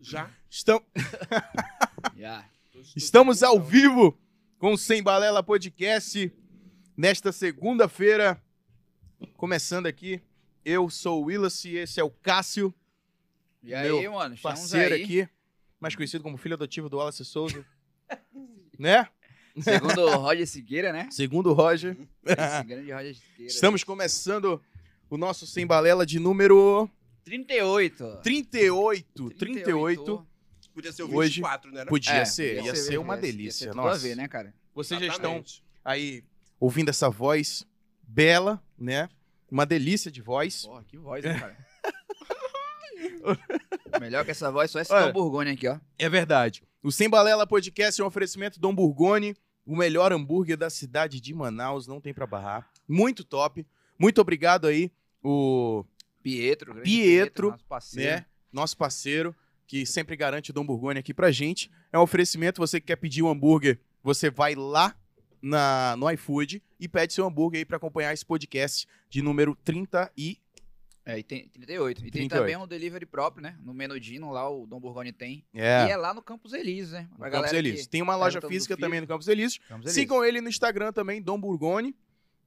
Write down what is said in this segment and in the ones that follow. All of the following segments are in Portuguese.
Já? Estam- Yeah. Estamos ao vivo com o Sem Balela Podcast nesta segunda-feira. Começando aqui, eu sou o Willis e esse é o Cássio, E aí, Meu mano, estamos parceiro aí. aqui, mais conhecido como filho adotivo do Wallace Souza. né? Segundo o Roger Sigueira, né? Segundo o Roger, Esse grande Roger Sigueira. É. estamos começando o nosso Sem Balela de número 38. 38. 38. Podia ser o Hoje- 24, né? Podia É, ser, ia podia ser, ser, uma ia ser- ia delícia. ser tudo nossa. a ver, né, cara? Vocês já estão Exatamente. aí ouvindo essa voz bela, né? Uma delícia de voz. Porra, que voz, né, cara? Melhor que essa voz só esse Olha. Tom Burgoni aqui, ó. É verdade. O Sem Balela Podcast é um oferecimento Dom Burgoni, o melhor hambúrguer da cidade de Manaus, não tem pra barrar. Muito top. Muito obrigado aí, o Pietro. grande Pietro, nosso parceiro. né, nosso parceiro, que sempre garante o Dom Burgoni aqui pra gente. É um oferecimento, você que quer pedir um hambúrguer, você vai lá na, no iFood e pede seu hambúrguer aí pra acompanhar esse podcast de número 30 e... É, e tem 38. E tem 38. também um delivery próprio, né? No Menudino, lá o Dom Burgoni tem. É, E é lá no Campos Elíseos, né? Pra no galera Campos que- Elíseos. Tem uma loja perguntando do física filho. também no Campos Elíseos. Campos Elíseos. Sigam ele no Instagram também, Dom Burgoni.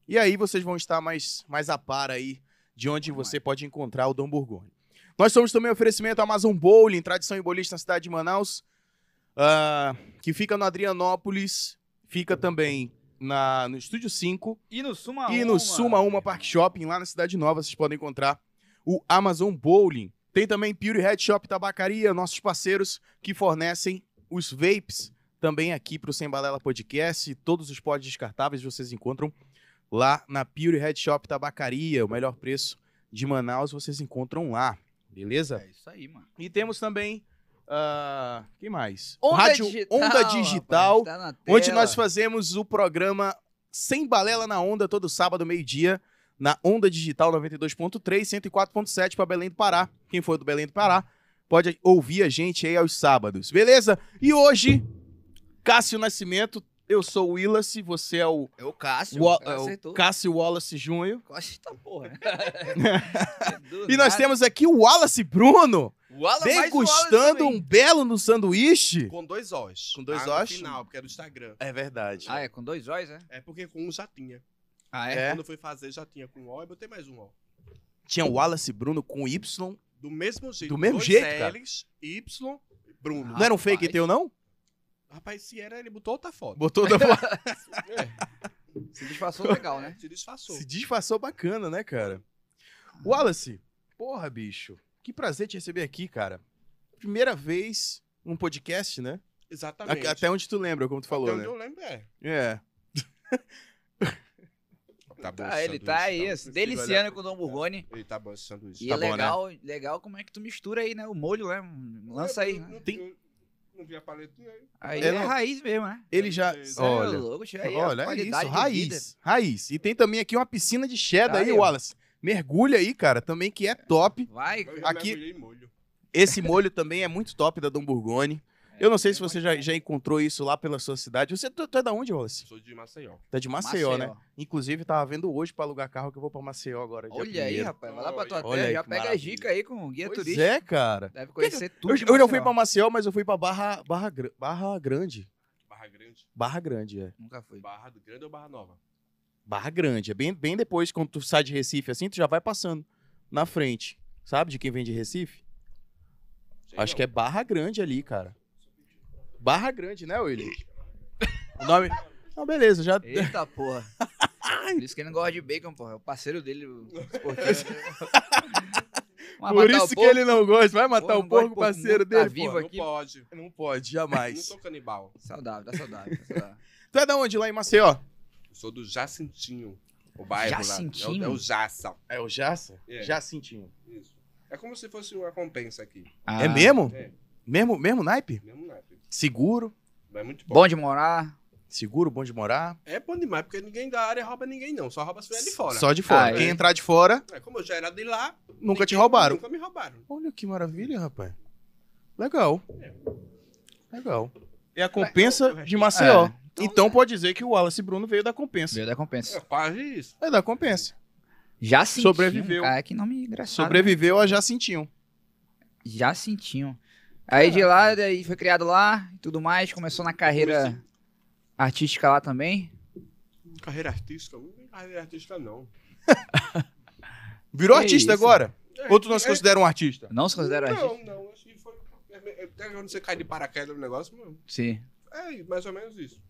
E aí vocês vão estar mais, mais a par aí de onde Muito você pode encontrar o Dom Burgoni. Nós somos também um oferecimento Amazon Bowling, tradição em boliche na cidade de Manaus, ah, que fica no Adrianópolis, fica também na, no Estúdio 5 E no Suma e no Suma Uma Park Shopping, lá na Cidade Nova, vocês podem encontrar o Amazon Bowling. Tem também Pure Head Shop Tabacaria, nossos parceiros que fornecem os vapes também aqui para o Sem Balela Podcast. Todos os pods descartáveis vocês encontram lá na Pure Head Shop Tabacaria. O melhor preço de Manaus vocês encontram lá, beleza? É isso aí, mano. E temos também, ah, quem mais? Onda Rádio Digital. Onda Digital. rapaz, tá na Onde tela. nós fazemos o programa Sem Balela na Onda, todo sábado, meio-dia, na Onda Digital 92.3, 104.7 para Belém do Pará. Quem for do Belém do Pará pode ouvir a gente aí aos sábados, beleza? E hoje, Cássio Nascimento, eu sou o Willis, você é o, É o Cássio. Wa- cara é o acertou. Cássio Wallace Júnior. Costa, porra. Do E nós nada. temos aqui o Wallace Bruno, O Alan mais o Alan degustando também. um belo no sanduíche. Com dois Os. Com dois tá? No Os? final, porque era do Instagram. É verdade. Ah, é com dois olhos, é? É porque com um já tinha. Ah, É. Quando eu fui fazer, já tinha com um O e botei mais um O. Tinha o Wallace Bruno com Y. Do mesmo jeito. Do mesmo dois jeito, cara? L's, Y, Bruno. Não era um fake Ah, Rapaz. teu, não? Rapaz, se era, ele botou outra foto. Botou da Se disfarçou É, legal, né? Se disfarçou. Se disfarçou bacana, né, cara? Wallace, porra, bicho. Que prazer te receber aqui, cara. Primeira vez num podcast, né? A- Exatamente. Até onde tu lembra, como tu falou, Até onde né? eu lembro, é. É. Tá bom Ah, esse ele sanduíche, tá aí, bom. se deliciando com o Dom Burgoni. Ele tá bom esse sanduíche. E Tá é bom, né? legal, legal como é que tu mistura aí, né? O molho, né? Lança aí. né? Não, Tem- não, não vi a paletinha aí. Aí É, é, não. raiz mesmo, né? Ele já. Cê é Olha. louco, tio, aí, a Olha, é qualidade isso. de vida. Raiz. Raiz. E tem também aqui uma piscina de cheddar aí, Aí, ó. Wallace. Mergulha aí, cara, também que é top. Vai. Eu já Aqui- mergulhei em molho. Esse molho também é muito top da Dom Burgoni. Eu não sei se você já, já encontrou isso lá pela sua cidade. Você tu, tu é da onde, Wallace? Sou de Maceió. Tá de Maceió, né? Inclusive, tava vendo hoje pra alugar carro que eu vou pra Maceió agora. dia Olha aí, primeiro. rapaz. Vai lá pra tua Olha terra, aí, já que pega as maravilha. dicas aí com o guia Pois turístico. é, cara. Deve conhecer tudo. Eu, de eu já fui Maceió. pra Maceió, mas eu fui pra Barra, Barra, Gra- Barra Grande. Barra Grande. Barra Grande, é. Nunca fui. Barra do Grande ou Barra Nova? Barra Grande. É bem, bem depois, quando tu sai de Recife assim, tu já vai passando na frente. Sabe de quem vem de Recife? Sei Acho não. que é Barra Grande ali, cara. Barra Grande, né, William? O nome. Não, beleza, já. Eita porra. Por isso que ele não gosta de bacon, porra. É o parceiro dele, o esportista. Mas Por matar o isso que porco, ele não gosta. Vai Porra, matar não gosto o de porco, porco, parceiro não tá dele. vivo porra. Não aqui. pode. Não Não pode, jamais. sou canibal. Saudável, tá saudável, tá saudável. Tu é da onde lá em Maceió? Eu sou do Jacintinho. O bairro Jacintinho? lá. É o, é o Jaça. É o Jaça? É. Jacintinho. Isso. É como se fosse uma compensa aqui. Ah, É mesmo? É, Mesmo, mesmo naipe? mesmo naipe. Seguro. Mas É muito bom. Bom de morar. Seguro, bom de morar. É bom demais, porque ninguém da área rouba ninguém, não. Só rouba se vier de fora. Só de fora. Ah, é. Quem entrar de fora, É, como eu já era de lá, nunca te ninguém- roubaram. Nunca me roubaram. Olha que maravilha, rapaz. Legal. Legal. É a compensa de Maceió. É. Então pode dizer que o Wallace Bruno veio da compensa. Veio da compensa. É quase isso. É da compensa. Já senti. Ah, é Sobreviveu. né? Cara, que nome engraçado. Sobreviveu a Jacintinho. Já sentiam. Aí de lá, daí foi criado lá e tudo mais. Começou na carreira artística lá também. Carreira artística? Não tem carreira artística, não. Virou Que artista isso? agora? É, Ou tu não se é- considera um artista? Não se considera Então. artista? Não, não. Acho que foi. é- é- Até quando você cai de paraquedas no negócio, mano. Sim. É mais ou menos isso.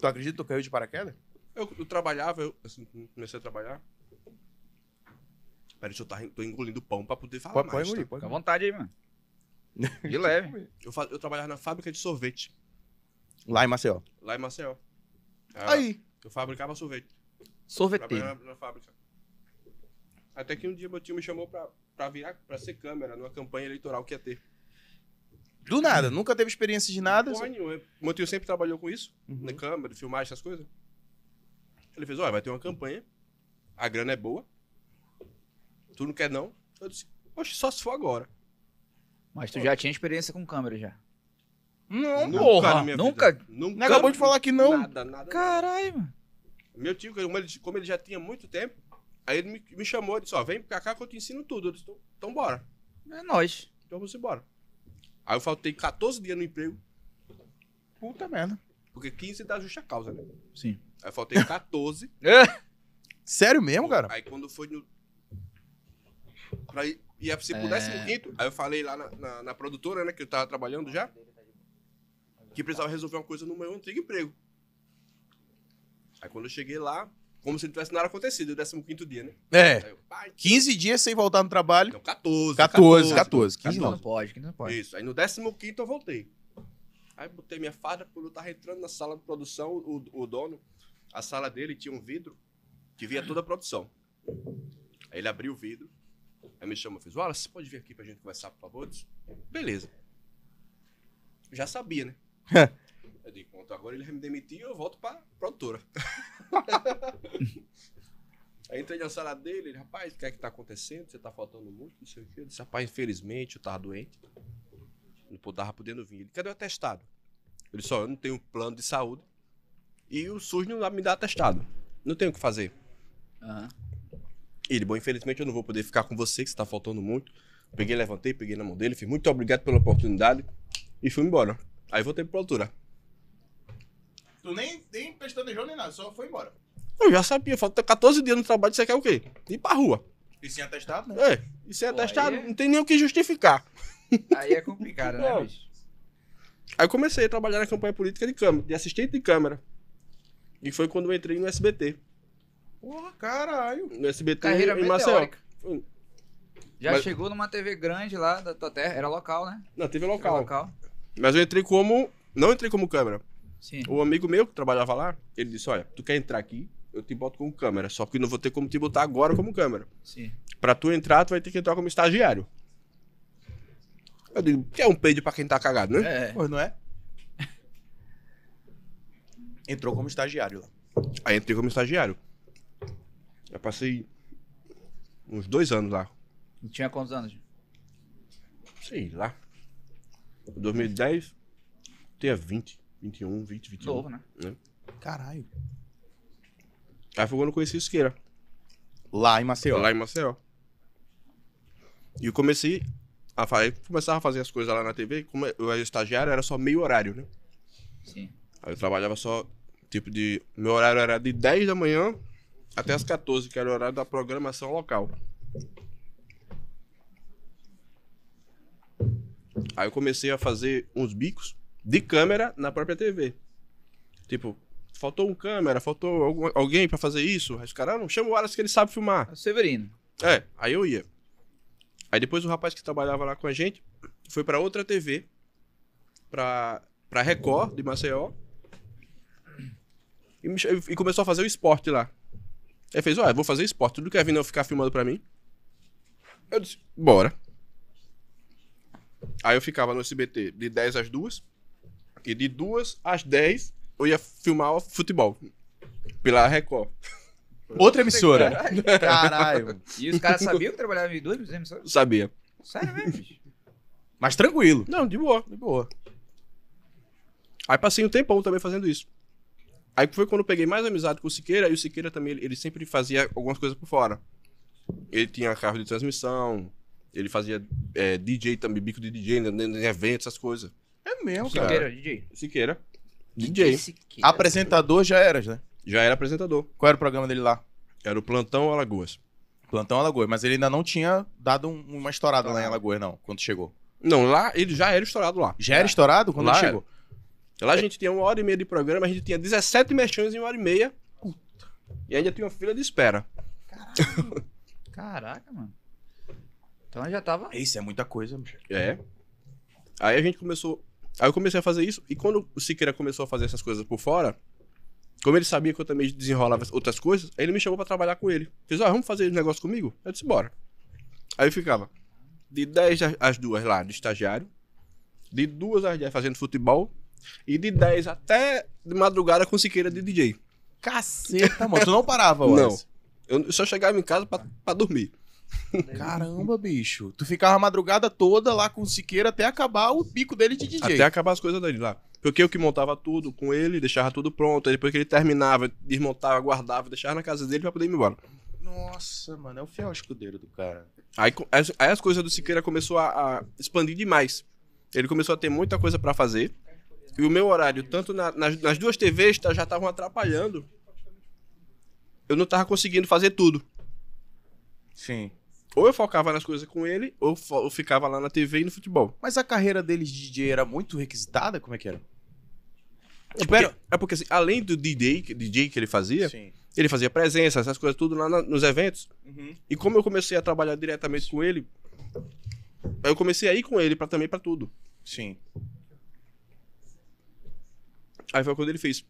Tu acredita que tu caiu de paraquedas? Eu, eu trabalhava, eu assim, comecei a trabalhar. Peraí, deixa eu tá, tô engolindo pão pra poder falar Pode, mais. pode engolir, pode Fica à engolir. vontade aí, mano. De leve. tá? Eu, fa- eu trabalhava na fábrica de sorvete, Lá em Maceió. lá em Maceió. Ah, Aí. Eu fabricava sorvete. Sorveteiro. Trabalhava na, na fábrica. Até que um dia meu tio me chamou pra, pra virar, pra ser câmera numa campanha eleitoral que ia ter. Do nada, nunca teve experiência de nada. Porra nenhuma. Meu tio sempre trabalhou com isso, Uhum. né, câmera, filmagem, essas coisas. Ele fez, olha, vai ter uma campanha, a grana é boa, tu não quer não? Eu disse, poxa, só se for agora. Mas tu já tinha experiência com câmera já. Não, Nunca na minha nunca? vida. Nunca. Não acabou de falar que não. Nada, nada. Caralho, mano. nada. Meu tio, como ele, como ele já tinha muito tempo, aí ele me, me chamou e disse, ó, vem pra cá que eu te ensino tudo. Eu disse, então- então bora. É nóis. Então vamos embora. Aí eu faltei 14 dias no emprego, Puta merda. porque 15 dá justa causa, né? Sim. Aí eu faltei 14. Sério É, mesmo, cara? Aí quando foi no. Pra ir, ia se pudesse no quinto, aí eu falei lá na, na- na produtora, né, que eu tava trabalhando já, que precisava resolver uma coisa no meu antigo emprego. Aí quando eu cheguei lá, como se não tivesse nada acontecido, o 15 dia, né? É. Aí eu, pai, 15 dias sem voltar no trabalho. não, 14. 14, 14. 15 Quinto não não. pode, quinto não pode. Isso. Aí no 15 eu voltei. Aí botei minha farda, quando eu tava entrando na sala de produção, o, o dono, a sala dele tinha um vidro que via toda a produção. Aí ele abriu o vidro, aí me chamou e fez: Olha, você pode vir aqui pra gente conversar, por favor? Eu disse, Beleza. Eu já sabia, né? eu dei conta, agora ele vai me demitir e eu volto pra produtora. Aí entrei na sala dele, ele, rapaz, o que é que tá acontecendo? Você tá faltando muito, não sei o quê. Eu disse, rapaz, infelizmente, eu tava doente. Não pô- tava podendo vir. Ele, cadê o atestado? Ele só, eu não tenho plano de saúde. E o SUS não dá- me dá atestado. Não tenho o que fazer. Aham. Ele, bom, infelizmente eu não vou poder ficar com você, que você tá faltando muito. Peguei, levantei, peguei na mão dele, fiz muito obrigado pela oportunidade e fui embora. Aí voltei pra altura. Tu nem, nem pestanejou nem nada, só foi embora. Eu já sabia, falta 14 dias no trabalho, você quer o quê? Ir pra rua. E sem atestado, né? É, isso é Pô, aí atestado, é- não tem nem o que justificar. Aí é complicado, né, Não. bicho? Aí eu comecei a trabalhar na campanha política de câmara, de assistente de câmara. E foi quando eu entrei no SBT. Porra, caralho. No SBT Carreira em Maceió. Hum, meteórica. Já Mas- chegou numa TV grande lá da tua terra. Era local, né? Não, teve Era local. local. Mas eu entrei como. Não entrei como câmera. Sim. O amigo meu que trabalhava lá, ele disse: Olha, tu quer entrar aqui, eu te boto como câmera. Só que não vou ter como te botar agora como câmera. Sim. Pra tu entrar, tu vai ter que entrar como estagiário. Eu digo: Que é um peido pra quem tá cagado, né? É. Pois não é? Entrou como estagiário lá. Aí entrei como estagiário. Eu passei uns dois anos lá. Não tinha quantos anos? Sei lá. 2010, tinha 20, 21, 20, 21. Novo, né? Caralho. Aí foi quando eu conheci o Isqueira, Lá em Maceió. lá em Maceió. E eu comecei a fazer, começava a fazer as coisas lá na TV, como eu era estagiário, era só meio horário, né? Sim. Aí eu trabalhava só, tipo de, meu horário era de 10 da manhã até as 14, que era o horário da programação local. Aí eu comecei a fazer uns bicos de câmera na própria TV. Tipo, faltou um câmera, faltou algum- alguém pra fazer isso. Aí os caras, "Ah, não, chama o Wallace que ele sabe filmar. É o Severino. É, aí eu ia. Aí depois o rapaz que trabalhava lá com a gente foi pra outra TV, pra, pra Record de Maceió, e, me ch- e começou a fazer o esporte lá. Aí fez, ó, eu vou fazer esporte, tu não quer vir não ficar filmando pra mim? Eu disse, bora. Aí eu ficava no SBT de 10 às 2, e de 2 às 10 eu ia filmar o futebol, pela Record. Outra emissora. Caralho. E os caras sabiam que trabalhava em duas emissoras? Sabia? Sério mesmo, bicho? Mas tranquilo. Não, de boa. De boa. Aí passei um tempão também fazendo isso. Aí foi quando eu peguei mais amizade com o Siqueira, e o Siqueira também, ele, ele sempre fazia algumas coisas por fora. Ele tinha carro de transmissão, Ele fazia é, DJ também, bico de DJ, né, em eventos, essas coisas. É mesmo, Sim, cara. Siqueira, DJ. Siqueira. é DJ. Siqueira. Apresentador já era, né? Já era apresentador. Qual era o programa dele lá? Era o Plantão Alagoas. Plantão Alagoas, mas ele ainda não tinha dado um- uma estourada lá em Alagoas, não, quando chegou. Não, lá ele já era estourado lá. Já era estourado quando Lá é? ele era. chegou? Lá a gente tinha uma hora e meia de programa, a gente tinha 17 mexões em uma hora e meia. E ainda tinha uma fila de espera. Caraca, mano. Então já tava. Isso é muita coisa, bicho. É. Aí a gente começou. Aí eu comecei a fazer isso. E quando o Siqueira começou a fazer essas coisas por fora, como ele sabia que eu também desenrolava outras coisas, aí ele me chamou pra trabalhar com ele. Fez, ó, vamos fazer esse negócio comigo? Eu disse, bora. Aí eu ficava de 10 às- às 2 lá de estagiário, de 2 às 10 fazendo futebol, e de 10 até de madrugada com o Siqueira de DJ. Caceta, mano. Tá Tu não parava, Wallace? Eu só chegava em casa pra, pra dormir. Caramba, bicho. Tu ficava a madrugada toda lá com o Siqueira até acabar o pico dele de DJ. Até acabar as coisas dele lá. Porque eu que montava tudo com ele, deixava tudo pronto. Aí depois que ele terminava, desmontava, guardava, deixava na casa dele pra poder ir embora. Nossa, mano, é o fiel escudeiro do cara. Aí, co- as- aí as coisas do Siqueira começou a, a expandir demais. Ele começou a ter muita coisa pra fazer. E o meu horário, tanto na- nas, nas duas TVs, tá- já estavam atrapalhando. Eu não tava conseguindo fazer tudo. Sim. Ou eu focava nas coisas com ele, ou fo- eu ficava lá na TV e no futebol. Mas a carreira dele de DJ era muito requisitada? Como é que era? É porque, é porque assim, além do DJ, que- DJ que ele fazia, Sim. ele fazia presença, essas coisas tudo lá na- nos eventos. Uhum. E como eu comecei a trabalhar diretamente com ele, eu comecei a ir com ele pra, também pra tudo. Sim. Aí foi quando ele fez: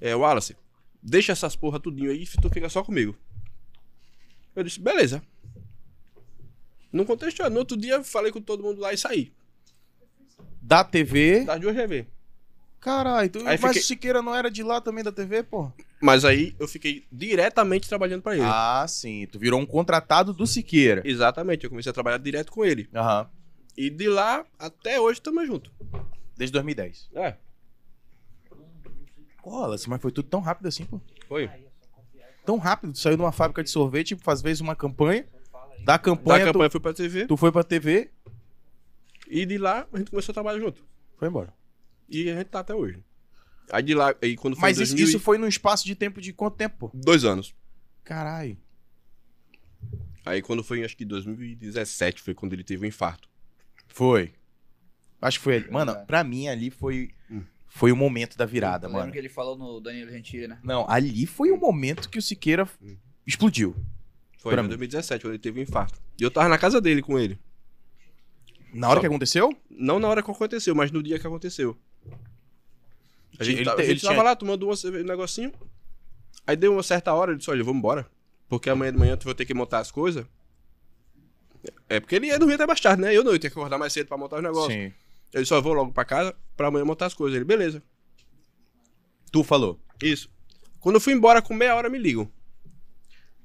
é, Wallace, deixa essas porra tudinho aí e tu fica só comigo. Eu disse: beleza. Não contexto, no outro dia eu falei com todo mundo lá e saí. Da TV. Das duas TV. Caralho, tu... Aí mas fiquei- o Siqueira não era de lá também da TV, porra? Mas aí eu fiquei diretamente trabalhando pra ele. Ah, sim. Tu virou um contratado do Siqueira. Exatamente, eu comecei a trabalhar direto com ele. Aham. E de lá até hoje tamo junto. Desde 2010. É, Cola, mas foi tudo tão rápido assim, pô. foi. Tão rápido. Tu saiu de uma fábrica de sorvete, faz vez uma campanha. Da Da campanha, tu- campanha eu fui pra TV tu... foi pra TV, e de lá a gente começou a trabalhar junto. foi embora. E A gente tá até hoje. Aí de lá, aí quando foi Mas em isso, 2000 e- isso foi num espaço de tempo de quanto tempo, pô? Dois anos. Caralho. Aí quando foi, acho que 2017, foi quando ele teve um infarto. Foi. Acho que foi ali. Mano, pra mim ali foi. Hum. Foi o momento da virada, Eu lembro mano. que ele falou no Danilo Gentili, né? Não, ali foi o momento que o Siqueira Hum. explodiu. Foi Pra em mim. 2017, quando ele teve um infarto. E eu tava na casa dele com ele. Na hora Só- que aconteceu? Não na hora que aconteceu, mas no dia que aconteceu. A gente, Ele tava, te- a gente ele tava tinha- lá, tomando uma cerve- um negocinho. Aí deu uma certa hora, ele disse, olha, vamos embora. Porque amanhã de manhã tu vai ter que montar as coisas. É porque ele ia dormir até mais tarde, né? Eu não, eu tinha que acordar mais cedo pra montar os negócios. Sim. Ele só vou logo pra casa pra amanhã montar as coisas. Ele, beleza. Tu falou. Isso. Quando eu fui embora com meia hora, me ligam.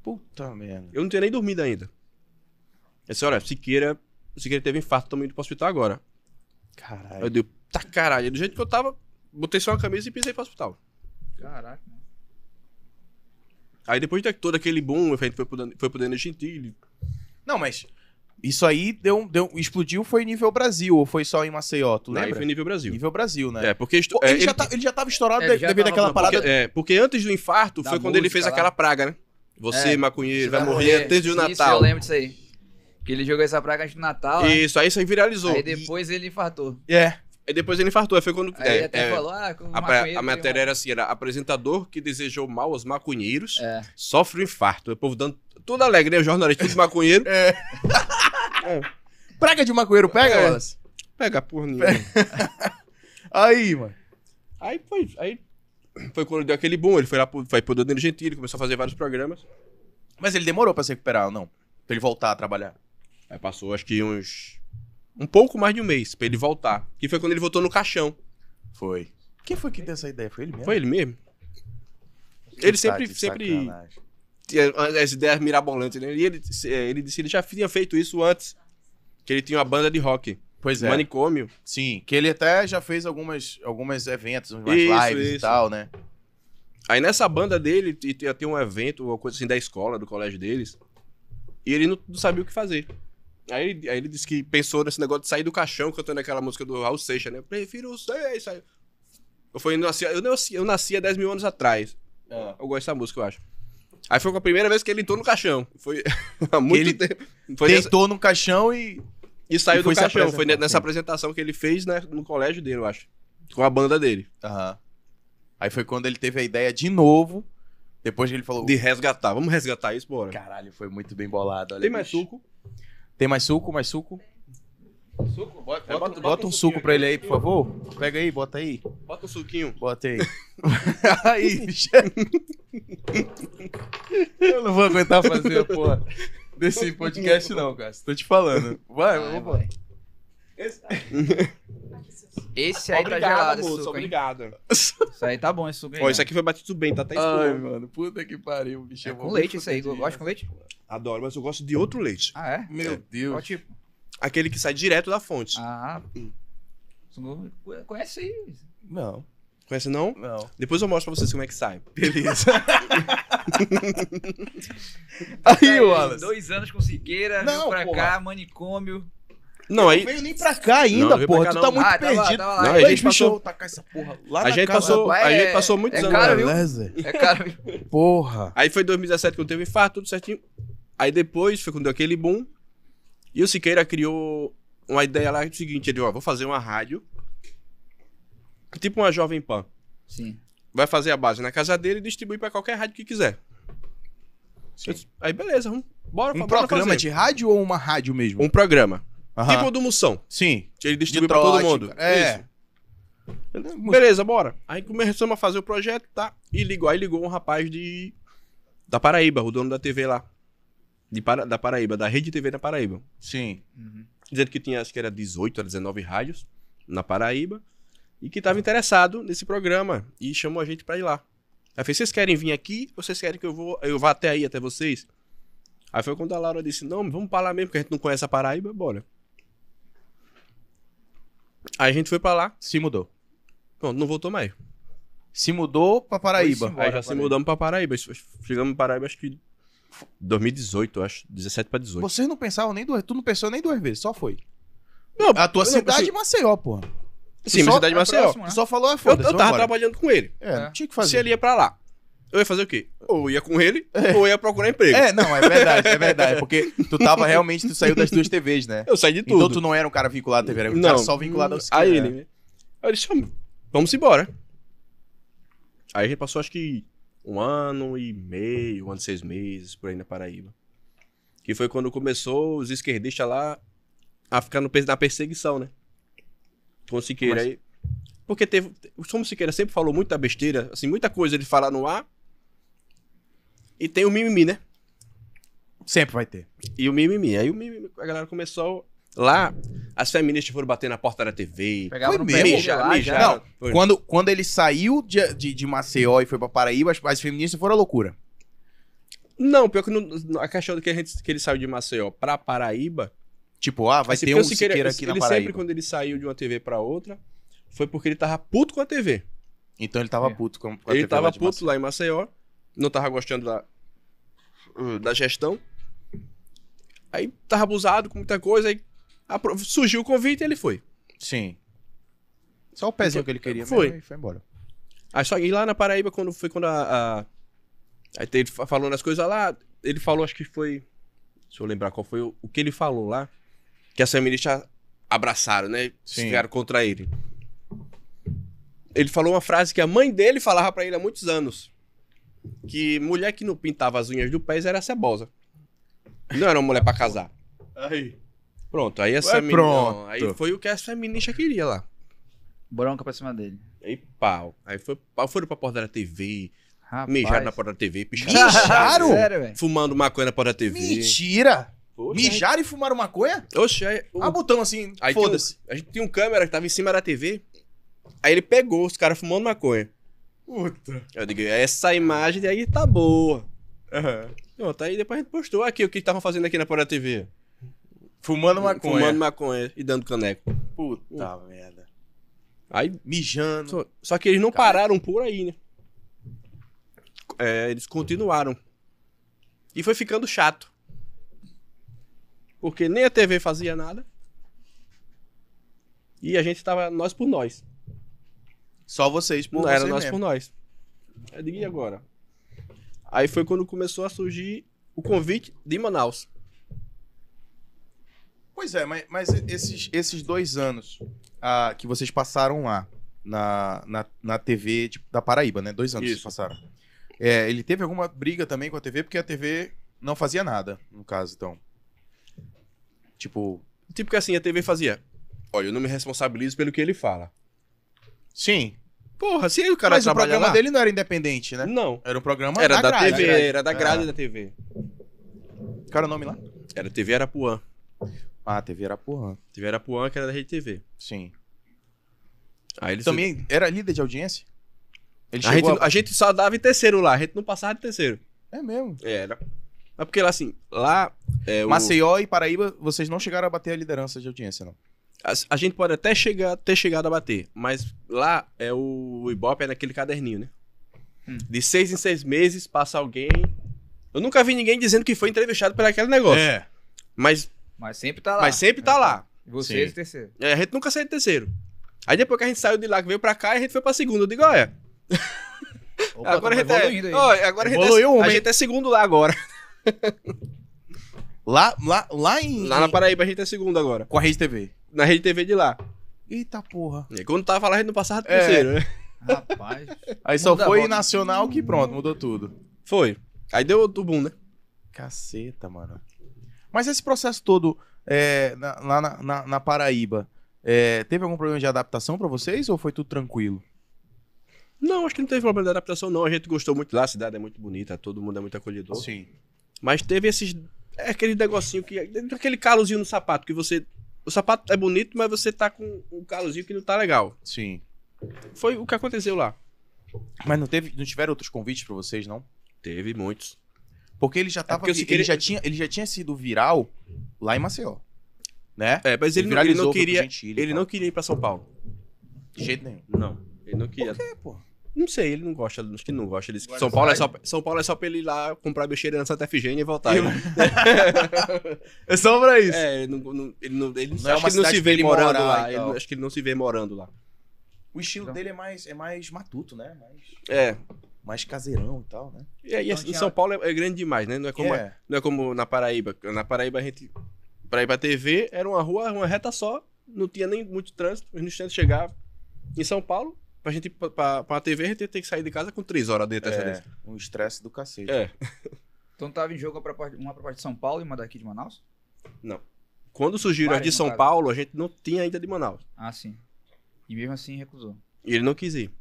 Puta merda. Eu não tinha nem dormido ainda. Essa hora, Siqueira, Siqueira teve infarto, também indo pro hospital agora. Aí eu Caralho. dei, tá caralho, do jeito que eu tava, botei só uma camisa e pisei pro hospital. Caraca, mano. Aí depois de todo aquele boom, a gente foi pro Dan- foi pro Danilo Gentili. Não, mas. Isso aí deu, um- deu, explodiu foi nível Brasil, ou foi só em Maceió, tu Aí lembra? né, foi nível Brasil. Nível Brasil, né? É, porque... estu- Pô, é, ele, já tá- ele já tava estourado É, de- ele já devido tava àquela na parada. porque, é, porque antes do infarto, Da foi quando ele música fez lá. aquela praga, né? Você, É. maconheiro, vai morrer antes do Isso, eu Natal. lembro disso aí. Que ele jogou essa praga antes do Natal, né? Isso, aí isso aí viralizou. Aí depois ele infartou. É. E- aí depois ele infartou, aí foi quando... Aí é, ele até é, falou, ah, com A, pra- a matéria era assim, era apresentador que desejou mal aos maconheiros, É. sofre um infarto. O povo dando tudo alegre, né? O jornalista, tudo maconheiro. É. Praga de maconheiro pega, É. Wallace? Pega a porra nenhuma. Aí, mano. Aí foi, aí foi quando deu aquele boom, ele foi lá pro, foi pro Danilo Gentili, começou a fazer vários programas. Mas ele demorou pra se recuperar, ou não? Pra ele voltar a trabalhar. Aí passou acho que uns... um pouco mais de um mês pra ele voltar. Que foi quando ele voltou no caixão. Foi. Quem foi que deu essa ideia? Foi ele É. mesmo? Foi ele mesmo. Ele Tá sempre, de sempre sacanagem. tinha as ideias mirabolantes, né? E ele, ele disse que ele já tinha feito isso antes. Que ele tinha uma banda de rock, Pois é. Manicômio. Sim, que ele até já fez algumas, algumas eventos, umas Isso, lives e isso. tal, né? Aí nessa banda dele, t- ia ter um evento, uma coisa assim da escola, do colégio deles. E ele não, não sabia o que fazer. Aí, ele- aí ele disse que pensou nesse negócio de sair do caixão cantando aquela música do Raul Seixas, né? Prefiro sair, sair. Eu falei, nasci, eu, nasci, eu nasci há 10 mil anos atrás. Eu gosto dessa música, eu acho. Aí foi a primeira vez que ele entrou no caixão. Foi há muito ele tempo. Foi nessa- Deitou num caixão e. e saiu e foi do se caixão. Foi apresentar, nessa sim. apresentação que ele fez né, no colégio dele, eu acho. Com a banda dele. Aham. Aí foi quando ele teve a ideia de novo. Depois que ele falou. De resgatar. Vamos resgatar isso, bora. Caralho, foi muito bem bolado. olha, Tem mais bicho. suco? Tem mais suco, mais suco. Suco? Bota, É, Bota, um suco pra ele aí, por favor. Pega aí, bota aí. Bota um suquinho. Bota aí. aí, bicho. Eu não vou aguentar fazer a porra desse podcast, não, cara. Tô te falando. Vai, Vai, vamos vai. Esse aí tá gelado, esse suco, hein? obrigado. Isso aí tá bom, esse suco aí. Ó, isso aqui foi batido bem, tá até Ai, escuro. mano, puta que pariu, bicho. É eu vou com me leite isso aí. fuder de- Gosta com leite? Adoro, mas eu gosto de outro leite. Ah, é? Meu É. Qual Deus. tipo? Aquele que sai direto da fonte. Ah, suco- conhece aí. Não, Conhece não? não. Depois eu mostro pra vocês como é que sai. Beleza. aí, Wallace. Tá Dois anos com Siqueira, Não, veio pra porra. cá, manicômio. Não, aí. veio nem pra cá Não, não veio pra cá, não. Ah, tava lá, tava lá. Não, tá é Ei, a gente bicho, eu passou. vou tacar essa porra lá A na gente casa passou, do- a é- gente passou muitos é anos. caro, viu? Beleza? É cara, viu? Porra. Aí foi 2017 que eu teve infarto, tudo certinho. Aí depois foi quando deu aquele boom. E o Siqueira criou uma ideia lá do seguinte: ele, ó, vou fazer uma rádio. Tipo uma Jovem Pan. Sim. Vai fazer a base na casa dele e distribui pra qualquer rádio que quiser. Eu disse, Aí beleza, vamos. Bora, Um bora programa fazer. de rádio ou uma rádio mesmo? Um programa. Aham. Tipo o do Moção. Sim. que Ele distribui pra todo Trote, mundo. cara. É. Isso. Beleza, bora. Aí começamos a fazer o projeto, tá? E ligou, aí ligou um rapaz de. Da Paraíba, o dono da TV lá. De Para- Da Paraíba, da Rede TV da Paraíba. Sim. Uhum. Dizendo que tinha, acho que era 18 a 19 rádios na Paraíba. E que tava interessado nesse programa. E chamou a gente pra ir lá. Aí eu falei, vocês querem vir aqui ou vocês querem que eu, vou, eu vá até aí, até vocês? Aí foi quando a Laura disse, não, vamos pra lá mesmo, porque a gente não conhece a Paraíba, bora. Aí a gente foi pra lá, Se mudou. pronto, não voltou mais. Se mudou pra Paraíba. Foi-se embora. Aí já Paraíba. se mudamos pra Paraíba. Chegamos em Paraíba, acho que 2018, eu acho. 17 pra 18. Vocês não pensavam nem duas... Tu não pensou nem duas vezes, só foi. Não, A tua eu não, cidade assim, é Maceió, porra. Sim, minha só- cidade de é Maceió. próximo, Tu né? só falou, é Eu, foda-se, eu tava vambora. trabalhando com ele. É, não tinha o que fazer. Se ele ia pra lá, eu ia fazer o quê? Ou ia com ele, ou ia procurar emprego. É, não, é verdade, é verdade. Porque tu tava realmente, tu saiu das duas TVs, né? Eu saí de tudo. Então tu não era um cara vinculado à TV, era um cara só vinculado ao A Siqueira. ele. né? Aí ele disse, "Ah, vamos embora. Aí a gente passou acho que um ano e meio, um ano e seis meses, por aí na Paraíba. Que foi quando começou os esquerdistas lá a ficar no, pe- na perseguição, né? Com o Siqueira aí. Porque teve. O Somo Siqueira sempre falou muita besteira, assim, muita coisa ele fala no ar. E tem o mimimi, né? Sempre vai ter. E o mimimi. Aí o mimimi, a galera começou lá. As feministas foram bater na porta da TV. Pegava Foi no mesmo? pé dele Mijar, lá, mijar. já. Não, Quando, quando ele saiu de, de, de Maceió e foi pra Paraíba, as, as feministas foram a loucura. Não, pior que não- a questão que, a gente- que ele saiu de Maceió pra Paraíba. Tipo, ah, vai assim, ter porque um o Siqueira, aqui ele na sempre, Paraíba. quando ele saiu de uma TV pra outra, foi porque ele tava puto com a TV. Então ele tava É. puto com a ele TV lá tava de puto lá em Maceió, não tava gostando da, da gestão. Aí tava abusado com muita coisa, aí apro- surgiu o convite e ele foi. Maceió. Sim. Só o pezinho que ele queria Então, Foi. mesmo, e foi embora. Aí Ah, só e lá na Paraíba, quando foi quando a. a- aí tem ele fa- falando as coisas lá, ele falou, acho que foi. Deixa eu lembrar qual foi o, o que ele falou lá. Que as feministas abraçaram, né? Sim. Ficaram contra ele. Ele falou uma frase que a mãe dele falava pra ele há muitos anos. Que mulher que não pintava as unhas do pés era cebosa. Não era uma mulher pra casar. Aí. Pronto, aí essa Ué, menina. É, pronto. Aí foi o que essa feminista queria lá. Bronca pra cima dele. Aí pau. Aí foi, pau, foram pra porta da TV, Rapaz. Mijaram na porta da TV, picharam. Mijaram? Sério, velho. Fumando maconha na porta da TV. Mentira! Poxa, Mijaram e fumaram maconha? aí- Oxe, aí, o- Ah, botão assim, aí tinha um- foda-se. a gente tinha um câmera que tava em cima da TV. Aí ele pegou os caras fumando maconha. Puta. Eu digo, essa imagem aí tá boa. Pronto, aí depois a gente postou aqui o que estavam fazendo aqui na porta da TV. Fumando maconha. Fumando maconha e dando caneco. Puta merda. Aí Mijando. Só, só que eles não Cara. pararam por aí, né? É, eles continuaram. E foi ficando chato. Porque nem a TV fazia nada. E a gente tava nós por nós. Só vocês, por Não era vocês nós mesmo. por nós. Eu digo, e agora? Aí foi quando começou a surgir o convite de Manaus. Pois é, mas, mas esses, esses dois anos ah, que vocês passaram lá na, na, na TV de- da Paraíba, né? Dois anos Isso. vocês passaram. É, ele teve alguma briga também com a TV, porque a TV não fazia nada, no caso, então. Tipo. Tipo que assim, a TV fazia. Olha, eu não me responsabilizo pelo que ele fala. Sim. Porra, se aí o cara mas o trabalha programa lá- dele não era independente, né? Não. Era um programa Era da, grade, TV, né? era da grade da TV. Qual era o nome lá? Era TV Arapuã. Ah, a TV era porra. TV Arapuã, que era da Rede TV. Sim. Aí eles Também era líder de audiência? Ele A gente, chegou a... a gente só dava em terceiro lá, a gente não passava de terceiro. É mesmo. Era. Mas porque lá, assim, lá. É, o- Maceió e Paraíba, vocês não chegaram a bater a liderança de audiência, não. a, a gente pode até chegar, ter chegado a bater, mas lá é o, o Ibope é naquele caderninho, né? Hum. De seis em seis meses passa alguém. Eu nunca vi ninguém dizendo que foi entrevistado por aquele negócio. É. Mas, Mas sempre tá lá. mas sempre tá lá. Vocês Sim. terceiro. É, a gente nunca saiu de terceiro. Aí depois que a gente saiu de lá, que veio pra cá, a gente foi pra segundo. Eu digo, olha, Ah, agora a gente evoluindo é. aí. Olha, agora a gente, Evoluiu é, uma, a hein? gente é segundo lá agora. Lá, lá, lá em. Lá na Paraíba a gente é segundo agora. Com a Rede TV. Na Rede TV de lá. Eita porra. E quando tava lá, a gente não passava do É. terceiro, né? Rapaz. Aí só Muda a foi volta. nacional que pronto, mudou tudo. Foi. Aí deu outro boom, né? Caceta, mano. Mas esse processo todo é, na- lá na, na- na Paraíba, é, teve algum problema de adaptação pra vocês ou foi tudo tranquilo? Não, acho que não teve problema de adaptação, não. A gente gostou muito lá, a cidade é muito bonita, todo mundo é muito acolhedor. Sim. Mas teve esses. É aquele negocinho que. Aquele calozinho no sapato, que você. O sapato é bonito, mas você tá com um calozinho que não tá legal. Sim. Foi o que aconteceu lá. Mas não, teve, não tiveram outros convites pra vocês, não? Teve muitos. Porque ele já É tava. porque eu vi- queria- ele, já tinha, ele já tinha sido viral lá em Maceió. Né? É, mas ele, não, ele viralizou, não foi pro queria. Gentili e Ele tal. não queria ir pra São Paulo. De jeito nenhum. Não. Ele não queria. É, pô. Não sei, ele não gosta. Acho que ele não gosta. Ele disse que Agora São Paulo, é vai. só, São Paulo é só pra ele ir lá comprar bexeira na Santa Efigênia e voltar. Eu- É só pra isso. É, ele não, não- ele não, ele, Não é acho uma que ele não cidade se pra vê ele morando morar lá. e ele não- tal. acho que ele não se vê morando lá. O estilo Então. dele é mais, é mais matuto, né? Mais, É. mais caseirão e tal, né? E, aí, Então assim, em tinha- São Paulo é, é grande demais, né? Não é, como, é. não é como na Paraíba. Na Paraíba a gente. Paraíba TV era uma rua, uma reta só, não tinha nem muito trânsito, os instantes chegavam. Em São Paulo, pra gente ir pra, pra, pra TV, a gente ia ter que sair de casa com três horas dentro dessa vez. um estresse do cacete. É. Então tava em jogo a proposta- uma proposta de São Paulo e uma daqui de Manaus? Quando surgiram as Várias, de no São caso. Paulo, a gente não tinha ainda de Manaus. Ah, sim. E mesmo assim recusou. E ele não quis ir.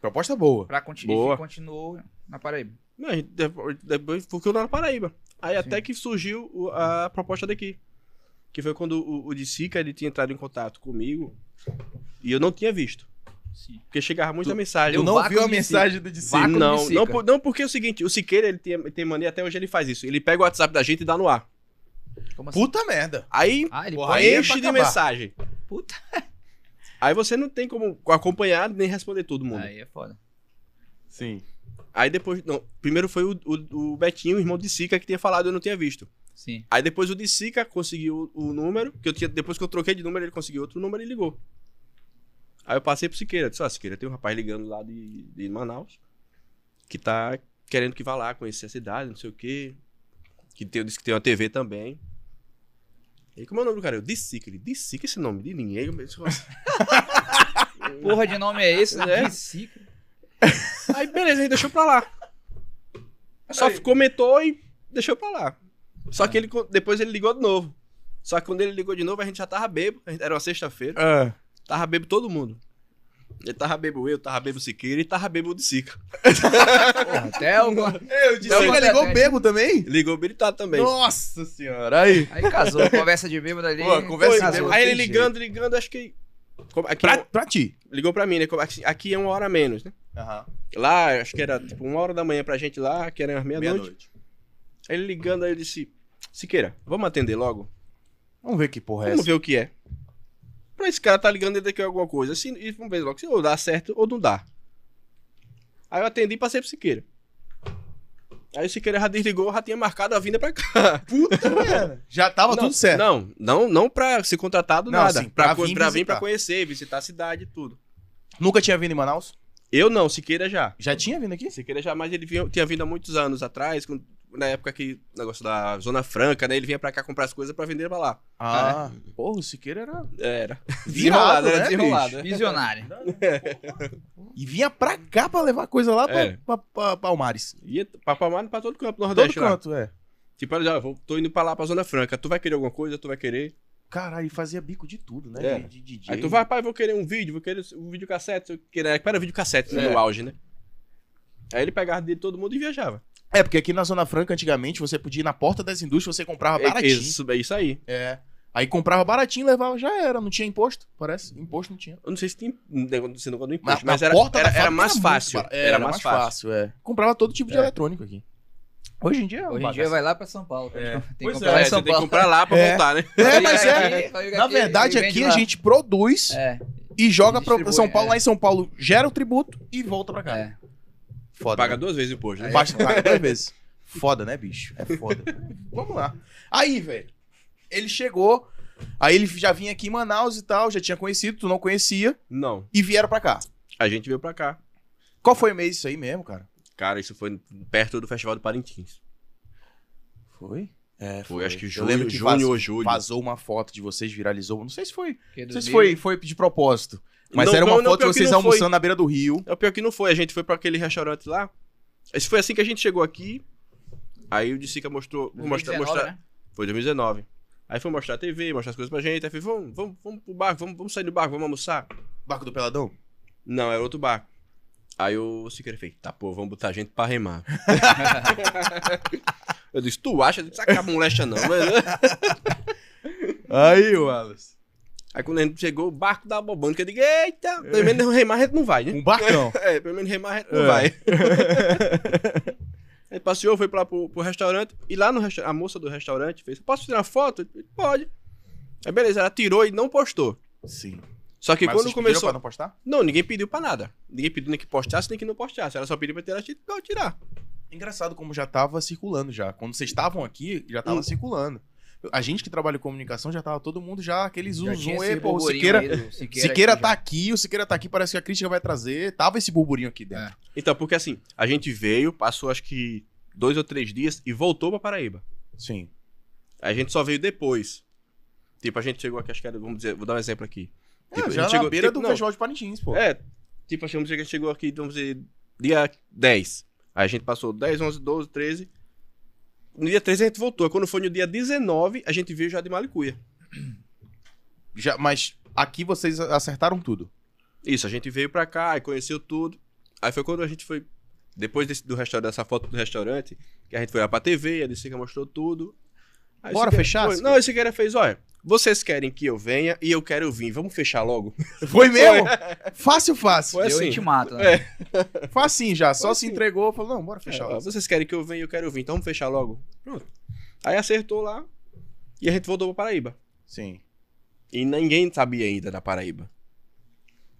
Proposta boa. Pra continuar, Boa. continuou na Paraíba. Não, a gente, depois- depois ficou lá na Paraíba. Aí Sim. até que surgiu o- a proposta daqui. Que foi quando o, o de Sica ele tinha entrado em contato comigo e eu não tinha visto. Sim. Porque chegava muita Tu- mensagem. deu Eu vácuo de do de vácuo não, de Sica. não, por- não, porque é o seguinte, o Siqueira ele tem, tem mania, até hoje ele faz isso. Ele pega o WhatsApp da gente e dá no ar. Como assim? Puta merda. Aí Ah, ele Porra, pode- aí é pra enche de acabar. mensagem. Puta. Aí você não tem como acompanhar nem responder todo mundo. Aí, Aí é foda. Sim. depois, não, primeiro foi o, o- o Betinho, o irmão de Sica, que tinha falado, eu não tinha visto. Sim. Aí depois o de Sica conseguiu o número, que eu tinha, depois que eu troquei de número, ele conseguiu outro número e ligou. Aí eu passei pro Siqueira, disse, ó, Siqueira, tem um rapaz ligando lá de, de Manaus, que tá querendo que vá lá conhecer a cidade, não sei o quê, que tem, disse que tem uma TV também. E aí, como é o nome do cara? Eu, de Sica, ele, de Sica esse nome de ninguém, eu pensei, "Nossa." Porra de nome é esse? É. Que cica. Aí beleza, ele deixou pra lá. Só Aí. comentou e deixou pra lá. Só Ah. que ele co- depois ele ligou de novo. Só que quando ele ligou de novo, a gente já tava bebo. a gente- Era uma sexta-feira. Ah. Tava bebo todo mundo. Ele tava bebo eu, tava bebo Siqueira e tava bebo de Sica. Porra, até o... É, o de Então, Sica mas- ligou bebo também? Ligou habilitado também. Nossa senhora, aí. Aí casou. Conversa de bêbado ali. Pô, conversa de casou. bêbado. né? Aí tem ele ligando, ligando, acho que. como- Aqui, é Pra, um- pra ti. ligou pra mim, né? Como- aqui- Aqui é uma hora a menos, né? Lá, acho que era tipo uma hora da manhã pra gente lá, que era umas meia-noite. Meia-noite. aí ele ligando, aí eu disse: Siqueira, vamos atender logo? Vamos ver que porra é Vamos essa. ver o que é. Pra esse cara tá ligando daqui alguma coisa. Assim, e vamos ver logo se ou dá certo ou não dá. Aí eu atendi e passei pro Siqueira. Aí se querer já desligou, eu já tinha marcado a vinda pra cá. Puta, mano. Tá Já tava não, tudo certo. Não, não, não pra ser contratado, Não, nada. sim, pra, pra co- vir pra vir visitar. pra conhecer, visitar a cidade e tudo. Nunca tinha vindo em Manaus? Eu não, Siqueira já. Já tinha vindo aqui? Siqueira já, mas ele vinha- tinha vindo há muitos anos atrás, quando- na época que o negócio da Zona Franca, né? Ele vinha pra cá comprar as coisas pra vender pra lá. Ah. Porra, o Siqueira era. Era. Desenrolado, Virado, né, era desenrolado. né? Visionário. E vinha pra cá pra levar coisa lá pra, É. pra, pra Palmares. Ia pra Palmar pra todo campo, Todo Nordeste lá. canto, é. Tipo, olha, eu vou- tô indo pra lá, pra Zona Franca. Tu vai querer alguma coisa? Tu vai querer? Caralho, ele fazia bico de tudo, né? É. De, de DJ. Aí tu vai, pai, vou querer um vídeo, vou querer um videocassete. Querer... Era videocassete, né? É. No auge, né? Aí ele pegava de todo mundo e viajava. É, porque aqui na Zona Franca, antigamente, você podia ir na porta das indústrias, você comprava É baratinho. isso, é isso aí. É. Aí comprava baratinho, levava, já era. Não tinha imposto, parece. Imposto não tinha. Eu não sei se tem um negócio se não gosta do Na- imposto, na mas era, porta da era, fábrica era mais muito fácil. barato. É, Era, mais fácil. é. Comprava todo tipo de É. eletrônico aqui. Hoje em dia é uma Hoje em dia bagaça. vai lá pra São Paulo. Tem que Pois comprar é, lá É, em você São tem que Paulo. comprar lá pra É. voltar, né? É, mas é. é. Na verdade, aqui a gente produz É, e joga pra Distribui, São Paulo. é. Lá em São Paulo gera o tributo e volta pra cá. é. Foda. Paga né? duas vezes o imposto, né? Basta pagar duas vezes. Foda, né, bicho? É foda. Vamos lá. Aí, velho. Ele chegou. Aí ele já vinha aqui em Manaus e tal. Já tinha conhecido, tu não conhecia. Não. E vieram pra cá. A gente veio pra cá. Qual foi o mês isso aí mesmo, cara? Cara, isso foi perto do Festival do Parintins. Foi? É, Foi, acho que Eu junho, lembro que junho vaz- ou julho. Vazou uma foto de vocês, viralizou. Não sei se foi. Porque Não sei se 2000, foi, foi de propósito. Mas Não, era uma não, não, foto pior de que vocês não foi. almoçando na beira do rio. É o pior que não foi, a gente foi pra aquele restaurante lá. Esse foi assim que a gente chegou aqui. Aí o Dissica mostrou. vou mostrar, 2019, mostrar. né? Foi 2019. Aí foi mostrar a TV, mostrar as coisas pra gente. Aí foi, vamos, vamos, vamos pro barco, vamos, vamos sair do barco, vamos almoçar. Barco do Peladão? Não, era outro barco. Aí o Siqueira fez, tá, pô, vamos botar a gente pra remar. né? eu disse, tu acha? Eu disse, Saca a molesta não. né?" Mas... Aí, Wallace. Aí quando a gente chegou, o barco tava bobando, que eu digo, eita, pelo menos remar a gente não vai, né? Um barcão. É, pelo menos remar a gente não É. vai. Aí passeou, foi pra, pro, pro restaurante. E lá no resta- a moça do restaurante fez: Posso tirar uma foto? Ele, Pode. Aí beleza, ela tirou e não postou. Sim. Só que Mas quando vocês pediram começou. pra não postar? Não, ninguém pediu pra nada. Ninguém pediu nem que postasse, nem que não postasse. Ela só pediu pra tirar, pra tirar. Engraçado como já tava circulando já. Quando vocês estavam aqui, já tava Hum. circulando. A gente que trabalha em comunicação já tava todo mundo já aquele Já zoom, tinha zoom. esse Ei, pô, o burburinho Siqueira, aí do Siqueira, Siqueira aqui tá aqui, o Siqueira tá aqui, parece que a crítica vai trazer. Tava esse burburinho aqui dentro. Então, porque assim, a gente veio, passou acho que dois ou três dias e voltou pra Paraíba. Sim. A gente só veio depois. Tipo, a gente chegou aqui, acho que era, vamos dizer, vou dar um exemplo aqui. Tipo, a é, gente já na chegou- beira tipo, do não, Festival de Parintins, pô. É, tipo, achamos que a gente chegou aqui, vamos dizer, dia 10. Aí a gente passou 10, 11, 12, 13. No dia 13 a gente voltou. Quando foi no dia 19, a gente veio já de Malicuia. Já, mas aqui vocês acertaram tudo. Isso, a gente veio pra cá, aí conheceu tudo. Aí foi quando a gente foi. Depois desse- do restaurante, dessa foto do restaurante, que a gente foi lá pra TV, a Dessica mostrou tudo. Aí Bora esse cara- fechar, foi- Siqueira? Não, esse cara fez, olha, vocês querem que eu venha e eu quero vir, vamos fechar logo. Foi mesmo? fácil, fácil. Foi Deu assim. intimato, né? É. Facinho já, só Foi se assim. entregou, falou, não, bora fechar. É, ó, vocês querem que eu venha e eu quero vir, então vamos fechar logo. Pronto. Aí acertou lá e a gente voltou pra Paraíba. Sim. E ninguém sabia ainda da Paraíba.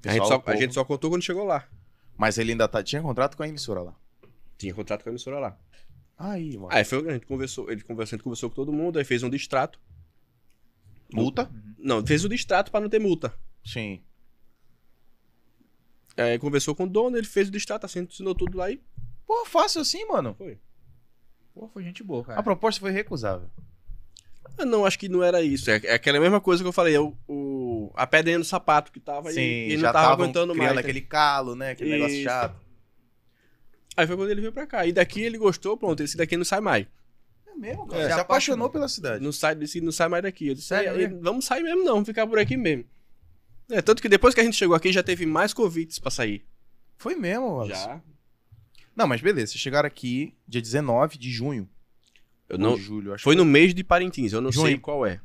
A gente, Pessoal, só, o a povo. gente só contou quando chegou lá. Mas ele ainda tá- tinha contrato com a emissora lá. Tinha contrato com a emissora lá. Aí, mano. Aí foi, a gente conversou, ele conversou, a gente conversou com todo mundo, aí fez um distrato. Multa? Não, fez o distrato pra não ter multa. Sim. Aí conversou com o dono, ele fez o distrato, assim, assinou tudo lá e. Pô, fácil assim, mano. Pô, foi gente boa, cara. A proposta foi recusável. Ah, não, acho que não era isso. É, é aquela mesma coisa que eu falei, é o, o- a pedra no sapato que tava e, e não tava tavam aguentando criando mais. aquele calo, né? Aquele negócio Isso. chato. Aí foi quando ele veio pra cá. E daqui ele gostou, pronto, esse daqui não sai mais. É mesmo, cara. É. Se Se apaixonou apaixonou. pela cidade. Não sai, desse- não sai mais daqui. Eu disse, Sério "É, mesmo? vamos sair mesmo não, vamos ficar por aqui mesmo. É, tanto que depois que a gente chegou aqui, já teve mais convites pra sair. Foi mesmo, Wallace. Não, mas beleza. Vocês chegaram aqui dia 19 de junho. Eu Ou não, de julho, acho. foi no mês de Parintins, eu não Junho. sei qual é.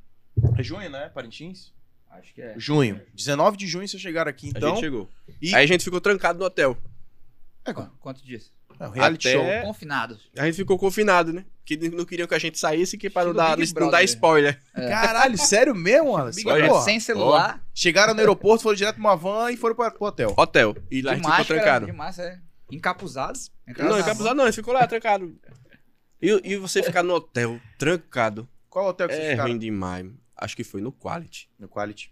É junho, né? Parintins? Acho que é. Junho. 19 de junho vocês chegaram a aqui, então. gente chegou. e- Aí a gente ficou trancado no hotel. É, Qu- Quanto disso? é um reality Até- show. É. Confinados. A gente ficou confinado, né? Que não queriam que a gente saísse, que para não Estilo dar, Big não dar Brother. spoiler. Caralho, sério mesmo, Wallace? Big Brother. Porra. Sem celular, Chegaram no aeroporto, foram direto pra uma van e foram pra, pro hotel. Hotel. E lá de a gente ficou máscara, trancado. de máscara, é. encapuzados. Não, encapuzado não, a gente ficou lá trancado. E, e você ficar no hotel, trancado, Qual hotel que vocês é ficaram? ruim demais. Acho que foi no Quality. No Quality.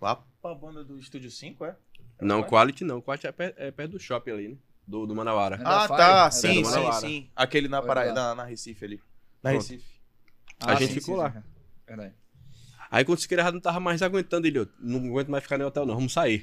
Lá pra banda do Estúdio 5, é? Não, Quality não. Quality é perto, é perto do shopping ali, né? Do, do Manauara. Ah, Ah, Fire, tá. é Sim, da sim, Guanabara. sim. Aquele na, Foi Paraíba, lá. na, na Recife ali. é. Na Pronto. Recife. Ah, A gente ficou lá. Verdade. Aí quando o Siqueira não tava mais aguentando, ele, eu não aguento mais ficar no hotel não, vamos sair.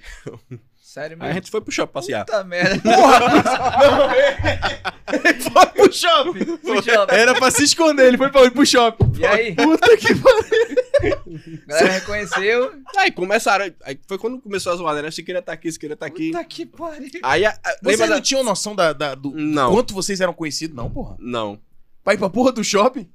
Sério Aí mesmo? a gente foi pro shopping passear. Puta merda. foi pro shopping. Puxa, Era pra se esconder, ele foi pra ir pro shopping. E aí? Puta que pariu. a galera reconheceu. Aí começaram, aí foi quando começou a zoar, né? Siqueira tá aqui, Siqueira tá aqui. Puta que pariu. Aí, a- a- lembra Vocês da... não tinham noção da, da- do Não, quanto vocês eram conhecidos, não, porra? não, Pra ir pra porra do shopping?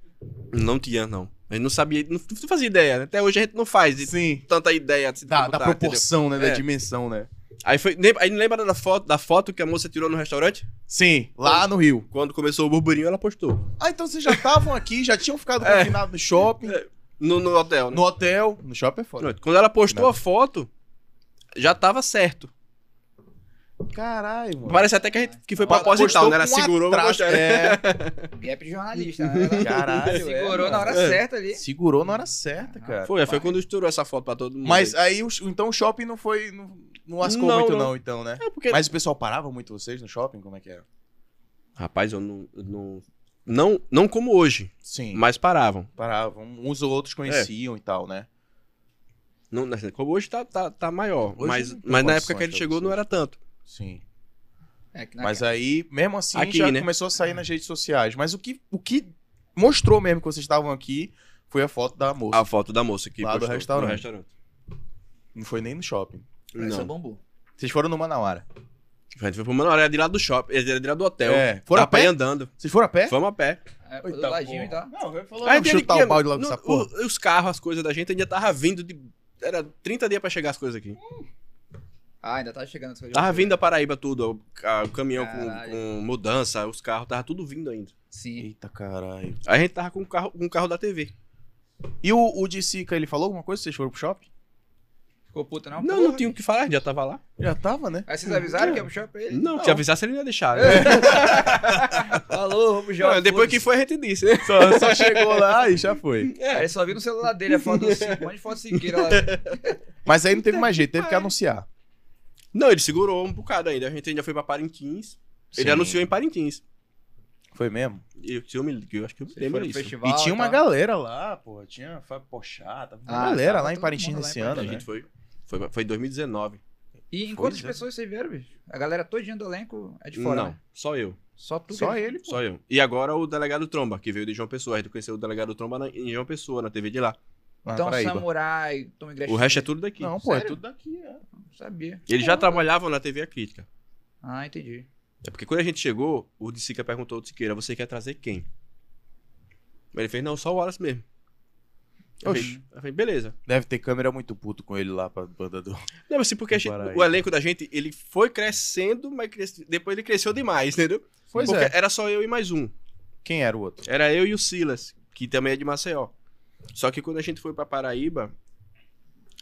não tinha não. A gente não sabia, não, não fazia ideia, né? Até hoje a gente não faz de Sim. tanta ideia. de se Da, da botar, entendeu? proporção, né? Da É. dimensão, né? Aí foi, lem- aí lembra da foto, da foto que a moça tirou no restaurante? Sim, lá no Rio. Quando começou o burburinho, ela postou. Ah, então vocês já estavam aqui, já tinham ficado É. confinados no shopping, No, no hotel, né? no hotel. No shopping é foda. Pronto. Quando ela postou Nada. a foto, já tava certo. Caralho, mano. Parece até que, a gente, que foi Postou proposital, né? Ela com um segurou pra atraso. mostrar. É, Gap de jornalista, né? Ela Caralho, é, Segurou mano. na hora É. certa ali. segurou na hora certa, cara. Foi, foi quando estourou essa foto pra todo mundo. É. Mas aí. aí, o- então o shopping não foi. Não, não lascou Não, muito, não. não. então, né? É porque... Mas o pessoal parava muito vocês no shopping? Como é que era? Rapaz, eu não, eu não... Não não como hoje, Sim. mas paravam. Paravam. Um, Uns ou outros conheciam e tal, né? Não, né, como hoje tá, tá, tá maior. Hoje mas não tem mas assim. na condições época que ele pra chegou você. não era tanto. Sim. É, que na- Mas aí, mesmo assim, Aqui, já né? começou a sair nas redes sociais. Mas o que, o que mostrou mesmo que vocês estavam aqui foi a foto da moça. A foto da moça que Lá do postou no restaurante. restaurante. Não foi nem no shopping. Esse é o Não. bambu. Vocês foram no Manauara. A gente foi pro Manoel, era de lá do shopping, era de lá do hotel. É. Foram Foram a pé? andando. Vocês foram a pé? Fomos a pé. É, do ladinho e tal. Não, eu falou. Aí Vamos chutar ele- o balde logo no- dessa porra. o- Os carros, as coisas da gente, ainda tava vindo de. Era 30 dias pra chegar as coisas aqui. Ah, ainda tá chegando as coisas. Tava vindo da Paraíba tudo, o, ca- o caminhão com, Caralho. com mudança, os carros, tava tudo vindo ainda. Sim. Eita caralho. Aí a gente tava com o carro, com o carro da TV. E o, o de Sica, ele falou alguma coisa? Vocês foram pro shopping? Ficou puto, não? Não, não, Porra. tinha o que falar, a gente já tava lá. Já tava, né? Aí vocês avisaram que ia puxar pra ele? É, Não, se avisasse ele não ia deixar. né? Falou, vamos Não, jogar. depois que foi, a gente disse, né? Só, só chegou lá e já foi. É, ele só viu no celular dele a foto do Cinco, um monte de foto Siqueira lá. Mas aí não teve mais jeito, teve que anunciar. Não, ele segurou um bocado ainda. A gente ainda foi pra Parintins. Sim. Ele anunciou em Parintins. Foi mesmo? Eu, se eu, me, eu acho que eu me Vocês foram lembro pro disso. festival e tinha uma tal. galera lá, pô. Tinha Fábio Pochá, tava uma Ah, galera tava lá em todo Parintins mundo lá em nesse Parintins. ano, A né? gente foi. Foi, foi em 2019. E em Pois quantas é. pessoas vocês vieram, bicho? A galera todinha do elenco é de fora, não, né? só eu. Só tu Só que... é. ele, pô. Só eu. E agora o delegado Tromba, que veio de João Pessoa. A gente conheceu o delegado Tromba na- em João Pessoa, na TV de lá. Lá na Então, Paraíba. Samurai, Tom Ingresso. O resto é tudo daqui. Ah, Não, pô, é Sério? tudo daqui, é. Não sabia. Eles já tá- trabalhavam na TV A Crítica. Ah, entendi. É porque quando a gente chegou, o de Sica perguntou ao de Siqueira, você quer trazer quem? Mas ele fez, não, só o Wallace mesmo. Eu Oxi. falei, eu falei, beleza. Deve ter câmera muito puto com ele lá pra banda do. Não, mas assim, porque a gente- Parar aí. o elenco da gente, ele foi crescendo, mas cres- depois ele cresceu demais, entendeu? Pois porque é. era só eu e mais um. Quem era o outro? Era eu e o Silas, que também é de Maceió. Só que quando a gente foi pra Paraíba,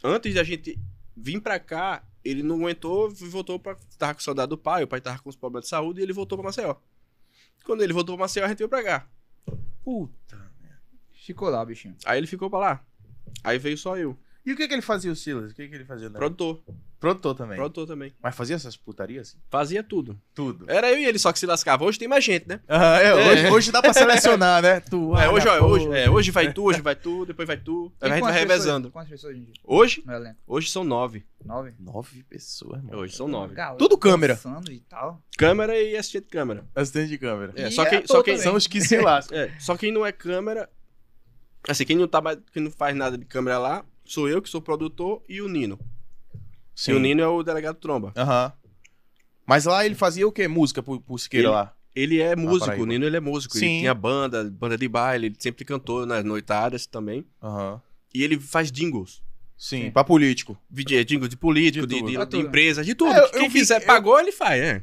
antes da gente vir pra cá, ele não aguentou e voltou pra. Tava com saudade do pai, o pai tava com os problemas de saúde e ele voltou pra Maceió. Quando ele voltou pra Maceió, a gente veio pra cá. Puta. Ficou lá, bichinho. Aí ele ficou pra lá. Aí veio só eu. E o que que ele fazia, o Silas? O que que ele fazia? Né? Produtor. Produtor também. Produtor também. Mas fazia essas putarias assim? Fazia tudo. Tudo. Era eu e ele só que se lascava. Hoje tem mais gente, né? Ah, é, hoje, hoje dá pra selecionar, né? Tu, É, olha, hoje, ó, pô. hoje, é, hoje vai tu, hoje vai tu, depois vai tu. Aí E a gente vai quantas pessoas- tá revezando. Quantas pessoas, gente, Hoje? no elenco? Hoje são nove. Nove? Nove pessoas, mano. Hoje são nove. Galera Tudo câmera. dançando e tal. Câmera e assistente de câmera. Assistente de câmera. É, E só quem, ator só quem, também. São os que se lascam. É, só quem não é câmera. Assim, quem não, tá, mais- quem não faz nada de câmera lá, sou eu que sou produtor e o Nino. E o Nino é o delegado Tromba. Aham. Mas lá ele fazia o quê? Música pro, pro Siqueira Ele- lá? Ele é músico, Paraíba. o Nino ele é músico. Ah, Sim. Ele tinha banda, banda de baile, ele sempre cantou nas noitadas também. Aham. E ele faz jingles. Sim, Sim. pra político. Vide- Jingles de político, De de, de, tudo. de empresa, de tudo. É, eu- quem eu vi- quiser, eu- pagou, ele faz, né?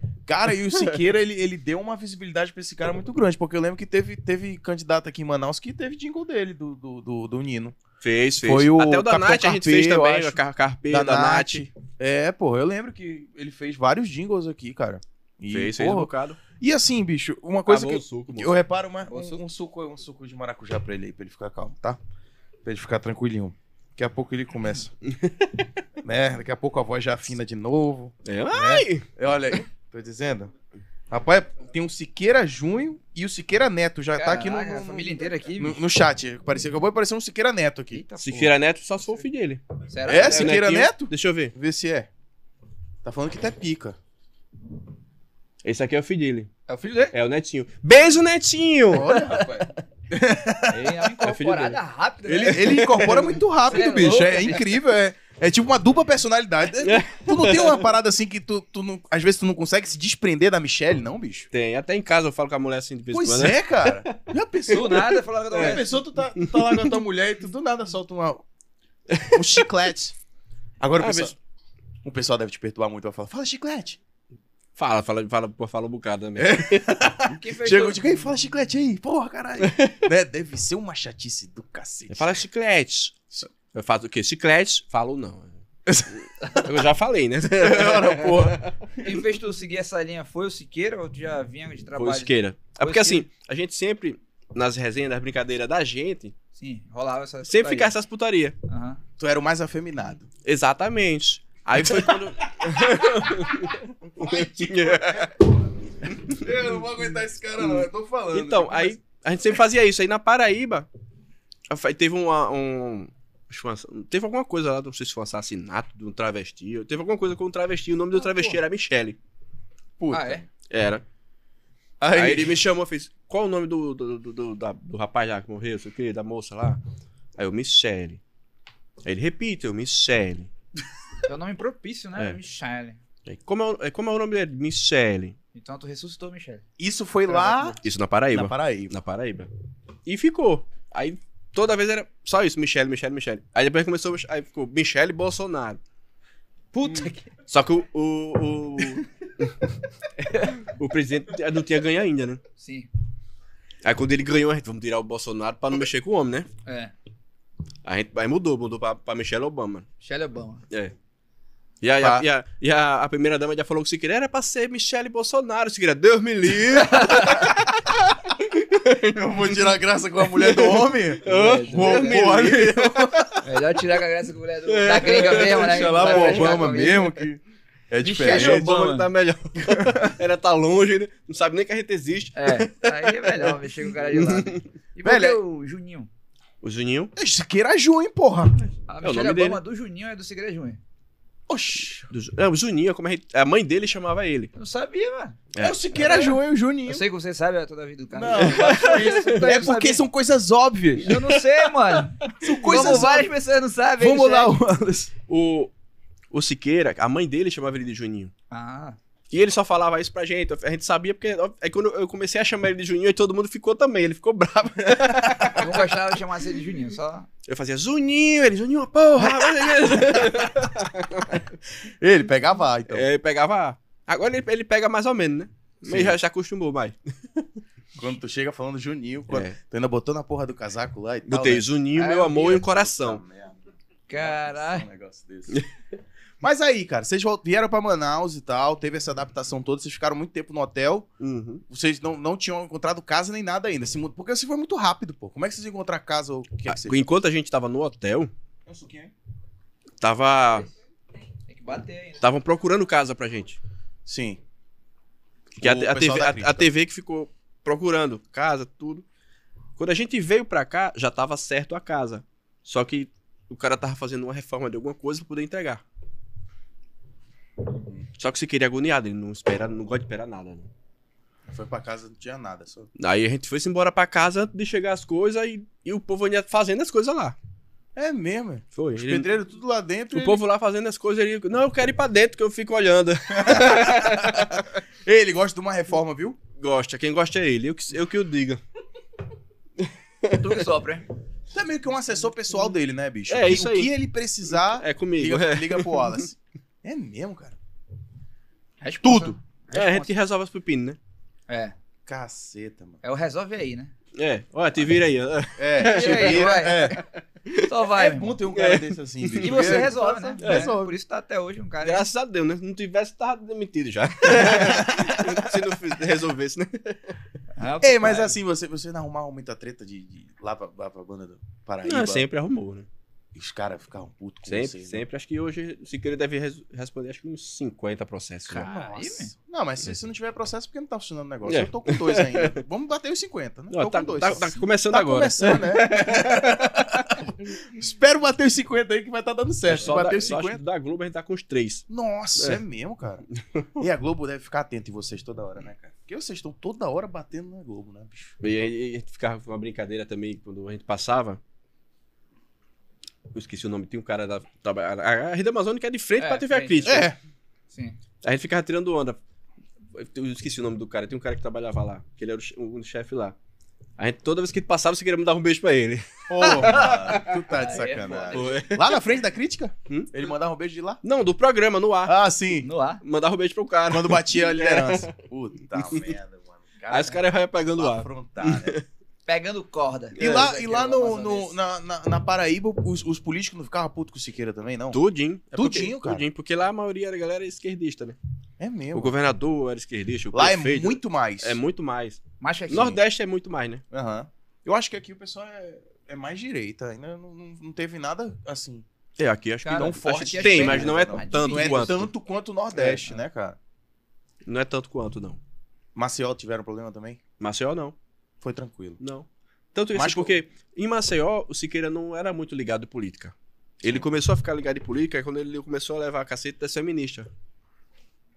Cara, e o Siqueira, ele, ele deu uma visibilidade pra esse cara muito grande, porque eu lembro que teve, teve candidato aqui em Manaus que teve jingle dele, do, do, do, do Nino. Fez, fez. Foi o Até o da Capitão Nath a gente fez Carpê, eu também, acho. o Car Carpê, da, Nath. É, porra, eu lembro que ele fez vários jingles aqui, cara. E, Fez, fez um porra, bocado. E assim, bicho, uma coisa Acabou que o suco, eu, eu moço. reparo uma, Acabou o suco. um, um suco, um suco de maracujá pra ele aí, pra ele ficar calmo, tá? Pra ele ficar tranquilinho. Daqui a pouco ele começa. né? Daqui a pouco a voz já afina de novo. É? Ai! Olha aí, tô dizendo. Rapaz, tem um Siqueira Junho e o Siqueira Neto já tá aqui no, Caraca, no- a família inteira aqui. no, bicho. no chat. Parecia que eu vou aparecer um Siqueira Neto aqui. Eita, Siqueira Neto só se for o filho dele. porra. Será? É, Né? se- Siqueira Netinho? Neto? Deixa eu ver. Vê se é. Tá falando que até pica. Esse aqui é o filho dele. É o filho dele? É o Netinho. Beijo, Netinho! Olha, rapaz. Ele é É uma o filho dele. incorporada rápida, Ele, né? ele incorpora muito rápido, Cê é bicho. louco, é bicho. incrível. É, é tipo uma dupla personalidade. Tu não tem uma parada assim que tu, tu não, às vezes tu não consegue se desprender da Michelle, não, bicho? Tem, até em casa eu falo com a mulher assim de vez em Pois quando. né? é, cara. Já Do pensou? nada, falava Já que pensou, tu tá, tu tá lá com a tua mulher e tu do nada solta uma, um chiclete. Agora o Ah, pessoal, o pessoal deve te perturbar muito. Vai falar, fala chiclete. Fala, fala, fala, pô, fala um bocado também. Quem fez Chega, eu tudo? digo, "Ei, fala chiclete aí. Porra, caralho. né? Deve ser uma chatice do cacete. Fala chiclete. Eu faço o quê? Chiclete? Falo não. Eu já falei, né? Ora, porra. Quem fez tu seguir essa linha foi o Siqueira ou tu já vinha de Foi trabalho? o Siqueira. É Foi porque o assim, a gente sempre, nas resenhas, nas brincadeiras da gente, Sim, rolava essa. sempre fica putaria. essas putaria. Aham. Tu era o mais afeminado. Exatamente. Aí foi quando. Eu não vou aguentar esse cara, não. Eu tô falando. Então, aí a gente sempre fazia isso. Aí na Paraíba, a fa- teve uma, um. acho que uma- Teve alguma coisa lá, não sei se foi um assassinato de um travesti. Teve alguma coisa com um travesti. O nome do Ah, travesti porra. era Michele. Puta. Ah, é? Era. Aí, Aí ele me chamou e fez: Qual o nome do, do, do, do- da- do rapaz lá que morreu, sei o quê, da moça lá? Aí eu, Michele. Aí ele repita, eu, Michele. É um nome propício, né? É. Michele. Aí, Como é, o- é, como é o nome dele? Michele. Então tu ressuscitou Michele. isso foi lá Isso na Paraíba. na Paraíba. Na Paraíba. E ficou. Aí toda vez era só isso, Michele, Michele, Michele. Aí depois começou, aí ficou Michele Bolsonaro. Puta que. Só que o. O, o, o presidente não tinha ganho ainda, né? Sim. Aí quando ele ganhou, a gente, vamos tirar o Bolsonaro pra não mexer com o homem, né? É. A gente, aí mudou, mudou pra, pra Michelle Obama. Michele é bom. É. E a, e a- Pá. e a, e a- a primeira dama já falou que se queria era pra ser Michele Bolsonaro. Se queria, Deus me livre. Eu vou tirar a graça com a mulher do homem? Hã? Vou- É, Deus me vou- livre. Melhor É, tirar com a graça com a mulher do- da gringa mesmo, né? Deixa lá Vai pro pra jogar Obama comigo. mesmo, que é Michelle Michelle diferente. Obama Obama. tá melhor. Ela tá longe, né? não sabe nem que a gente existe. É, aí é melhor mexer com o cara de lado. E por Velho, que é- o Juninho? O Juninho. Siqueira Junho, porra. A o Michele nome Obama do Juninho é do Segredo Juninho. Oxi. Do, Ju- é, o Juninho, é como a, gente- a mãe dele chamava ele. Não sabia, mano. É o Siqueira Junho, o Juninho. Eu sei que você sabe toda a vida do cara. Não, é porque são coisas óbvias. então Eu não sei, mano. São Como coisas várias óbvias. pessoas não sabem. Vamos lá, eles Wallace. O, o Siqueira, a mãe dele chamava ele de Juninho. chegam- Ah, E ele só falava isso pra gente. A gente sabia porque. Aí quando eu comecei a chamar ele de Juninho, aí todo mundo ficou também. Ele ficou bravo. eu não gostava de chamar você de Juninho, só. Eu fazia Juninho, ele, Juninho, uma porra. Ele pegava A, então. é, eu pegava. A. Agora ele, ele pega mais ou menos, né? Sim. Mas já, já acostumou mais. Quando tu chega falando Juninho, quando É. tu ainda botou na porra do casaco lá e tal. Botei né? Juninho, Ah, meu eu amor vi e um coração. Puta merda. Caralho. Um negócio desse. Mas aí, cara, vocês vol- vieram pra Manaus e tal, teve essa adaptação toda, vocês ficaram muito tempo no hotel, Uhum. vocês não, não tinham encontrado casa nem nada ainda, se mu- porque assim foi muito rápido, pô. Como é que vocês encontraram casa ou o que é Ah, que vocês... Uhum. Enquanto a gente tava no hotel, É um suquinho, hein? tava. Tem que bater ainda. Estavam procurando casa pra gente. Sim. Que a, O a pessoal TV, da então. a- crítica. a TV que ficou procurando casa, tudo. Quando a gente veio pra cá, já tava certo a casa. Só que o cara tava fazendo uma reforma de alguma coisa pra poder entregar. Só que se queria agoniado, ele não espera, não gosta de esperar nada. né? Foi pra casa, não tinha nada, só... Aí a gente foi embora pra casa antes de chegar as coisas e, e o povo ainda fazendo as coisas lá. É mesmo, é. Foi. Os ele- pedreiros tudo lá dentro o e povo lá fazendo as coisas, ele, não, eu quero ir pra dentro que eu fico olhando. ele... ele gosta de uma reforma, viu? Gosta, quem gosta é ele, eu que, eu que o diga. Tu que sopra, hein? Você é meio que um assessor pessoal dele, né, bicho? É, O que- isso o aí. que ele precisar, É comigo. liga, liga pro Wallace. É mesmo, cara. Responsa. Tudo. É, a gente que resolve as pepinas, né? É. Caceta, mano. É o resolve aí, né? É, olha, te vira aí. É, Vira aí, vai. Só vai. É meu bom irmão. ter um cara desse assim, bicho. E você resolve, né? É. Resolve. Por isso tá até hoje um cara. Graças a Deus, né? Se não tivesse, tava demitido já. Se não fiz- resolvesse, né? Rapaz. Tipo, Ei, é. mas assim, você, você não arrumava muita treta de, de- lá, pra, lá pra banda do Paraíba? Não, sempre arrumou, né? Os caras ficavam putos com Sempre, você. né? sempre. Acho que hoje o Siqueira deve res- responder acho que uns 50 processos. né? Cara, aí, Nossa. meu. não, mas se, se não tiver processo, porque não tá funcionando o negócio. É. Eu tô com dois ainda. Vamos bater os 50, né? Ó, tô tá, com dois. tá- tá começando Tá agora. começando, né? Espero bater os 50 aí que vai tá dando certo. Se É Só da, bater os só acho 50. que da Globo a gente tá com os três. Nossa, é. É. mesmo, cara. E a Globo deve ficar atenta em vocês toda hora, né, cara? Porque vocês estão toda hora batendo na Globo, né, bicho? E aí, a gente ficava com uma brincadeira também quando a gente passava. Eu esqueci o nome, tinha um cara da. traba- A a Rede Amazônica é de frente É, pra TV a frente. Crítica. assim. Sim. A gente ficava tirando onda. Eu esqueci o nome do cara, tem um cara que trabalhava lá, que ele era o che- um chefe lá. A gente, toda vez que ele passava, você queria mandar um beijo pra ele. Ô, mano, tu tá Aí de é sacanagem. lá na frente da crítica? Hum? Ele mandava um beijo de lá? Não, do programa, no ar. Ah, sim. No ar. Mandava um beijo pro cara. Quando batia a liderança. Puta merda, mano. Aí os caras iam pegando o ar. afrontar, né? Pegando corda. E lá, e lá no, no- na, na, na Paraíba, os, os políticos não ficavam putos com o Siqueira também, não? Tudinho. É porque- Tudinho, cara. Tudinho, porque lá a maioria da galera é esquerdista, né? É O mesmo. governador era esquerdista, o Lá é prefeito. muito mais. É muito mais. Macho aqui. Nordeste é muito mais, né? Aham. Eu acho que aqui o pessoal é, é mais direita. Ainda não, não, não teve nada assim. É, aqui acho Cara, que não acho forte. que é tem, feio, mas não é não. tanto Não é quanto. tanto quanto o Nordeste, né, cara? Não é tanto quanto, não. Maceió tiveram problema também? Maceió, não. Foi tranquilo. Não. Tanto isso Mas co- porque em Maceió, o Siqueira não era muito ligado em política. Ele começou a ficar ligado em política quando ele começou a levar a é cacete da feminista.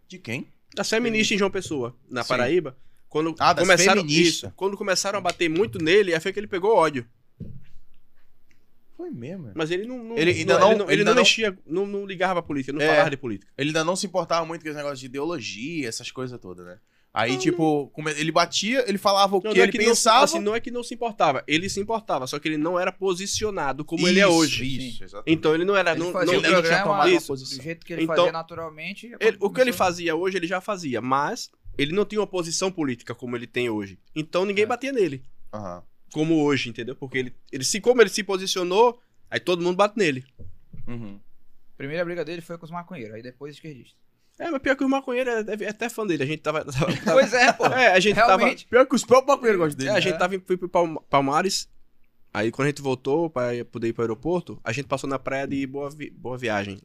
De quem? Da feminista é em João Pessoa, na Sim. Paraíba. Quando Ah, das começaram feministas. isso, quando começaram a bater muito nele, aí foi que ele pegou ódio. Foi mesmo. Mas ele não, não- Ele ainda ele não- não, ele ainda não não- mexia, não, não ligava pra política, não É. falava de política. Ele ainda não se importava muito com esse negócio de ideologia, essas coisas todas, né? Aí, tipo, come- ele batia, ele falava o que Não, não é ele que pensava. não, assim, não é que não se importava, ele se importava, só que ele não era posicionado como ele é Isso, hoje. Isso, exatamente. Então ele não era, Ele não, fazia não- o ele não tinha programa tomado do uma posição. jeito que ele Então, fazia naturalmente. Ele- o que ele começou- fazia hoje, ele já fazia, mas ele não tinha uma posição política como ele tem hoje. Então ninguém É. batia nele, Aham. como hoje, entendeu? Porque ele, ele se, como ele se posicionou, aí todo mundo bate nele. Uhum. A primeira briga dele foi com os maconheiros, aí depois esquerdista. É, mas pior que o maconheiro é, é até fã dele. A gente tava. tava- tava- Pois é, né? pô. é, a gente tava. Realmente. Pior que os próprios maconheiros gostam É, dele. a gente tava em fui pro Palma- Palmares. Aí quando a gente voltou pra poder ir pro aeroporto, a gente passou na praia de Boa, Vi- Boa Viagem.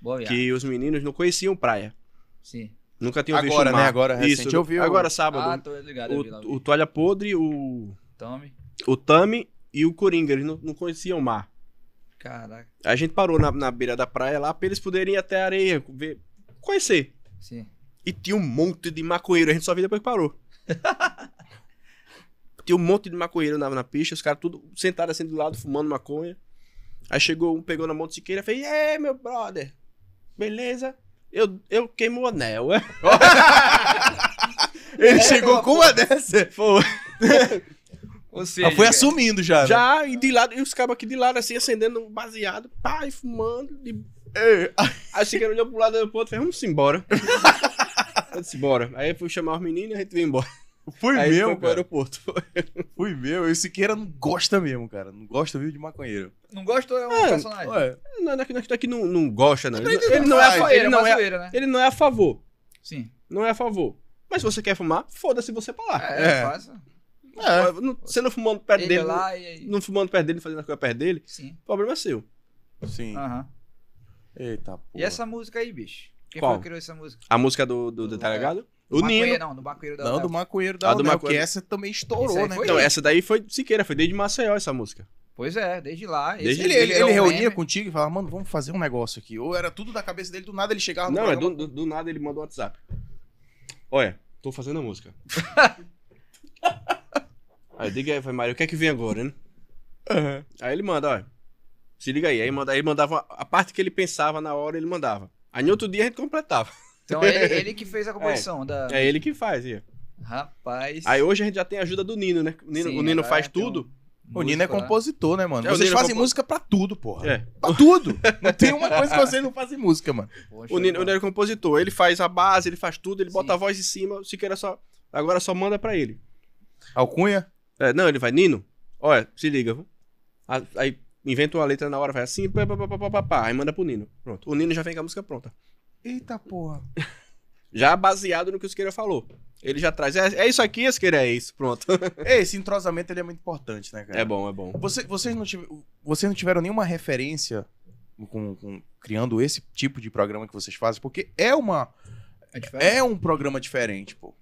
Boa viagem. Que os meninos não conheciam praia. Sim. Nunca tinham visto Agora, o né? mar. Agora, recente. Isso, eu vi. o- agora sábado. Ah, tô ligado, eu vi lá. o, o Toalha Podre, o Tome. o Tami e o Coringa, eles não, não conheciam o mar. Caraca. A gente parou na, na beira da praia lá pra eles poderem ir até a areia, ver, conhecer. Sim. E tinha um monte de maconheiro, a gente só viu depois que parou. tinha um monte de maconheiro na, na pista, os caras tudo sentados assim do lado, fumando maconha. Aí chegou um, pegou na mão de Siqueira e fez, é, meu brother, beleza? Eu, eu queimo o anel, é. Ele chegou com uma dessa. Foi. Ou seja, Ah, Foi cara, assumindo já. né? Já, e de lado, e os cabos aqui de lado, assim, acendendo um baseado, pá, e fumando, de É. Aí Siqueira olhou pro lado e pro outro e fez, vamos embora. Eu disse, bora. Aí eu fui chamar os meninos e a gente veio embora. Foi Aí ah, meu, foi pro cara. aeroporto. Foi meu. Esse Siqueira não gosta mesmo, cara. Não gosta mesmo de maconheiro. Não gosto é um É, personagem. Ué, Não, não, é que- não, é que- não é que não, não gosta, não. Ele, Mas ele não é, a faz, fa- Zoeira, ele, uma não é, zoeira, né? ele não é a favor. Sim. Não é a favor. Mas se você quer fumar, foda-se você Ah, pra lá. É, é. fácil. é. Não- Você não fumando perto Ele dele, lá e aí. não fumando perto dele, não fazendo a coisa perto dele, Sim. o problema é Ah. seu. Sim. Aham. Eita, porra. E essa música aí, bicho? Quem Qual? foi que criou essa música? A música do, do, do Não tá é. ligado? O Maconheiro, Nino. Não, do maconheiro da Não, Odessa. do maconheiro da Ah, do Odonel, maconheiro. que essa também estourou, Isso aí né? foi Não, cara? essa daí foi Siqueira, foi desde Maceió essa música. Pois é, desde lá. esse Desde- Ele, vídeo ele, é ele um reunia meme. contigo e falava, mano, vamos fazer um negócio aqui. Ou era tudo da cabeça dele, do nada ele chegava no Não, é programa- do, do- do nada ele mandou um WhatsApp. Olha, tô fazendo a música. aí diga aí, vai, Mário, o que é que vem agora, né? Aham. Aí ele manda, olha. Se liga aí. Aí manda, aí ele mandava a parte que ele pensava na hora, ele mandava. Aí no outro dia a gente completava. Então ele, ele que fez a composição da. É ele que faz. Aí. Rapaz. aí hoje a gente já tem a ajuda do Nino, né? O Nino, Sim, o Nino agora faz tem um tudo. O Nino é músico lá. compositor, né, mano? É, o vocês Nino é fazem compo- música pra tudo, um- porra. É. Pra tudo. Não tem uma coisa que vocês não fazem música, mano. Poxa, O Nino, o mano. Nino é compositor. Ele faz a base, ele faz tudo, ele bota Sim. a voz em cima. Se queira só. Agora só manda pra ele. Alcunha? É, não, ele vai, Nino, olha, se liga. viu? A- Aí inventa uma letra na hora, vai assim, pá, pá, pá, pá, pá, pá, pá, aí manda pro Nino. Pronto. O Nino já vem com a música pronta. Eita porra. Já baseado no que o Siqueira falou. Ele já traz, é, é isso aqui, Siqueira, é isso, pronto. É, Esse entrosamento ele é muito importante, né, cara? É bom, é bom. Você- vocês, não tive- vocês não tiveram nenhuma referência com- com- criando esse tipo de programa que vocês fazem? Porque é uma. É diferente. É um programa diferente, pô.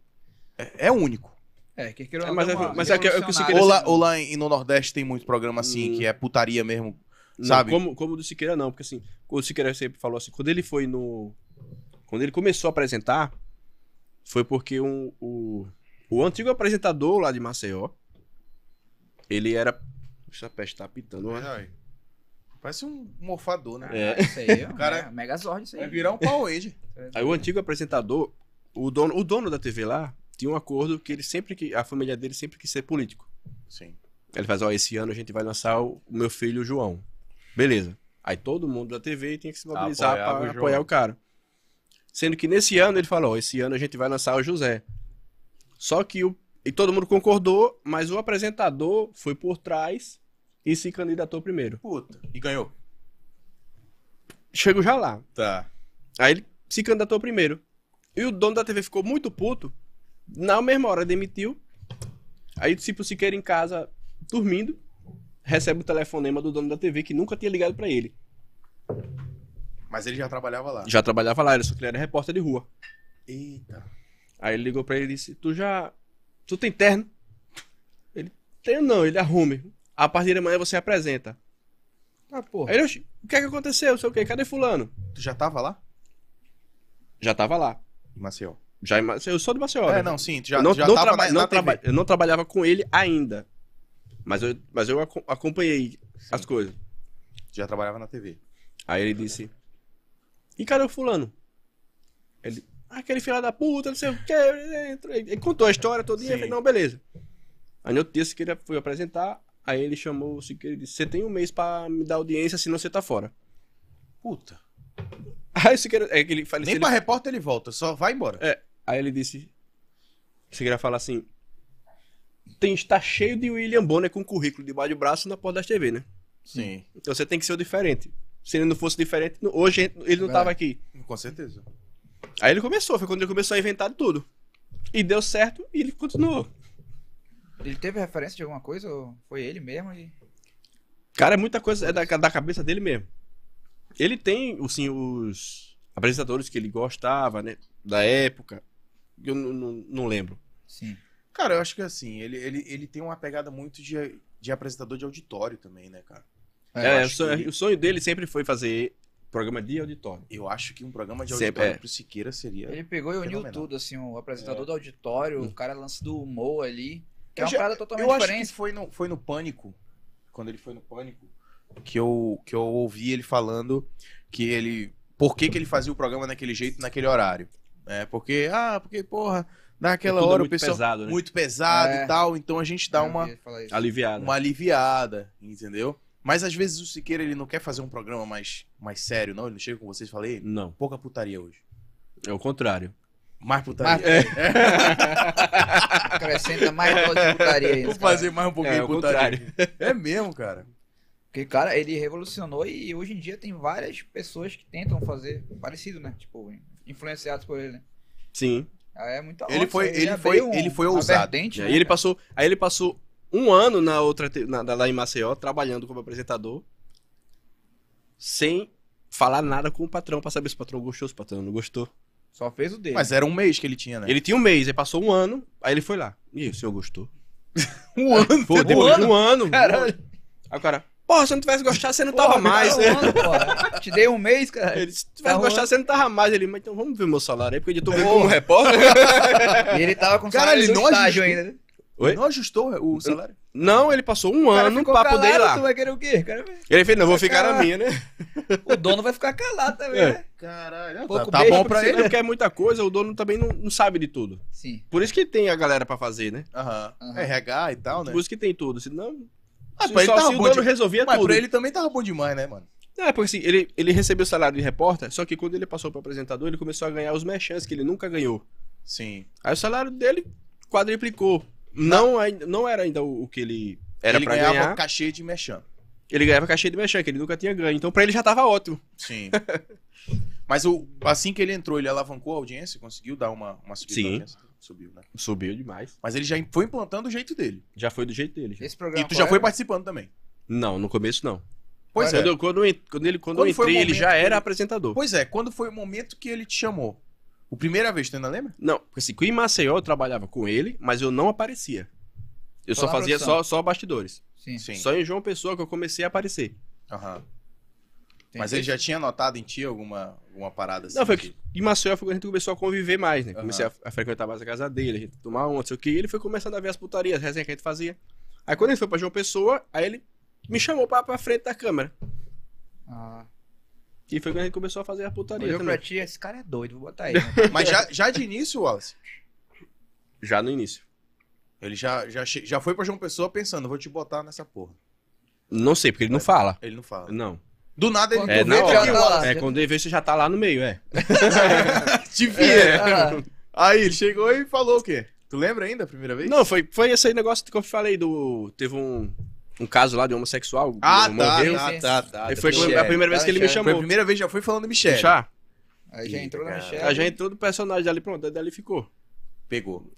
É, é único. É, que queira É, ou não, mas tem é- uma mas é que- é que o revolucionária, Siqueira- Ou lá, assim, ou lá em- no Nordeste tem muito programa assim, Hum. que é putaria mesmo. Não, Sabe? Como, como o do Siqueira, não, porque assim, o Siqueira sempre falou assim, quando ele foi no. Quando ele começou a apresentar, foi porque um, o, o antigo apresentador lá de Maceió, ele era. Deixa a peste tá pitando, né? Parece um morfador, né? É. Isso aí, o Cara- cara... Megazord, isso aí. Vai virar um pau Age. Aí o antigo apresentador, o dono, o dono da TV lá, tinha um acordo que ele sempre que. A família dele sempre quis ser político. Sim. Ele faz, ó, esse ano a gente vai lançar o, o meu filho, o João. Beleza. Aí todo mundo da TV tinha que se mobilizar Apoiava o pra João. apoiar o cara. Sendo que nesse ano ele falou, ó, esse ano a gente vai lançar o José. Só que o. E todo mundo concordou, mas o apresentador foi por trás e se candidatou primeiro. Puta. E ganhou. Chego já lá. Tá. Aí ele se candidatou primeiro. E o dono da TV ficou muito puto. Na mesma hora demitiu. Aí tipo, o Siqueira em casa, dormindo, recebe o telefonema do dono da TV que nunca tinha ligado pra ele. Mas ele já trabalhava lá. Já trabalhava lá, ele só que ele era repórter de rua. Eita. Aí ele ligou pra ele e disse: Tu já. Tu tem terno? Ele: Tenho não, ele arrume. A partir de amanhã você apresenta. Ah, porra. Aí ele: "Oxi, O que é que aconteceu? Não sei o quê, cadê Fulano? Tu já tava lá? Já tava lá. Em Maceió. Já, em Ma- eu sou de Maceió. né? É, não, sim. Tu já, eu, não, já não tava traba- na, não na TV. traba- eu não trabalhava com ele ainda. Mas eu, mas eu aco- acompanhei as coisas. Tu Já trabalhava na TV. Aí ele disse: E cadê o fulano? Ele, "Ah, aquele filho da puta, não sei o quê. Ele contou a história todinha. Eu Sim. falei, não, beleza. Aí no outro dia Siqueira foi apresentar. Aí ele chamou o Siqueira e disse: Você tem um mês pra me dar audiência, senão você tá fora. Puta. Aí o Siqueira. É que ele, fala- Nem ele- É. pra repórter ele volta, só vai embora. Aí ele disse: Siqueira fala assim. Tem, está cheio de William Bonner com currículo debaixo do braço na porta das TV, né? Sim. Então você tem que ser o diferente. Se ele não fosse diferente, no- hoje ele não É Verdade. tava aqui. Com certeza. Aí ele começou, foi quando ele começou a inventar de tudo. E deu certo e ele continuou. Ele teve referência de alguma coisa ou foi ele mesmo? E... Cara, é muita coisa é da, da cabeça dele mesmo. Ele tem, assim, os apresentadores que ele gostava, né? Da época. Eu não- não não lembro. Sim. Cara, eu acho que assim, ele, ele, ele tem uma pegada muito de, de apresentador de auditório também, né, cara? É, É, eu o, acho que sonho, ele- o sonho dele sempre foi fazer programa de auditório. Eu acho que um programa de Sempre, auditório é. pro Siqueira seria. Ele pegou e uniu Fenomenal. É. tudo, assim, o apresentador do auditório, o cara lance do humor ali. Que é Eu uma já- parada totalmente Eu acho diferente. que foi no, foi no Pânico, quando ele foi no Pânico, que eu, que eu ouvi ele falando que ele. Por que, que ele fazia o programa daquele jeito, naquele horário? É, porque, ah, porque, porra, naquela Tudo hora muito o pessoal. pesado, né? Muito pesado É. e tal, então a gente dá Eu uma, ouvi falar isso. Aliviado. uma aliviada, entendeu? Mas às vezes o Siqueira ele não quer fazer um programa mais, mais sério, não. Ele não chega com vocês e fala, "Ei, Não, pouca putaria hoje. é o contrário. Mais putaria. Acrescenta mais dose de putaria aí. Vou nesse fazer mais um pouquinho É, de o putaria. É mesmo, cara. Porque, cara, ele revolucionou e hoje em dia tem várias pessoas que tentam fazer parecido, né? Tipo, influenciados por ele, né? Sim. É muito Ele foi- ele foi- um- ele foi ousado. E né? aí ele passou, aí ele passou um ano na outra te- na, na- lá em Maceió trabalhando como apresentador, sem falar nada com o patrão pra saber se o patrão gostou, se o patrão não gostou. Só fez o dele. Mas era um mês que ele tinha, né? Ele tinha um mês, aí passou um ano, aí ele foi lá. E aí, o senhor gostou? Um ano. Foi depois de um ano. Caralho. Aí o cara, porra, se eu não tivesse gostado, você não Porra, tava me dá mais. um né? ano, porra. Te dei um mês, cara. Ele, se tivesse Tá gostado, rolando. você não tava mais. Ele, mas então vamos ver meu salário aí, porque eu tô vendo como repórter. E ele tava com é- Cara, salário ele do não estágio ajustou. ainda. né? Oi? Não ajustou o salário? Não, ele passou um O cara ano ficou pra poder ir calado, lá. Tu vai querer o quê? Cara, Ele fez, não, vou ficar na Caralho. minha, né? o dono vai ficar calado também, É. né? Caralho. Tá, Pouco tá beijo bom pra pra você, ele. Ele quer muita coisa, o dono também não, não sabe de tudo. Sim. Por isso que tem a galera pra fazer, né? Aham. Aham. RH e tal, né? Por isso que tem tudo. Senão, Ah, se pra ele só tava se o bom dono de- resolvia Mas tudo. pra ele também tava bom demais, né, mano? É, porque assim, ele, ele recebeu o salário de repórter, só que quando ele passou pro apresentador, ele começou a ganhar os merchants que ele nunca ganhou. Sim. Aí o salário dele quadriplicou. Não, ainda- não era ainda o o que ele. Era Era ele pra ganhava ganhar. cachê de mexão. Ele ganhava cachê de mexer, que ele nunca tinha ganho. Então pra ele já tava ótimo. Sim. Mas o, assim que ele entrou, ele alavancou a audiência, conseguiu dar uma, uma subida Sim. na audiência? Subiu, né? Subiu demais. Mas ele já im- foi implantando o jeito dele. Já foi do jeito dele. já. Esse programa. E tu qual já foi era? participando também. Não, no começo não. Pois é. Quando, eu- quando, eu en- quando ele, quando Quando eu foi o entrei, ele momento já que era ele- apresentador. Pois é, quando foi o momento que ele te chamou? O primeira vez, tu ainda lembra? Não, porque assim, com o Maceió eu trabalhava com ele, mas eu não aparecia. Eu Só só na fazia produção. só, só bastidores. Sim. Só em João Pessoa que eu comecei a aparecer. Aham. tem Mas que- ele já tinha notado em ti alguma, alguma parada assim? Não, foi de- que em Maceió foi quando a gente começou a conviver mais, né? Aham. Comecei a, a frequentar mais a casa dele, a gente tomar um, não sei o que. E ele foi começando a ver as putarias, as resenhas que a gente fazia. Aí quando ele foi pra João Pessoa, aí ele me chamou pra, pra frente da câmera. Ah, E foi quando a gente começou a fazer a putaria olhou pra também. ti, esse cara é doido, vou botar ele. Mas já, já de início, Wallace, Já no início. ele já, já, che- já foi pra João Pessoa pensando, vou te botar nessa porra. Não sei, porque ele não fala. Ele não fala. Não. Do nada ele... Quando É, tu na vê, tu hora. já tá lá. É, quando ele vê, você já tá lá no meio, é. Te vi, É, né? tá lá. Aí ele chegou e falou o quê? Tu lembra ainda a primeira vez? Não, foi, foi esse aí negócio que eu falei do. Teve um, um caso lá de homossexual. Ah, um tá, morreu. tá, sim. tá, tá. Aí foi Da a Michelle. primeira vez que ele me Michele. Foi a chamou. primeira vez, já foi falando Michelle. É. Já? Aí já entrou na Cara, Michelle. A gente todo personagem ali, pronto, dali ficou. Pegou.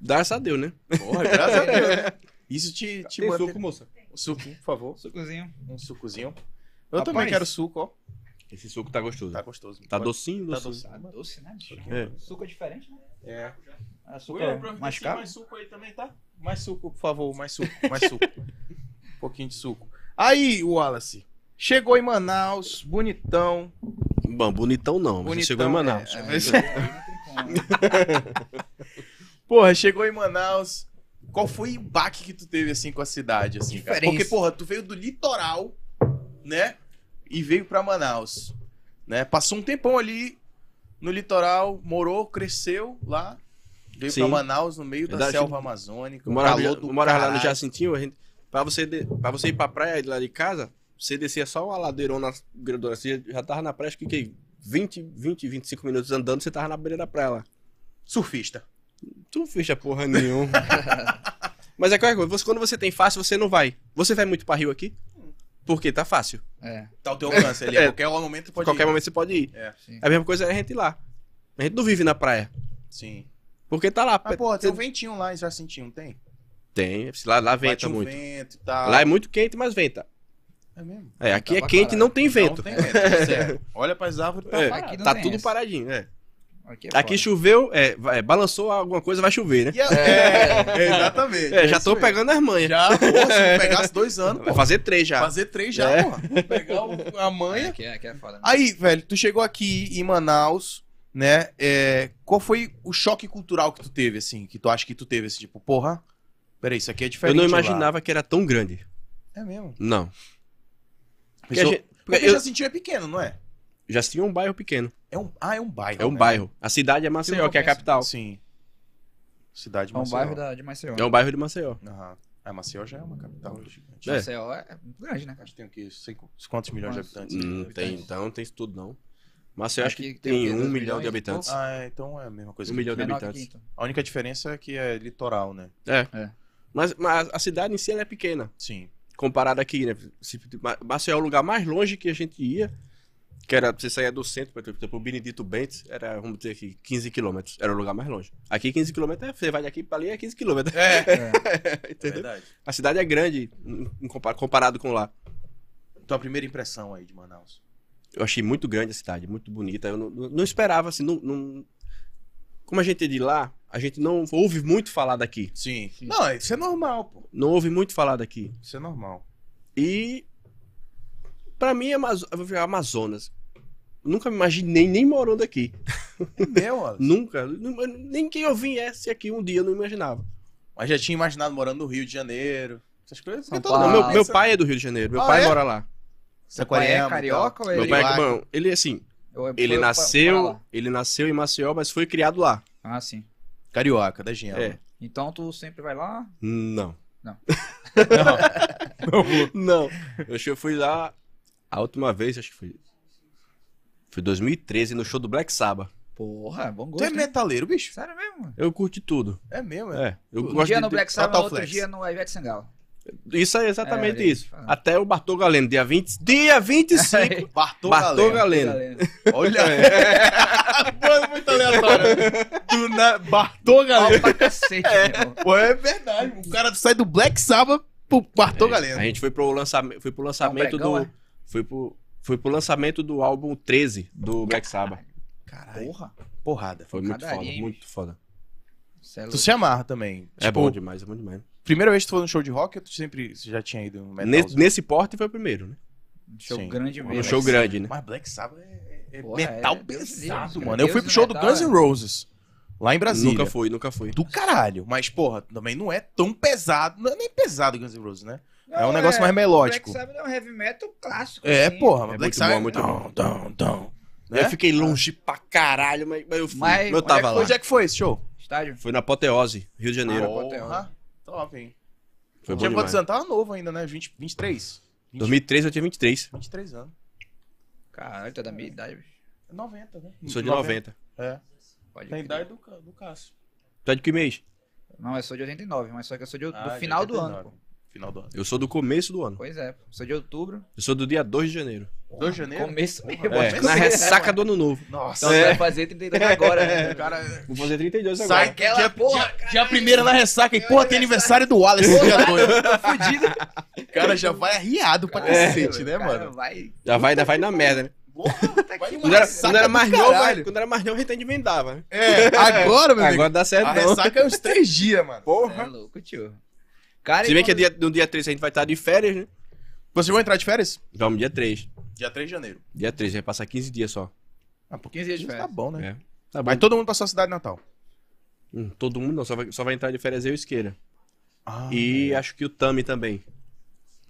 Graças a Deus, né? Porra, graças a Deus. né? Isso te, te mantém- Um moça. Suco, por favor. Sucozinho. Um sucozinho. Eu Rapaz. também quero suco, ó. Esse suco tá gostoso. Tá Tá, gostoso. docinho, Tá docinho. Tá docinho. doce, né, bicho? É. Suco é diferente, né? É. Açúcar mascavo. mais suco aí também, tá? Mais suco, por favor. Mais suco, mais suco. um pouquinho de suco. Aí, Wallace. Chegou em Manaus, bonitão. Bom, bonitão não, mas Bonitão, ele chegou em Manaus. É, Mas... mas- Porra, chegou em Manaus. Qual foi o baque que tu teve, assim, com a cidade, assim, cara? Diferença. Porque, porra, tu veio do litoral, né? E veio pra Manaus, né? Passou um tempão ali no litoral, morou, cresceu lá. Veio Sim. pra Manaus, no meio da Verdade. selva amazônica. um Eu morava, calor do eu morava lá no caralho. Jacintinho, a gente, pra, você de, pra você ir pra praia de lá de casa, você descia só uma ladeirona grandona, você já tava na praia, acho que, que 20, 20, 25 minutos andando, você tava na beira da praia lá. Surfista. Tu não fecha porra nenhuma. Mas é qualquer coisa, você, quando você tem fácil, você não vai. Você vai muito pra Rio aqui? Porque tá fácil. É, Tá ao teu alcance ali. É. A qualquer momento pode qualquer ir. momento você pode ir. sim. É a mesma coisa é a gente ir lá. A gente não vive na praia. Sim. Porque tá lá. Mas, porra, tem um ventinho lá em Jacintinho, não tem? Tem, se lá, lá venta um Bate um muito. vento e tal. Lá é muito quente, mas venta. É mesmo? É, aqui Tá é pra quente e caralho. não tem vento. Não tem vento, tá certo. Olha pras árvores, tá É, parado. Aqui não tá tem tudo essa. paradinho. é. Aqui, é Aqui foda. choveu, é, vai- é, balançou alguma coisa, vai chover, né? E a- É, é, exatamente. É, já isso tô mesmo. pegando as manhas. Já, pô, se tu pegasse dois anos, Vai pô, fazer três já. fazer três já, É. pô. Pegar o- a manha. Aqui é, aqui é foda. Aí, velho, tu chegou aqui em Manaus, né? É, qual foi o choque cultural que tu teve, assim? Que tu acha que tu teve, assim, tipo, porra, peraí, isso aqui é Eu diferente. não lá. imaginava que era tão grande. É mesmo. Não. Porque, a Pessoa- gente- Porque porque eu- Jacintinho é pequeno, não é? já tinha um bairro pequeno. É um, ah, é um bairro. É um né? bairro. A cidade é Maceió, nunca que é a pensa. capital. Sim. Cidade de É um Maceió. bairro da, de Maceió. É um bairro de Maceió. Aham. Ah, Maceió já é uma capital gigante. É. Maceió é muito grande, né? Acho que tem o quê? Cinco- quantos milhões de Quantos? habitantes? Não tem, então não tem isso tudo, não. Maceió acho Aqui que tem o tem quê? Dois um milhão milhões de e habitantes. pouco? Ah, então é a mesma coisa. Um que milhão aqui. de Menor habitantes. que aqui, então. A única diferença é que é litoral, né? Mas, mas a cidade em si ela é pequena, Sim. comparada aqui, né? Se- Ma- Maceió é o lugar mais longe que a gente ia, que era você saía do centro, por exemplo, pro Benedito Bentes, era, vamos dizer aqui, 15 quilômetros. Era o lugar mais longe. Aqui 15 quilômetros, é, você vai daqui pra ali é 15 quilômetros. É, É. entendeu? verdade. A cidade é grande em- em compa- comparado com lá. Tua Então, primeira impressão aí de Manaus? Eu achei muito grande a cidade, muito bonita. Eu não, não- não esperava, assim, não, não- Como a gente é de lá, a gente não ouve muito falar daqui. Sim. Sim. Não, isso é normal, pô. Não ouve muito falar daqui. Isso é normal. E pra mim, Amazo- eu vou ver Amazonas. Nunca me imaginei nem morando aqui. É meu, ó. Nunca. Nu- Nem que eu viesse aqui um dia eu não imaginava. Mas já tinha imaginado morando no Rio de Janeiro. Essas coisas. São Porque Ah, Não, Paulo. mundo meu, meu pensa- pai é do Rio de Janeiro. Meu tá. Ah, pai é? mora lá. Saquarema é carioca e tal. ou é meu pai lá- é cubano. Ele assim, Ou é- ele foi pra- pra nasceu, lá? ele nasceu em Maceió, mas foi criado lá. Ah, sim. Carioca, da Giana. É. Então tu sempre vai lá? Não. Não, Não. Eu acho que eu fui lá a última vez, acho que foi. Foi 2013, no show do Black Sabbath. Porra, bom Tu gosto. é hein? metaleiro, bicho? Sério mesmo? Eu curti tudo. É mesmo, é. É. Eu Um Um gosto dia de no ter- Black Sabbath, total outro flex. dia no Ivete Sangalo. Isso é exatamente É, isso. olha aí. Até o Bartô Galeno, dia 20, dia 25. Bartô, Bartô galera. É. Galeno. Olha. é Mano, muito aleatório. Do na... Bartô Pau Galeno. pra cacete, meu irmão. Pô, é verdade. O cara sai do Black Sabbath pro Bartô Galeno. A gente foi pro lançamento, foi pro lançamento pregão, do é? foi pro foi pro lançamento do álbum 13 do Black Sabbath. Caralho, Porra. porrada. Foi muito é Pancadaria, foda, hein, muito foda. Cê é Tu louco. se amarra também. Tipo, É bom demais, é bom demais. Primeira vez que tu foi no show de rock, ou tu sempre já tinha ido no metal? né? Nesse, nesse porte foi o primeiro, né? Um show Sim. grande Um mesmo. show grande, né? Mas Black Sabbath é, é Porra, metal é, Deus pesado, Deus, cara. mano. eu Deus fui pro do show do metal, Guns é. N' Roses, lá em Brasília. Nunca fui, nunca fui. Do caralho. Mas, porra, também não é tão pesado. Não é nem pesado Guns N' Roses, né? é um Não, negócio mais melódico. Black Sabbath é um heavy metal clássico. É, assim. porra, mas É Black muito Sabbath... bom, muito Dom, dom, dom. Né? Eu fiquei longe pra caralho, mas, mas eu fui. Mas eu onde é tava que lá. Onde é que foi esse show? Estádio. Foi na Apoteose, Rio de Janeiro. Ah, Porra, top, hein? foi bom Tinha demais. quantos anos? Tava novo ainda, né? 20, 23? 20, 2013 eu tinha 23. 23 anos. Caralho, tá da minha idade, bicho. É 90, né? Sou de 90. É. Pode Tem crer. a idade do, Ca- do Cássio. Tu é de que mês? Não, eu sou de 89, mas só que eu sou de, Ah, do de final do ano, 89. pô. Final do ano. Eu sou do começo do ano. Pois é, pô. sou de outubro. Eu sou do dia 2 de janeiro. 2 de janeiro? Começo mesmo. Porra, É, mas na você- ressaca do ano novo. Nossa. Então você É. vai fazer 32 agora, né? Cara, Vou fazer 32 agora. sai aquela dia, porra, dia- dia primeiro na ressaca e, porra, tem aniversário do Wallace dia dois. Tá fudido. O cara já vai arriado pra cacete, né, Cara, mano? Vai. Já vai, já vai na merda, né? Tá aqui, Quando era, mano. quando era mais do novo, caralho. quando era mais novo, a gente endivendava, né? É, agora, meu amigo, Agora dá certo, a não. ressaca é uns três dias, mano. Cê É louco, tio. Cara, Se e bem que é quando- dia- no dia 3 a gente vai estar de férias, né? Vocês vão entrar de férias? Vamos, dia 3. Dia 3 de janeiro. Dia 3, vai passar 15 dias só. Ah, por 15 dias de isso Tá férias. bom, né? É. Tá bom. Mas todo mundo pra sua cidade natal. Hum, todo mundo não, só vai, só vai entrar de férias eu e o Isqueira. Ah, E acho que o Tami também.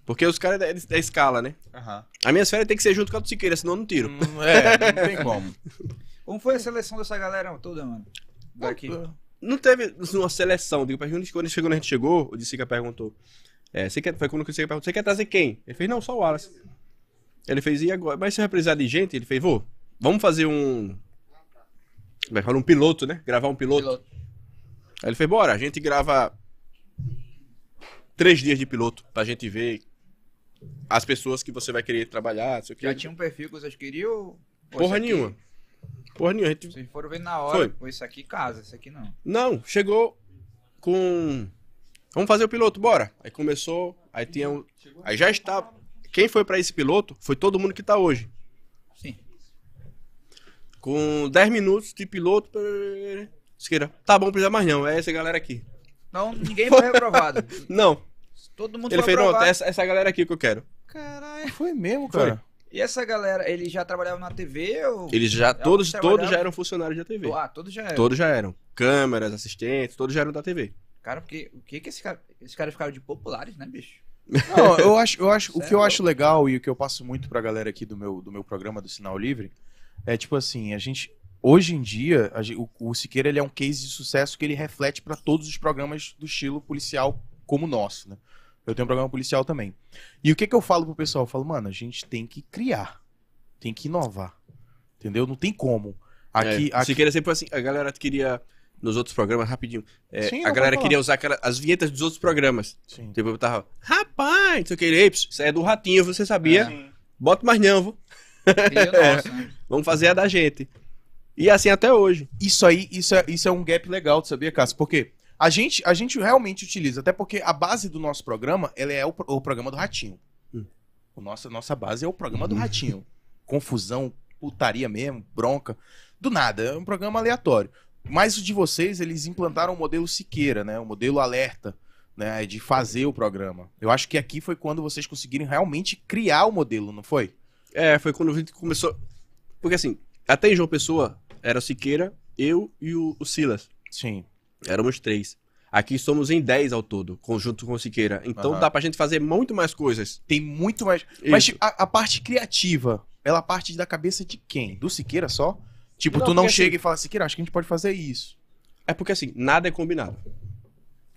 Porque os caras é da, da escala, né? Aham. As minhas férias tem que ser junto com a do Siqueira, senão eu não tiro. Hum, É, não tem como. Como foi a seleção dessa galera toda, mano? Daqui. Não teve uma seleção. Digo, pra gente, quando chegou, a gente chegou, o de Sica perguntou. É, você quer, foi quando o Sica perguntou, você quer trazer quem? Ele fez, não, só o Wallace. Ele fez, e agora? Mas se eu precisar de gente, ele fez, vou, vamos fazer um... Vai falar um piloto, né? Gravar um piloto. Piloto. Aí ele fez, bora, a gente grava três dias de piloto pra gente ver as pessoas que você vai querer trabalhar, não sei o Já que. tinha um perfil que vocês queriam? ou- ou esse Porra aqui- nenhuma. Porra nenhuma. A gente Vocês foram ver na hora. Foi. Foi. Isso aqui casa, isso aqui não. Não, chegou com. Vamos fazer o piloto, bora. Aí começou, aí tinha um. Aí já está. Quem foi pra esse piloto foi todo mundo que tá hoje. Sim. Com 10 minutos de piloto. pê- Esqueira, tá bom, precisa mais não. É essa galera aqui. Não, Então, ninguém foi reprovado. Não. Todo mundo Ele foi fez, não, aprovado. é essa, essa galera aqui que eu quero. Caralho. Foi mesmo, Foi. cara. E essa galera, eles já trabalhavam na TV ou... Eles já. Todos, trabalhava. todos já eram funcionários da TV. Ah, todos já... Todos já eram. Câmeras, assistentes, todos já eram da TV. Cara, porque o que que esse cara... Esses caras ficaram de populares, né, bicho? Não, eu acho, eu acho, o que eu Certo. acho legal e o que eu passo muito pra galera aqui do meu, do meu programa do Sinal Livre é tipo assim, a gente hoje em dia, a gen- o, o Siqueira ele é um case de sucesso que ele reflete pra todos os programas do estilo policial como o nosso, né? Eu tenho um programa policial também. E o que que eu falo pro pessoal? Eu falo, mano, a gente tem que criar, tem que inovar. Entendeu? Não tem como. Aqui, é, aqui Siqueira sempre foi assim. A galera queria. Nos outros programas, rapidinho. é, Sim, a não, galera pode falar. queria usar aquela- as vinhetas dos outros programas. Sim. Tipo, eu tava, rapaz, não sei o que, ei, pss, isso aí é do ratinho, você É, sabia? Bota mais não, vô. Queria É. o nosso, né? vamos fazer a da gente. E assim até hoje. Isso aí, isso é, isso é um gap legal, tu sabia, Cássio? Porque a gente, a gente realmente utiliza, até porque a base do nosso programa, ela é o, pro- o programa do Ratinho. Hum. O nosso, nossa base é o programa do Hum. Ratinho. Confusão, putaria mesmo, bronca. Do nada, é um programa aleatório. Mas o de vocês, eles implantaram o modelo Siqueira, né? O modelo alerta, né? De fazer o programa. Eu acho que aqui foi quando vocês conseguiram realmente criar o modelo, não foi? É, foi quando a gente começou. Porque assim, até em João Pessoa, era o Siqueira, eu e o, o Silas. Sim. Éramos três. Aqui somos em 10 ao todo, conjunto com o Siqueira. Então Aham. dá pra gente fazer muito mais coisas. Tem muito mais. Mas tipo, a, a parte criativa, ela parte da cabeça de quem? Do Siqueira só? Tipo, Não, tu não porque assim, chega e fala, Siqueira, acho que a gente pode fazer isso. É porque assim, nada é combinado.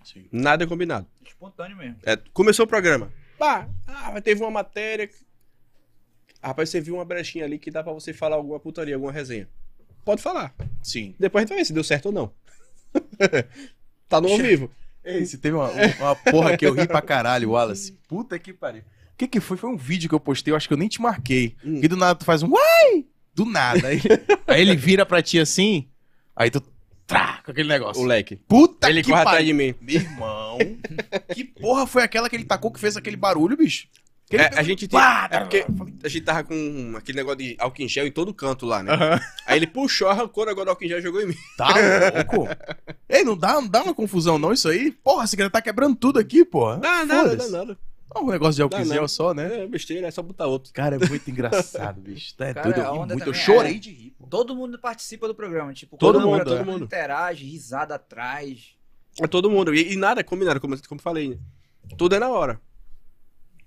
Sim. Nada é combinado. Espontâneo mesmo. É, começou o programa. Pá, ah, mas teve uma matéria. que- Ah, Rapaz, você viu uma brechinha ali que dá pra você falar alguma putaria, alguma resenha. Pode falar. Sim. Depois a gente vai ver se deu certo ou não. tá no ao vivo. Ei, se teve uma, uma porra que eu ri pra caralho, Wallace. Puta que pariu. O que que foi? Foi um vídeo que eu postei, eu acho que eu nem te marquei. Hum. E do nada tu faz um uai! Do nada. Aí, aí ele vira pra ti assim, aí tu trá, com aquele negócio. O leque. Puta ele que corre atrás pariu. de mim. Meu irmão, que porra foi aquela que ele tacou que fez aquele barulho, bicho? Que ele É, fez- um a gente tem- Pá! é porque a gente tava com aquele negócio de álcool em gel em todo canto lá, né? Aham. Aí ele puxou, arrancou o negócio do álcool em gel e jogou em mim. Tá louco? Ei, não dá, não dá uma confusão não isso aí? Porra, esse cara tá quebrando tudo aqui, porra. Foda-se. nada. Dá um negócio de Dá álcool em gel não. só, né? É besteira, é só botar outro. Cara, é muito engraçado, bicho. Tá, é Cara, doido, a eu ri onda muito. Eu também é- chorei de rir. pô. Todo mundo participa do programa, tipo, Todo colabora, mundo, é. todo mundo interage, risada atrás. É todo mundo. E, e nada é combinado, como, como eu falei, né? Tudo é na hora.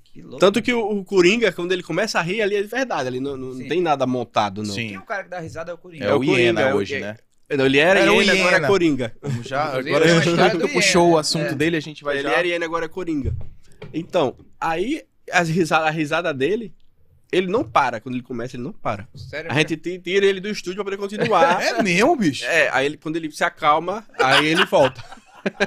Que louco. Tanto que o, o Coringa, quando ele começa a rir, ali é de verdade. Ali não, não Sim. tem nada montado, não. Quem é o cara que dá risada é o Coringa. É o Coringa, Iena é o hoje, Iena. né? Não, ele era, Era o hiena, agora hiena. é Coringa. Vamos já, Inclusive, agora é uma já história que do tu puxou o Iena, assunto é. dele, a gente vai ele já... era hiena, agora é Coringa. Então, aí as risada, a risada dele, ele não para. Quando ele começa, ele não para. Sério, A gente ti- tira ele do estúdio pra poder continuar. É mesmo, bicho? É, aí ele, quando ele se acalma, aí ele volta. é,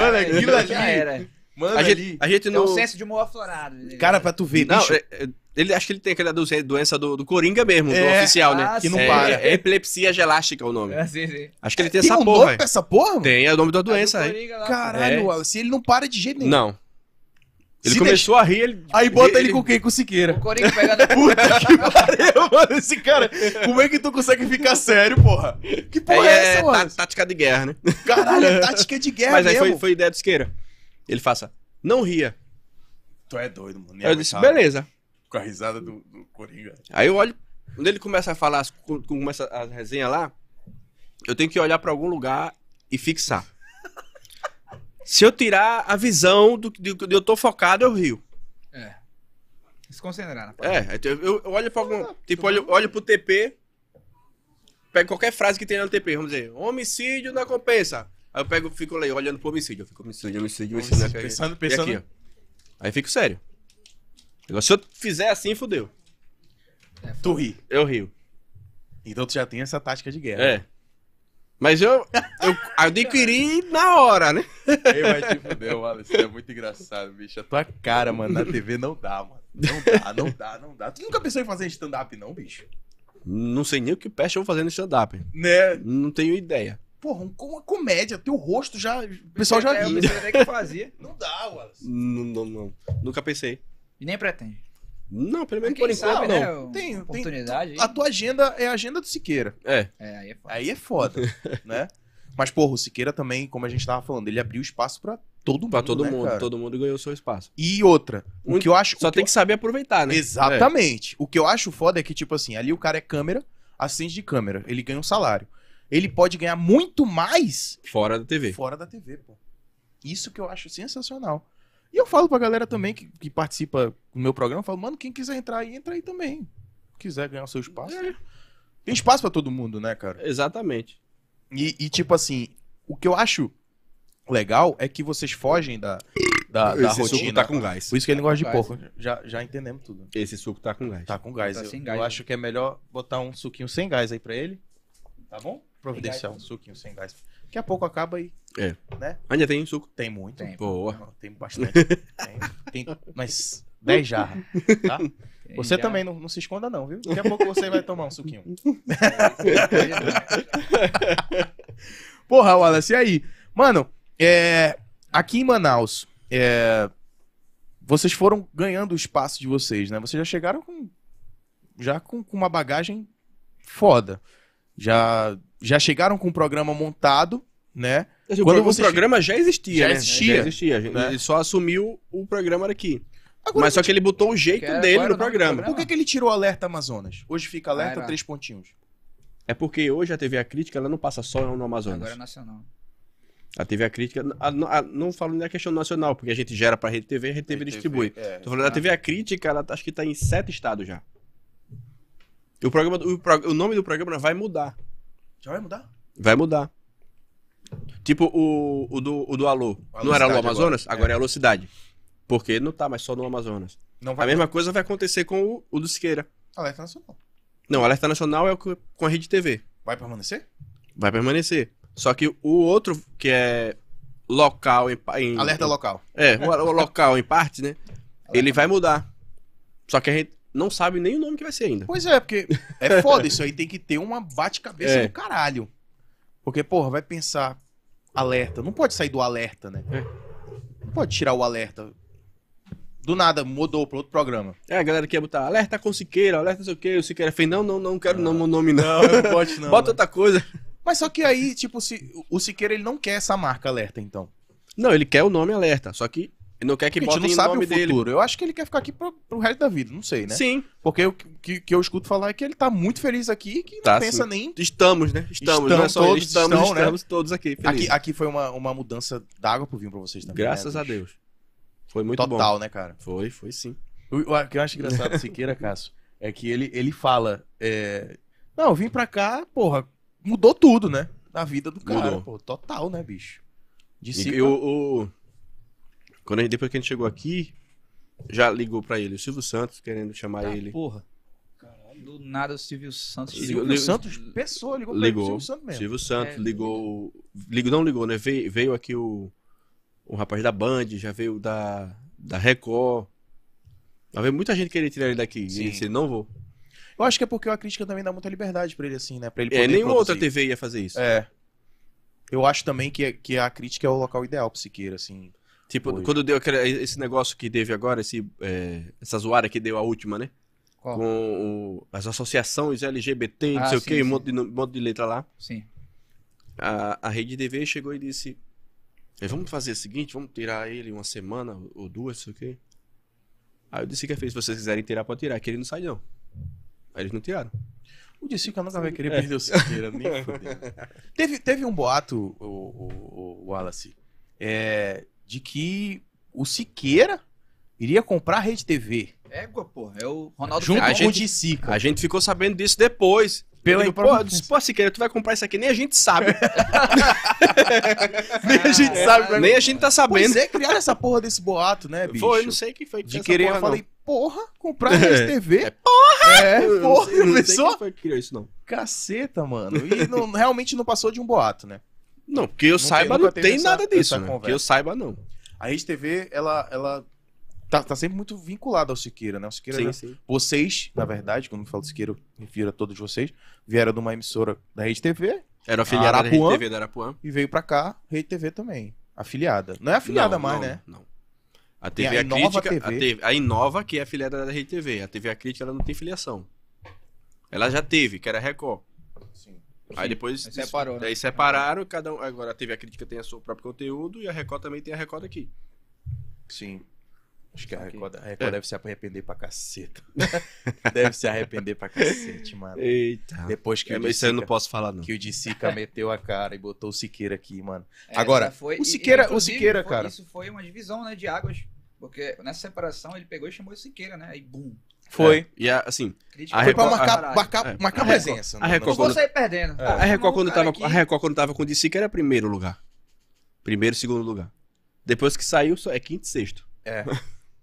Mano, aquilo já, ali... já era. Mano, A gente, ali... a gente É não. um senso de humor aflorado. né? Cara, pra tu ver, não, bicho... é- é- ele acho que ele tem aquela doença- doença do, do Coringa mesmo, É. do oficial, Ah, né? que não é, para. é epilepsia gelástica o nome. É, sim, sim. Acho que ele tem, Tem essa um porra. nome pra essa porra? mano? Tem, é o nome da doença. Aí o aí. Coringa lá- Caralho, É. Wallace, ele não para de jeito nenhum. Não. Ele Se começou a rir, ele. Aí bota ele, com quem? Com o Siqueira. O Coringa pegando. Puta que pariu, mano, esse cara. Como é que tu consegue ficar sério, porra? Que porra é, é, essa, tá- mano? tática de guerra, né? Caralho, é tática de guerra Mas aí mesmo. foi, foi ideia do isqueira. Ele faça, não ria. Tu é doido, mano. Aí eu disse, beleza. Com a risada do, do Coringa. Aí eu olho, quando ele começa a falar, as- quando começa a resenha lá, eu tenho que olhar pra algum lugar e fixar. Se eu tirar a visão do que do que eu tô focado, eu rio. É. Desconcentrar, na parada. É, eu, eu- eu olho pra algum. Tipo, olho, olho pro TP. Pego qualquer frase que tem lá no TP, vamos dizer, homicídio na compensa. Aí eu pego, fico ali, olhando pro homicídio. Eu fico homicídio, homicídio, homicídio. Homicídio, homicídio. pensando, pensando. E aqui, ó. Aí fico sério. Agora, se eu fizer assim, fodeu. Tu ri. Eu rio. Então tu já tem essa tática de guerra. É. Mas eu, eu adquiri na hora, né? Aí vai te fuder, Wallace. É muito engraçado, bicho. A tua cara, mano, na TV não dá, mano. Não dá, não dá, não dá. Tu nunca pensou em fazer stand-up, não, bicho? Não sei nem o que peste eu vou fazer no stand-up. Né? Não tenho ideia. Porra, um- uma comédia. Teu rosto já. O pessoal já É, Eu viu. pensei até que fazia. Não dá, Wallace. Não, não, não. Nunca pensei. E nem pretende. Não, pelo menos Quem por enquanto, sabe, não. né? uma Tem- tem- oportunidade. A tua agenda é a agenda do Siqueira. É. aí. É, aí é foda. Aí é foda, né? Mas, porra, o Siqueira também, como a gente tava falando, ele abriu espaço pra todo mundo. Pra todo né, mundo. cara? Todo mundo ganhou seu espaço. E outra, o Um- que eu acho. Só o que tem que saber aproveitar, né? Exatamente. O que eu acho foda é que, tipo assim, ali o cara é câmera, assistente de câmera, ele ganha um salário. Ele pode ganhar muito mais É. Fora da TV. fora da TV, pô. Isso que eu acho sensacional. E eu falo pra galera também que, que participa do meu programa, eu falo, mano, quem quiser entrar aí, entra aí também. Quiser ganhar o seu espaço. É. Tem espaço pra todo mundo, né, cara? Exatamente. E, e, tipo assim, o que eu acho legal é que vocês fogem da, da, da Esse suco rotina. tá com gás. Por isso que ele não gosta de Tá com porco. Já, já entendemos tudo. Esse suco tá com gás. Tá com gás. Tá eu, sem eu gás, né? acho que é melhor botar um suquinho sem gás aí pra ele. Tá bom? Providenciar um suquinho sem gás. Daqui a pouco acaba e Ainda tem suco. tem muito. Tem. Boa. Não, tem bastante. tem, tem umas 10 jarras, tá? Tem Você já- também, não, não se esconda não, viu? Daqui a pouco você vai tomar um suquinho. tá né? né? Porra, Wallace, e aí? Mano, é, aqui em Manaus, é, vocês foram ganhando o espaço de vocês, né? Vocês já chegaram com, já com, com uma bagagem foda. Já, já chegaram com um programa montado, né? Quando Assim, o Quando pro- você o programa já existia, Já né? existia. Já existia. A gente- Né? Ele só assumiu o programa daqui. Agora, Mas só que ele botou o jeito Quero dele agora no o nome do programa. por que, que ele tirou o alerta Amazonas? Hoje fica alerta Vai lá. três pontinhos. É porque hoje a TV A Crítica ela não passa só no Amazonas. Agora é nacional. A TV A Crítica, a- a- não falo nem da questão nacional, porque a gente gera pra Rede TV e a Rede TV distribui. É. Tô falando da TV A Crítica, ela tá- acho que tá em sete estados já. E O, programa, o, pro- o nome do programa vai mudar. Já vai mudar? Vai mudar. Tipo o, o, do, o do Alô. Alô Não era Alô Cidade Amazonas? agora. Agora, é Alô Cidade. Porque não tá mais só no Amazonas. Não A vai mesma coisa vai acontecer com o, o do Siqueira. alerta nacional. Não, o Alerta Nacional é o que- com a Rede TV. Vai permanecer? Vai permanecer. Só que o outro, que é local em. pa- em Alerta local. É, o, o local em parte, né? Ele vai mudar. Só que a gente não sabe nem o nome que vai ser ainda. Pois é, porque é foda isso aí, tem que ter uma bate-cabeça É. do caralho. Porque, porra, vai pensar alerta, não pode sair do alerta, né? É. Não pode tirar o alerta. Do nada, mudou pra outro programa. É, a galera que ia botar alerta com Siqueira, alerta não sei o quê. O Siqueira fez: não, não, não quero não, meu nome não. não pode Bota outra coisa. Mas só que aí, tipo, se, o Siqueira ele não quer essa marca alerta, então. Não, ele quer o nome alerta, só que ele não quer que Porque a gente botem não o sabe nome o dele. futuro. Eu acho que ele quer ficar aqui pro, pro resto da vida, não sei, né? Sim, Porque o que, que eu escuto falar é que ele tá muito feliz aqui e que não Tá, pensa nem. estamos, né? Estamos, não é Estamos, só ele, todos estamos, estão, né? estamos todos aqui. felizes. Aqui, aqui foi uma, uma mudança d'água pro vinho pra vocês também. Graças né? a Deus. Foi muito Total, né, cara? bom. Foi, foi sim. O, o que eu acho engraçado do Siqueira, Cássio, é que ele, ele fala. é, Não, eu vim pra cá, porra, mudou tudo, né? Na vida do cara. Mudou. Pô, total, né, bicho? De E, si. e o, o- Quando a gente, depois que a gente chegou aqui, já ligou pra ele, o Silvio Santos, querendo chamar Tá Ah, ele. Porra. Caralho, do nada o Silvio Santos te Silvio- ligou. Silvio ligou- Santos, pessoa, ligou pra ligou. ele, Silvio Santos mesmo. Silvio Santos É, ligou. ligou. Não ligou, né? Veio, veio aqui o, o rapaz da Band, já veio da, da Record. Já veio muita gente querer tirar ele daqui. E Sim. ele disse, não vou. Eu acho que é porque a crítica também dá muita liberdade pra ele, assim, né? Pra ele É, nenhuma produzir. outra TV ia fazer isso. É. Eu acho também que, que a crítica é o local ideal pro Siqueira, assim. Tipo, Foi. quando deu aquele, esse negócio que teve agora, esse, é, essa zoada que deu a última, né? Qual? Com o- as associações LGBT, não Ah, sei o sim, quê, sim. um monte de, no- um monte de letra lá. Sim. A, a Rede TV chegou e disse: "É, Vamos fazer o seguinte, vamos tirar ele uma semana ou duas, não sei o quê. Aí eu disse que fez, se vocês quiserem tirar, pode tirar, que ele não sai não. Aí eles não tiraram. O de Sica nunca vai É. querer perder o Siqueira, nem fudendo. Teve, teve um boato, o, o- o Wallace, é, de que o Siqueira iria comprar a Rede TV Égua, porra. É o Ronaldo junto a com Fenômeno. o gente- de Sica. A gente ficou sabendo disso depois. Pela eu digo, pô, improva- eu disse, pô, Siqueira, tu vai comprar isso aqui, nem a gente sabe. Ah, Nem a é, gente sabe, né? nem a gente tá Pois sabendo. é, criaram essa porra desse boato, né, bicho? Foi, não sei quem foi. que fez De essa querer, porra, eu não. falei, porra, comprar a Rede É. TV? É porra! É, porra, não sei pessoal. quem foi que criou isso, não. Caceta, mano. E não- realmente não passou de um boato, né? Não, porque eu Não saiba, não tem- nunca teve tem essa- nada disso. essa né? conversa. Que eu saiba, não. A Rede TV, ela, ela tá, tá sempre muito vinculada ao Siqueira, né? O Siqueira, Sim, já- sim. vocês, na verdade, quando eu falo Siqueira, eu refiro a todos vocês, vieram de uma emissora da Rede TV Era afiliado da Arapuã? TV da Arapuã. e veio pra cá, Rede TV também. Afiliada. Não é afiliada Não, mais, não, né? Não. A Tem TV a a Inova Crítica, a, TV. TV a Inova, que é afiliada da Rede TV. A TV a Crítica, ela não tem filiação. Ela já teve, que era Record. Sim. Aí depois. aí separou, né? É Aí separaram, cada um. Agora a TV a Crítica tem o seu próprio conteúdo e a Record também tem a Record aqui. Acho que a Ok. Record, É. a Record deve se arrepender pra caceta. deve se arrepender pra cacete, mano. Eita. Depois que, É, o mas isso aí eu não Dicica, posso falar, não. que o Dicica meteu a cara e botou o Siqueira aqui, mano. É, Agora, essa foi- o e- Siqueira- o inclusive, Siqueira, foi- cara. Isso foi uma divisão, né, de águas. Porque nessa separação ele pegou e chamou o Siqueira, né? Aí, bum. Foi. É, e a- assim, Crítica A Foi pra Record- marcar, caralho. marcar, É. marcar A Record- presença. né? a no- no- Eu Record- vou sair perdendo. É. Pô, a Record, quando um cara tava, que- a Record quando tava com o de Sica era primeiro lugar. Primeiro, segundo lugar. Depois que saiu, só é quinto e sexto.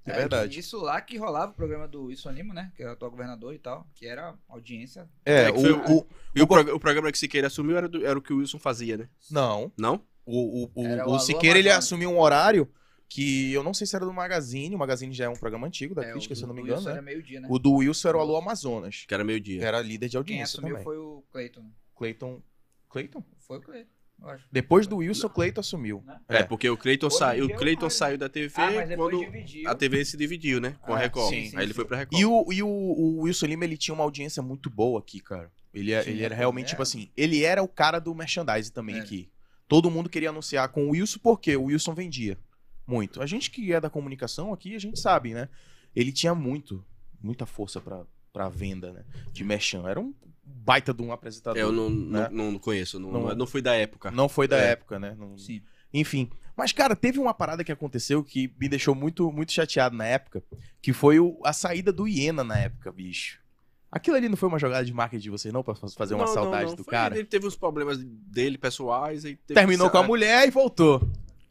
É que verdade. Isso lá que rolava o programa do Wilson Lima, né? Que era o atual governador e tal. Que era audiência. É, É que o- foi o, o- E o, prog- o programa que Siqueira assumiu era, do- era o que o Wilson fazia, né? Não. Não? O, o, o, Era o o Alô Siqueira ele Amazônia. assumiu um horário que eu não sei se era do Magazine. O Magazine já é um programa antigo da É, crítica, o se eu do não me Wilson engano. Né? Era meio-dia, né? O do Wilson era o Alô Amazonas, Que era que meio-dia. era líder de Quem audiência assumiu também. foi o Cleiton. Clayton. Clayton? Foi o Cleiton, eu acho. Depois do Wilson, Clayton assumiu. Né? É, porque o Cleiton, Hoje em saiu, dia o Clayton eu- saiu da TV Ah, mas depois quando dividiu. a TV se dividiu, né? Com a Ah, Record. sim, Aí sim, ele sim. foi pra Record. E, o, e o, o Wilson Lima, ele tinha uma audiência muito boa aqui, cara. Ele, é- Sim, ele era realmente, é. tipo assim, ele era o cara do merchandising também É. aqui. Todo mundo queria anunciar com o Wilson, porque o Wilson vendia muito. A gente que é da comunicação aqui, a gente sabe, né? Ele tinha muito, muita força pra, pra venda, né? De merchan. Era um baita de um apresentador. Eu não, né? não, não conheço, não, Não- não, não fui da época. Não foi da É. época, né? Não- Sim. Enfim. Mas, cara, teve uma parada que aconteceu que me deixou muito, muito chateado na época, que foi o- a saída do Iena na época, bicho. Aquilo ali não foi uma jogada de marketing de vocês, não? Pra fazer uma Não, não, saudade não. do Foi- cara? Ele teve uns problemas dele, pessoais. aí teve- Terminou com a mulher e voltou.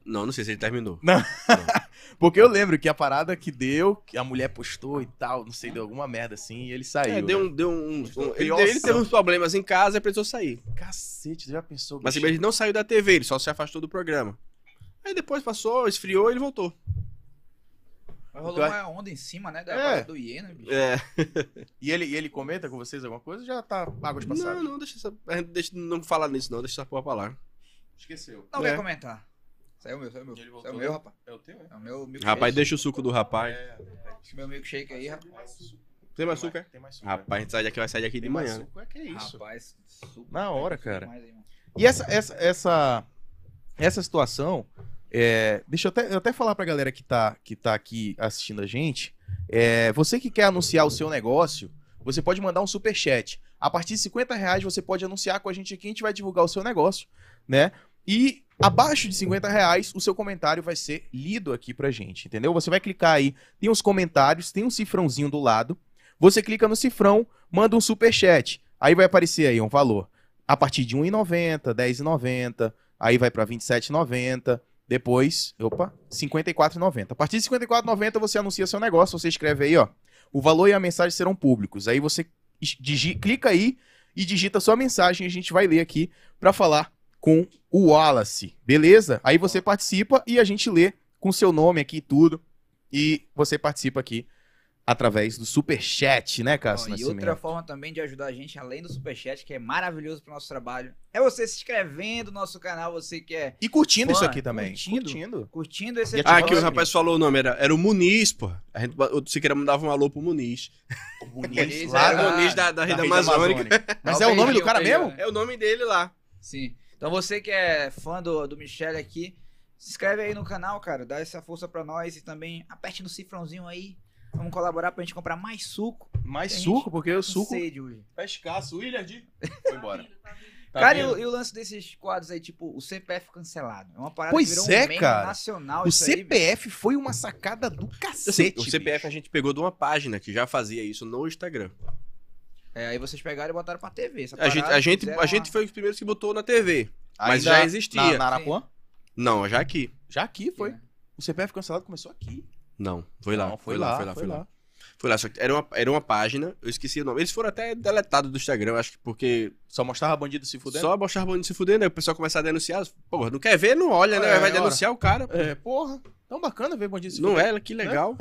Não, não sei se ele terminou. Porque eu lembro que a parada que deu, que a mulher postou e tal, não sei, deu alguma merda assim, e ele saiu. É, deu né? um. Deu um, um- ele, Nossa. ele teve uns problemas em casa e precisou sair. Cacete, já pensou? um Mas bicho? ele não saiu da TV, ele só se afastou do programa. Aí depois passou, esfriou e ele voltou. Mas rolou Porque- uma onda em cima, né? Da É. parada do Iena, bicho. É. E ele, e ele comenta com vocês alguma coisa? Já tá água de passagem. Não, não, deixa essa. a gente Deixa, não falar nisso, não, deixa essa porra pra lá. Esqueceu. Não É. quer comentar. Saiu o meu, saiu o meu. Ele voltou, Saiu o né? meu, rapaz. É o teu, é? É o meu milkshake. Rapaz, deixa o suco do rapaz. Esse meu milkshake aí, rapaz. É, Tem mais suco, é? Tem mais suco. é. Rapaz, a gente sai daqui, vai sair daqui de Tem mais manhã. né? suco, é que é isso. Rapaz, super. Na hora, cara. Demais aí, mano. E essa, essa, essa, essa situação, é, deixa eu até, eu até falar pra galera que tá, que tá aqui assistindo a gente, é, você que quer anunciar o seu negócio, você pode mandar um superchat. A partir de 50 reais você pode anunciar com a gente aqui, a gente vai divulgar o seu negócio, né? E abaixo de 50 reais o seu comentário vai ser lido aqui pra gente, entendeu? Você vai clicar aí, tem os comentários, tem um cifrãozinho do lado, você clica no cifrão, manda um superchat, aí vai aparecer aí um valor a partir de 1,90, 10,90, aí vai para 27,90, depois, opa, 54,90. A partir de 54,90 você anuncia seu negócio, você escreve aí, ó, o valor e a mensagem serão públicos. Aí você es- digi- clica aí e digita sua mensagem, a gente vai ler aqui para falar com o Wallace, beleza? Aí você participa e a gente lê com seu nome aqui e tudo, e você participa aqui através do superchat, né, Ó, Cássio e Nascimento? outra forma também de ajudar a gente, além do Superchat, que é maravilhoso pro nosso trabalho, é você se inscrevendo no nosso canal, você que é E curtindo Fã, isso aqui também. curtindo. curtindo. curtindo esse E Ah, ativando que o sininho. rapaz falou o nome, era, era o Muniz, pô. A gente, o Siqueira mandava um alô pro Muniz. Muniz, Lá era- o Muniz é. da, da, da rede rede amazônica. Mas Dá um é o nome do beijinho, cara beijinho, mesmo? né? É o nome dele lá. Sim. Então você que é fã do, do Michele aqui, se inscreve aí no canal, cara. Dá essa força pra nós e também aperte no cifrãozinho aí. Vamos colaborar pra gente comprar mais suco. Mais Gente, suco, porque o com suco. Sede hoje. Tá escasso. William de. Foi embora. Tá cara, e vendo? o, e o lance desses quadros aí, tipo, o CPF cancelado. É uma parada Pois que virou é, um meme cara. nacional o isso aí, CPF foi uma sacada do Assim, cacete. o CPF a bicho. gente pegou de uma página que já fazia isso no Instagram. É, aí vocês pegaram e botaram pra TV. Essa A gente, parada, a, gente, fizeram a gente foi os primeiros que botou na TV. Mas Ainda já existia. É. Na, na Arapuã? Não, já aqui. Já aqui foi. Sim, né? O CPF cancelado começou aqui. Não, foi lá. Não, foi, lá, foi lá, foi lá. Foi lá, só que era uma, era uma página, eu esqueci o nome. Eles foram até deletados do Instagram, acho que porque Só mostrava bandido se fudendo. só baixar o se fudendo, aí o pessoal começar a denunciar. Porra, não quer ver, não olha, né? É, Vai ora. denunciar o cara. É, porra. Tão bacana ver bandido se Não fudendo. é, que legal.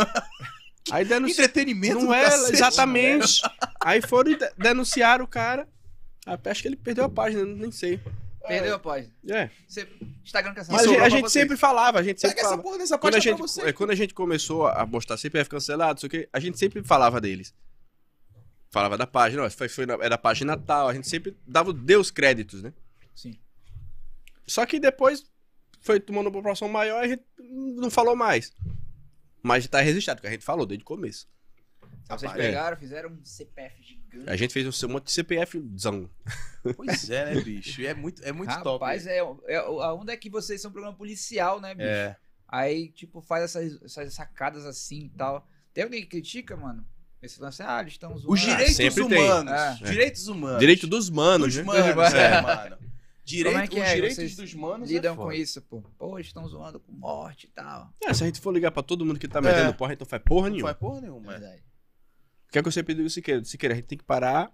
Aí denunciou. Entretenimento Não do é, cacete. né? exatamente. Aí foram e de- denunciaram o cara. Ah, Acho que ele perdeu a página, nem sei. Perdeu a página. É. Você- Instagram cancelado. Mas a gente- a sobrou pra gente vocês. sempre falava, a gente sempre Pega essa falava. porra dessa Quando parte a, pra gente, é, você. quando a gente começou a postar CPF cancelado, isso aqui, a gente sempre falava deles. Falava da página, ó, foi, foi na- era a página tal, a gente sempre dava, o- deu os créditos, né? Sim. Só que depois foi tomando uma proporção maior e a gente não falou mais. Mas tá registrado, que a gente falou desde o começo. Vocês Rapaz, é. pegaram, fizeram um CPF gigante. A gente fez um monte de CPF zão. Pois é, né, bicho? E É muito, é muito top. Rapaz, é, é, a onda é que vocês são um programa policial, né, bicho? É. Aí, tipo, faz essas, essas sacadas assim e tal. Tem alguém que critica, mano? Esse lance, ah, eles estão zoando. Os direitos sempre tem. humanos. É. Direitos humanos. Direito dos manos, dos né? manos, é, mano. Direito, Como é que os é? direitos Vocês dos manos é lidam foda. com isso, pô. Pô, eles estão zoando com morte e tal. É, se a gente for ligar pra todo mundo que tá metendo É. porra, a gente não faz porra Não nenhuma. faz porra nenhuma. é. Verdade. O que é que eu sempre digo, Siqueira? Siqueira, a gente tem que parar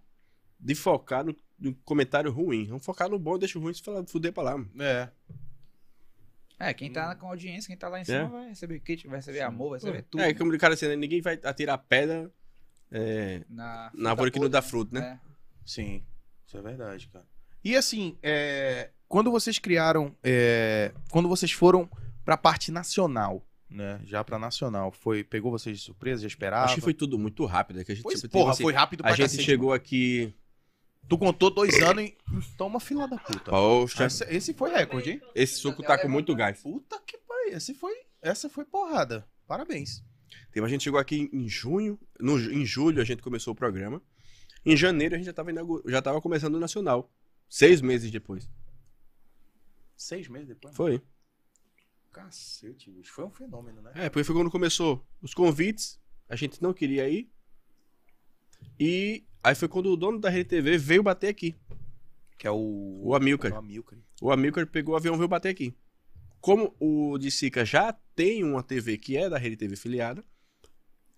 de focar no, no comentário ruim. Vamos focar no bom, deixa o ruim se falar, fuder pra lá. mano. É. É, quem tá com audiência, quem tá lá em cima, vai receber kit, vai receber Hum. Sim. amor, vai receber tudo. É, como o cara disse, né? ninguém vai atirar pedra é, Na, na árvore que não dá fruto, né? né? Sim. Isso é verdade, cara. E assim, é, quando vocês criaram. é, Quando vocês foram pra parte nacional, né? Já pra nacional. Foi... Pegou vocês de surpresa? Já esperava? Acho que foi tudo muito rápido. é Que a gente Ah, Pois, sempre porra, teve, assim, foi rápido pra A gente cacete, chegou aqui. mano. Tu contou dois anos e. Toma fila da puta. Poxa, Esse, esse foi recorde, hein? esse suco tá com muito gás. Puta que pariu. Esse foi... Essa foi porrada. Parabéns. Teve- A gente chegou aqui em junho. no ju- em julho a gente começou o programa. Em janeiro a gente já tava, inaugu- já tava começando o Nacional. Seis meses depois. Seis meses depois? Foi. Cacete, bicho. Foi um fenômeno, né? É, porque foi quando começou os convites, a gente não queria ir. E aí foi quando o dono da RTV veio bater aqui. Que é o. O Amilcar. O Amilcar. O Amilcar pegou o avião e veio bater aqui. Como o de Sica já tem uma TV que é da Rede TV filiada,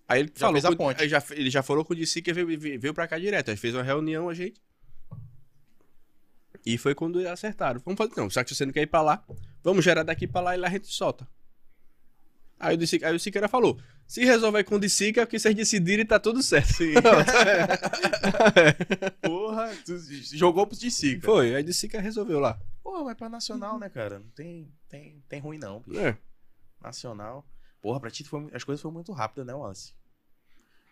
aí ele Já falou. fez a com- ponte. aí já fe- ele já falou com o de Sica e veio, veio veio pra cá direto. Aí fez uma reunião, a gente. E foi quando acertaram. Vamos fazer, não, já que você não quer ir pra lá, vamos gerar daqui pra lá e lá a gente solta. Aí o, de Sica- aí o Siqueira falou: se resolver com o de Sica, é o que vocês decidirem tá tudo certo. Porra, tu jogou pro DC, cara. Foi, aí o de Sica resolveu lá. Pô, vai pra nacional, né, cara? Não tem, tem, tem ruim, não, bicho. É. Nacional. Porra, pra ti foi, as coisas foram muito rápidas, né, Wallace?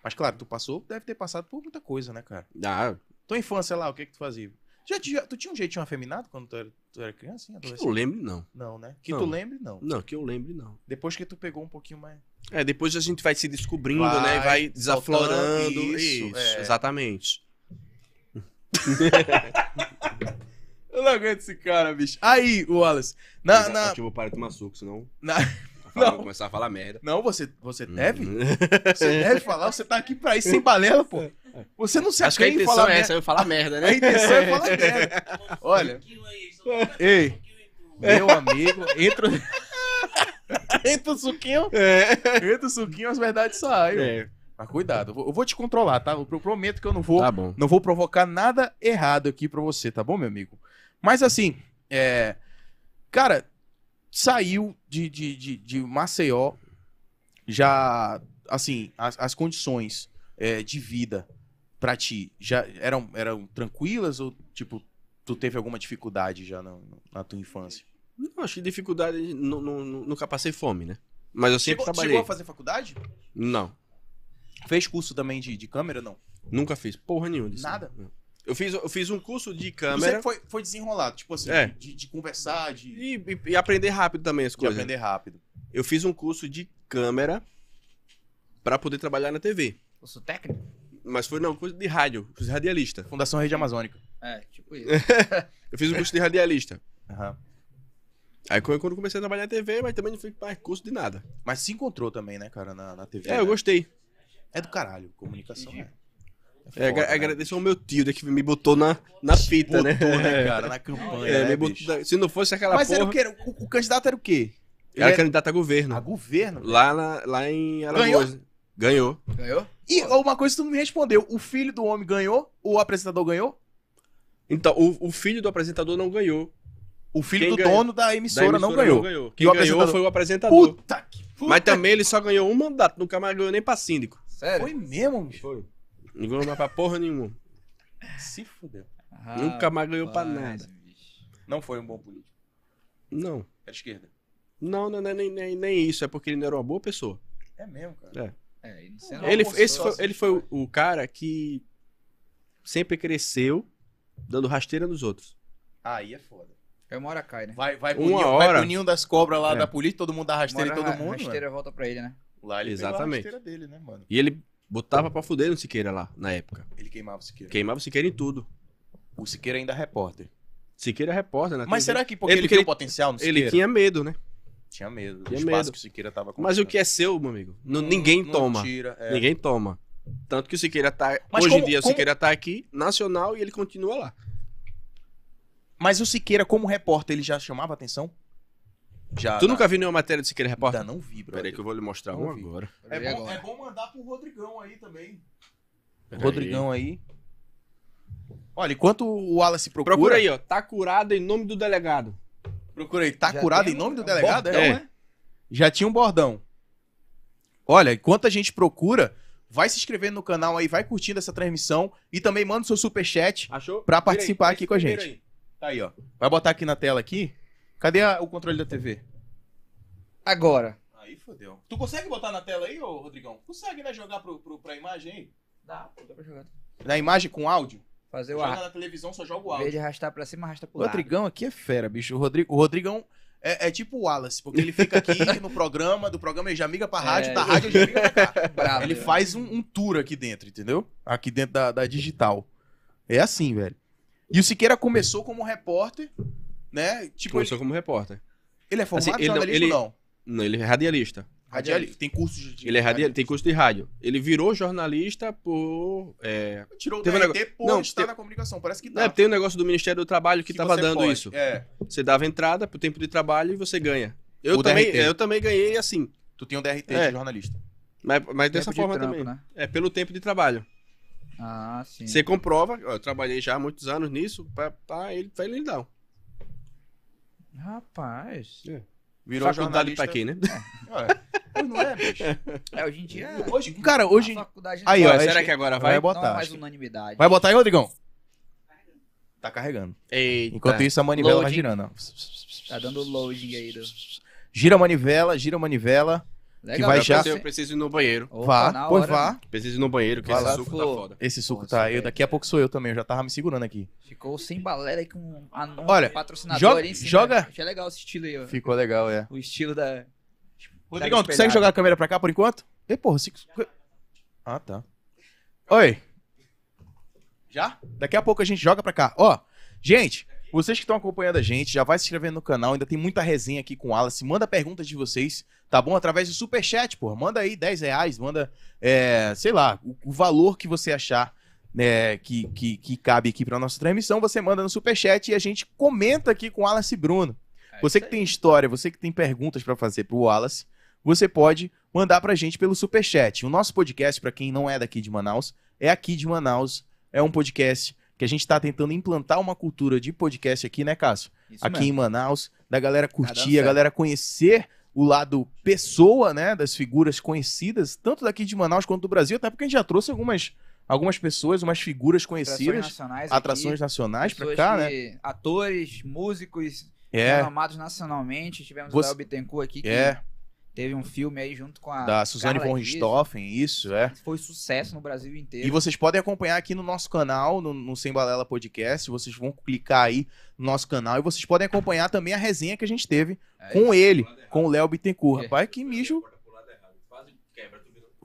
Mas claro, tu passou, deve ter passado por muita coisa, né, cara? Ah, Tua infância lá, o que que tu fazia? Já, ti- já- tu tinha um jeitinho afeminado quando tu era, tu era criança? Assim, que adolescente? eu lembre, não. Não, né? Que tu Não. lembre, não. Não, que eu lembre, não. Depois que tu pegou um pouquinho mais. É, depois a gente vai se descobrindo, Vai né? Vai desaflorando. soltando, Isso, isso, é. exatamente. Eu não aguento esse cara, bicho. Aí, Wallace. Na, Mas na, Aqui é eu vou parar de tomar suco, senão. Na- Eu falo- Não. É, vou começar a falar merda. Não, você, você deve? Hum. Você deve falar, você tá aqui pra isso sem balela, pô. Você não se Acho que a acanha em intenção falar é merda. essa, eu falar merda, A né? intenção é falar merda. Olha. Ei. Meu amigo, entra. entra o suquinho. Entra o suquinho, as verdades saem. É, Mas cuidado, eu vou, eu vou te controlar, tá? Eu pro- prometo que eu não vou, tá bom. não vou provocar nada errado aqui pra você, tá bom, meu amigo? Mas assim, é. Cara, saiu de, de, de, de Maceió já. Assim, as, as condições é, de vida pra ti já eram, eram tranquilas ou, tipo, tu teve alguma dificuldade já na, na tua infância? Não, acho que dificuldade. nu- nu- nu- Nunca passei fome, né? Mas eu sempre Chegou, trabalhei. chegou a fazer faculdade? Não, Fez curso também de, de câmera, não? nunca fiz porra nenhuma disso. Nada? Eu fiz, eu fiz um curso de Tu câmera sempre foi, foi desenrolado, tipo assim, É. de, de conversar, de, de e, e- e aprender rápido também as coisas. aprender rápido. Eu fiz um curso de câmera pra poder trabalhar na TV. Eu sou técnico? Mas foi não, curso de rádio, curso de radialista. Fundação Rede Amazônica. É, tipo isso. Eu fiz o curso de radialista. Aham. Aí quando quando eu comecei a trabalhar na TV, mas também não fiz mais curso de nada. Mas se encontrou também, né, cara, na, na TV. É, né? eu gostei. É do caralho, comunicação. É, É, agra- foda, né? agradeço ao meu tio né, que me botou na, na fita, né? Botou, né, cara, na campanha. É, né, me botou- bicho? se não fosse aquela Mas porra, era era, o Ah, que? O, o candidato era o quê? Ele era- candidato a governo. A governo? Lá, na- lá em Alagoas. Ganhou. Ganhou? E uma coisa que tu não me respondeu: o filho do homem ganhou? O apresentador ganhou? Então, o, o filho do apresentador não ganhou. O filho Quem do ganhou? dono da Da emissora, não emissora ganhou. Quem ganhou o apresentador? foi o apresentador. Puta que puta. Mas também ele só ganhou um mandato, nunca mais ganhou nem pra síndico. Sério? Foi mesmo, bicho. Foi. Não ganhou mais pra porra nenhuma. Se fudeu. nunca mais ganhou pra Rapaz, nada. bicho. Não foi um bom político. Não. Era esquerda. Não, não, não, nem, nem, nem isso. É porque ele não era uma boa pessoa. É mesmo, cara. É, e não sei Ele- não. ele, almoçou, esse foi, assim, ele foi o, o cara que sempre cresceu dando rasteira nos outros. Aí é foda. É uma hora cai, né? Vai, vai, Uma ninho, vai hora. pro ninho das cobras lá É. da polícia, todo mundo dá rasteira em Uma todo hora mundo. A rasteira volta pra ele, né? mano. Lá ele Exatamente. pegou a rasteira dele, né, mano? E ele botava pra fuder no Siqueira lá, na época. Ele queimava o Siqueira. Queimava o Siqueira em tudo. O Siqueira ainda é repórter. Siqueira é repórter, né? Mas será que porque Ele- ele, porque viu ele- o potencial no Siqueira? Ele tinha medo, né? Tinha medo. Tinha o espaço medo. que o Siqueira tava Mas o que é seu, meu amigo? N- ninguém toma. Tira, é. Ninguém toma. Tanto que o Siqueira tá. Mas hoje em como- dia o como- Siqueira tá aqui, nacional, e ele continua lá. Mas o Siqueira, como repórter, ele já chamava atenção? Já. tu na- nunca viu nenhuma matéria do Siqueira Repórter? Ainda Ah, não vi, brother. Peraí que eu vou lhe mostrar Não um vi. agora. Olha É, bom, agora. é bom mandar pro Rodrigão aí também. Peraí. Rodrigão aí. Olha, enquanto o Wallace procura. Procura aí, ó. Tá curado em nome do delegado. Procura aí. Tá Já curado tem em um- nome do um delegado? bordão, é. Já tinha um bordão. Olha, enquanto a gente procura, vai se inscrevendo no canal aí, vai curtindo essa transmissão e também manda o seu superchat Achou? Vira pra aí, participar aqui esse com a primeiro gente. aí. Tá aí, ó. Vai botar aqui na tela aqui. Cadê a- o controle da TV? Agora. Aí fodeu. Tu consegue botar na tela aí, ô Rodrigão? Consegue, né, jogar pro, pro, pra imagem aí? Dá, pô, dá pra jogar. Na imagem com áudio? Fazer o ar. na televisão, só joga o Em vez de arrastar pra cima, arrasta O pro lado. Rodrigão aqui é fera, bicho. O, Rodrigo, o Rodrigão é, é tipo o Wallace, porque ele fica aqui no programa, do programa ele já miga pra rádio, É, da rádio ele já miga pra cá. Bravo. Ele faz um, um tour aqui dentro, entendeu? Aqui dentro da, da digital. É assim, velho. E o Siqueira começou como repórter, né? Tipo, ele, Começou como repórter. ele é formado Assim, em ele não- jornalismo, ele- não? Não, ele é radialista. Radialista. Tem curso de. Ele é radialista, tem curso de rádio. Ele virou jornalista por. É, Tirou o Teve um DRT por Não, estar te- na comunicação. Parece que né, dá. tem um negócio do Ministério do Trabalho que, tava você dando pode. tá isso. É. Você dava entrada pro tempo de trabalho e você ganha. Eu, O também, DRT. eu também ganhei assim. Tu tem um DRT É. de jornalista. Mas, mas Tempo dessa de forma trampo, também. né? É pelo tempo de trabalho. Ah, sim. Você comprova, ó, eu trabalhei já há muitos anos nisso, pá, pá, ele, tá ele dá. Rapaz. Virou Faculdade jornalista. pra quê, né? É. Pois não é, bicho. É, hoje em dia. Hoje, cara, hoje. Tá a faculdade Aí, não, ó, Ué, é- será acho que agora vai? Vai não é botar. mais acho que- unanimidade. Vai botar aí, Rodrigão? Tá carregando. Eita. Enquanto isso, a manivela vai Loading. girando. ó. Tá dando loading aí. Do... Gira a manivela, gira a manivela. Legal, Que vai eu Eu já- preciso- Eu pensei- preciso ir no banheiro. Opa, na vá, pois hora, vá. Preciso ir no banheiro, que Vai esse lá. suco Pô. tá foda. Esse suco Nossa, tá. Eu, velho. daqui a pouco sou eu também. Eu já tava me segurando aqui. Ficou sem balela aí com anúncio Olha, patrocinador joga- aí em cima. joga- Achei legal esse estilo aí, ó. Ficou legal, é. O estilo da. Tá Rodrigão, tu espelhada. consegue jogar a câmera pra cá por enquanto? Ei, porra, se... Ah, tá. Oi. Já? Daqui a pouco a gente joga pra cá. Ó, gente, vocês que estão acompanhando a gente, já vai se inscrevendo no canal, ainda tem muita resenha aqui com o Wallace. Manda perguntas de vocês, tá bom? Através do Superchat, porra. Manda aí 10 reais, manda, é, sei lá, o, o valor que você achar né, que, que, que cabe aqui pra nossa transmissão, você manda no Superchat e a gente comenta aqui com o Wallace Bruno. Você que tem história, você que tem perguntas pra fazer pro Wallace, você pode mandar pra gente pelo Superchat. O nosso podcast, pra quem não é daqui de Manaus, é aqui de Manaus. É um podcast que a gente tá tentando implantar uma cultura de podcast aqui, né, Cássio? Isso aqui mesmo. Tá em Manaus, da galera dando curtir, a certo. galera conhecer o lado pessoa, né, das figuras conhecidas, tanto daqui de Manaus quanto do Brasil, até porque a gente já trouxe algumas, algumas pessoas, umas figuras Atrações conhecidas, nacionais. atrações aqui, nacionais pra pessoas cá, né? que- Atores, músicos, É, renomados nacionalmente. Tivemos Você- o Léo Bittencourt aqui, que é, teve um filme aí junto com a. da Suzane Carla von Dias. Richthofen, isso, é. Foi sucesso no Brasil inteiro. E vocês podem acompanhar aqui no nosso canal, no, no Sem Balela Podcast. Vocês vão clicar aí no nosso canal e vocês podem acompanhar também a resenha que a gente teve É com ele, com o Léo Bittencourt. É. Rapaz, que mijo.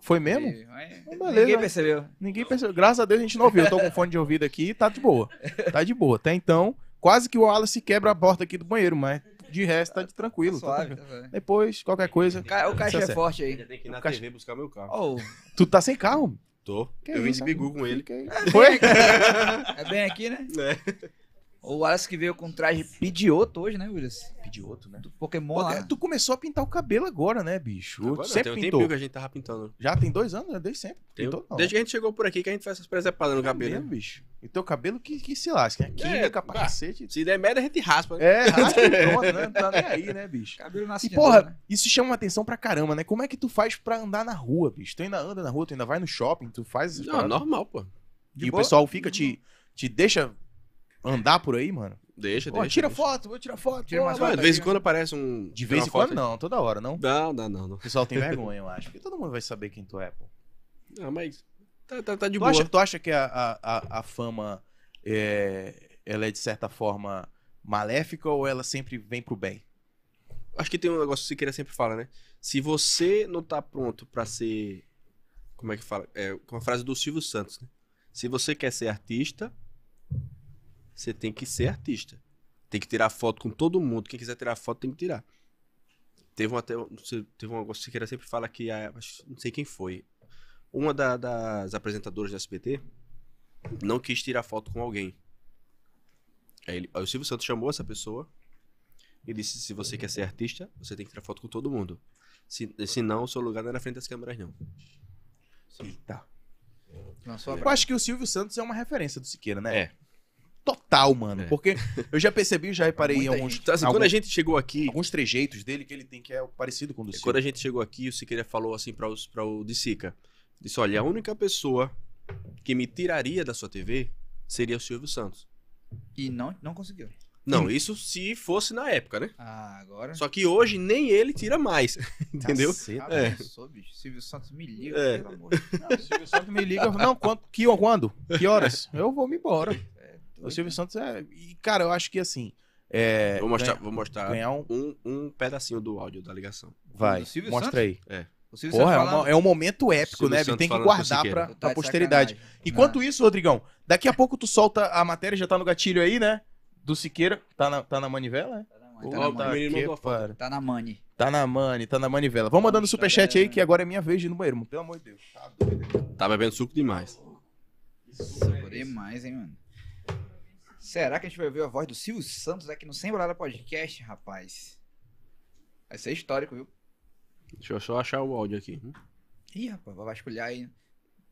Foi mesmo? Teve, Então, mas beleza. né? Ninguém percebeu. Ninguém percebeu. Graças a Deus a gente não ouviu. Eu tô com fone de ouvido aqui e tá de boa. Tá de boa. Até então, quase que o Wallace quebra a porta aqui do banheiro, mas de resto tá de tranquilo. tá Suave, tranquilo. tá suave. Depois, qualquer coisa. Ca- O caixa Tá é certo. forte aí. tem que ir na Caixa- TV buscar meu carro. Oh, Tu tá sem carro? Tá Tô. Que eu vim isso, né? de bigu com ele. Foi? é bem aqui, né? É. O Wallace que veio com traje pidioto hoje, né, Willis? Pidioto, né? Do Pokémon lá. Tu começou a pintar o cabelo agora, né, bicho? Agora, sempre tem um pintou. tempinho que a gente tava pintando. Já tem dois anos, né? Desde sempre. Tem- um- Pintou, não. Desde que a gente chegou por aqui que a gente faz essas presepadas no É cabelo. mesmo, né? bicho. E teu cabelo que, que se lasca, né? É, Química pra pá. cacete. Se der merda, a gente raspa, né? É, raspa e pronto, né? Não tá nem aí, né, bicho? Cabelo nasce E de porra, novo, né? isso chama atenção pra caramba, né? Como é que tu faz pra andar na rua, bicho? Tu ainda anda na rua, tu ainda vai no shopping, tu faz essas Não, paradas. normal, pô. E o pessoal fica, te, te deixa andar por aí, mano? Deixa, Ó, deixa. tira deixa. foto, vou tirar foto. Tira ó, mais vai. Mano, de vez em quando aparece um. De vez em quando não, toda hora, não? não. Não, não, não. O pessoal tem vergonha, eu acho. Porque todo mundo vai saber quem tu é, pô. Não, mas. Tá, tá, tá de Tu boa. acha, tu acha que a, a, a, a fama é, ela é de certa forma maléfica ou ela sempre vem pro bem? Acho que tem um negócio que o Siqueira sempre fala, né? Se você não tá pronto pra ser. Como é que fala? É uma frase do Silvio Santos, né? Se você quer ser artista, você tem que ser artista. Tem que tirar foto com todo mundo. Quem quiser tirar foto tem que tirar. Teve um até. não sei, Teve um negócio que o Siqueira sempre fala que. a- acho- não sei quem foi. Uma da- das apresentadoras do SBT não quis tirar foto com alguém. Aí, ele- aí o Silvio Santos chamou essa pessoa e disse: se você quer ser artista, você tem que tirar foto com todo mundo. Se, se não, o seu lugar não é na frente das câmeras, não. Tá. Eita. Lançou a Eu acho que o Silvio Santos é uma referência do Siqueira, né? É. Total, mano. É. Porque eu já percebi, já reparei em Muita alguns, Então, assim, alguns, quando a gente chegou aqui, alguns trejeitos dele que ele tem que é parecido com o do Silvio. quando a gente chegou aqui, o Siqueira falou assim para os para o de Sica, disse: "Olha, a única pessoa que me tiraria da sua TV seria o Silvio Santos". E não, não conseguiu. Não, isso se fosse na época, né? Ah, agora. Só que hoje nem ele tira mais, entendeu? Caceta. Ah, É. pensou, bicho. Silvio Santos me liga, É. pelo amor de Não, o Silvio Santos me liga. eu falo, Não, quando, que, quando? Que horas? Eu vou me embora. O Deus. Silvio Santos é. E, cara, eu acho que assim. É, Vou mostrar, ganha- vou mostrar Ganhar um. um, um pedacinho do áudio da ligação. Vai. Do Silvio Mostra Santos? aí. O Silvio Porra, é, Santos Tá, uma- é um momento épico, Silvio né? Ele Santos tem que falando com guardar Siqueira. pra, pra posteridade. Enquanto isso, Rodrigão, daqui a pouco tu solta a matéria, já tá no gatilho aí, né? Do Siqueira. Tá na, tá na manivela, né? não. Pô, Tá na, Ó, tá. mani. menino mandou a foto. pariu. tá na money. Tá na mani, tá na manivela. Vamos mandando Ixi, tá superchat aí galera. que agora é minha vez de ir no banheiro, mano. Pelo amor de Deus. Tá bebendo suco demais. Suco é demais, hein, mano. Será que a gente vai ouvir a voz do Silvio Santos aqui no Sem Bolada Podcast, rapaz? Vai ser histórico, viu? Deixa eu só achar o áudio aqui. Ih, rapaz, vai vasculhar aí.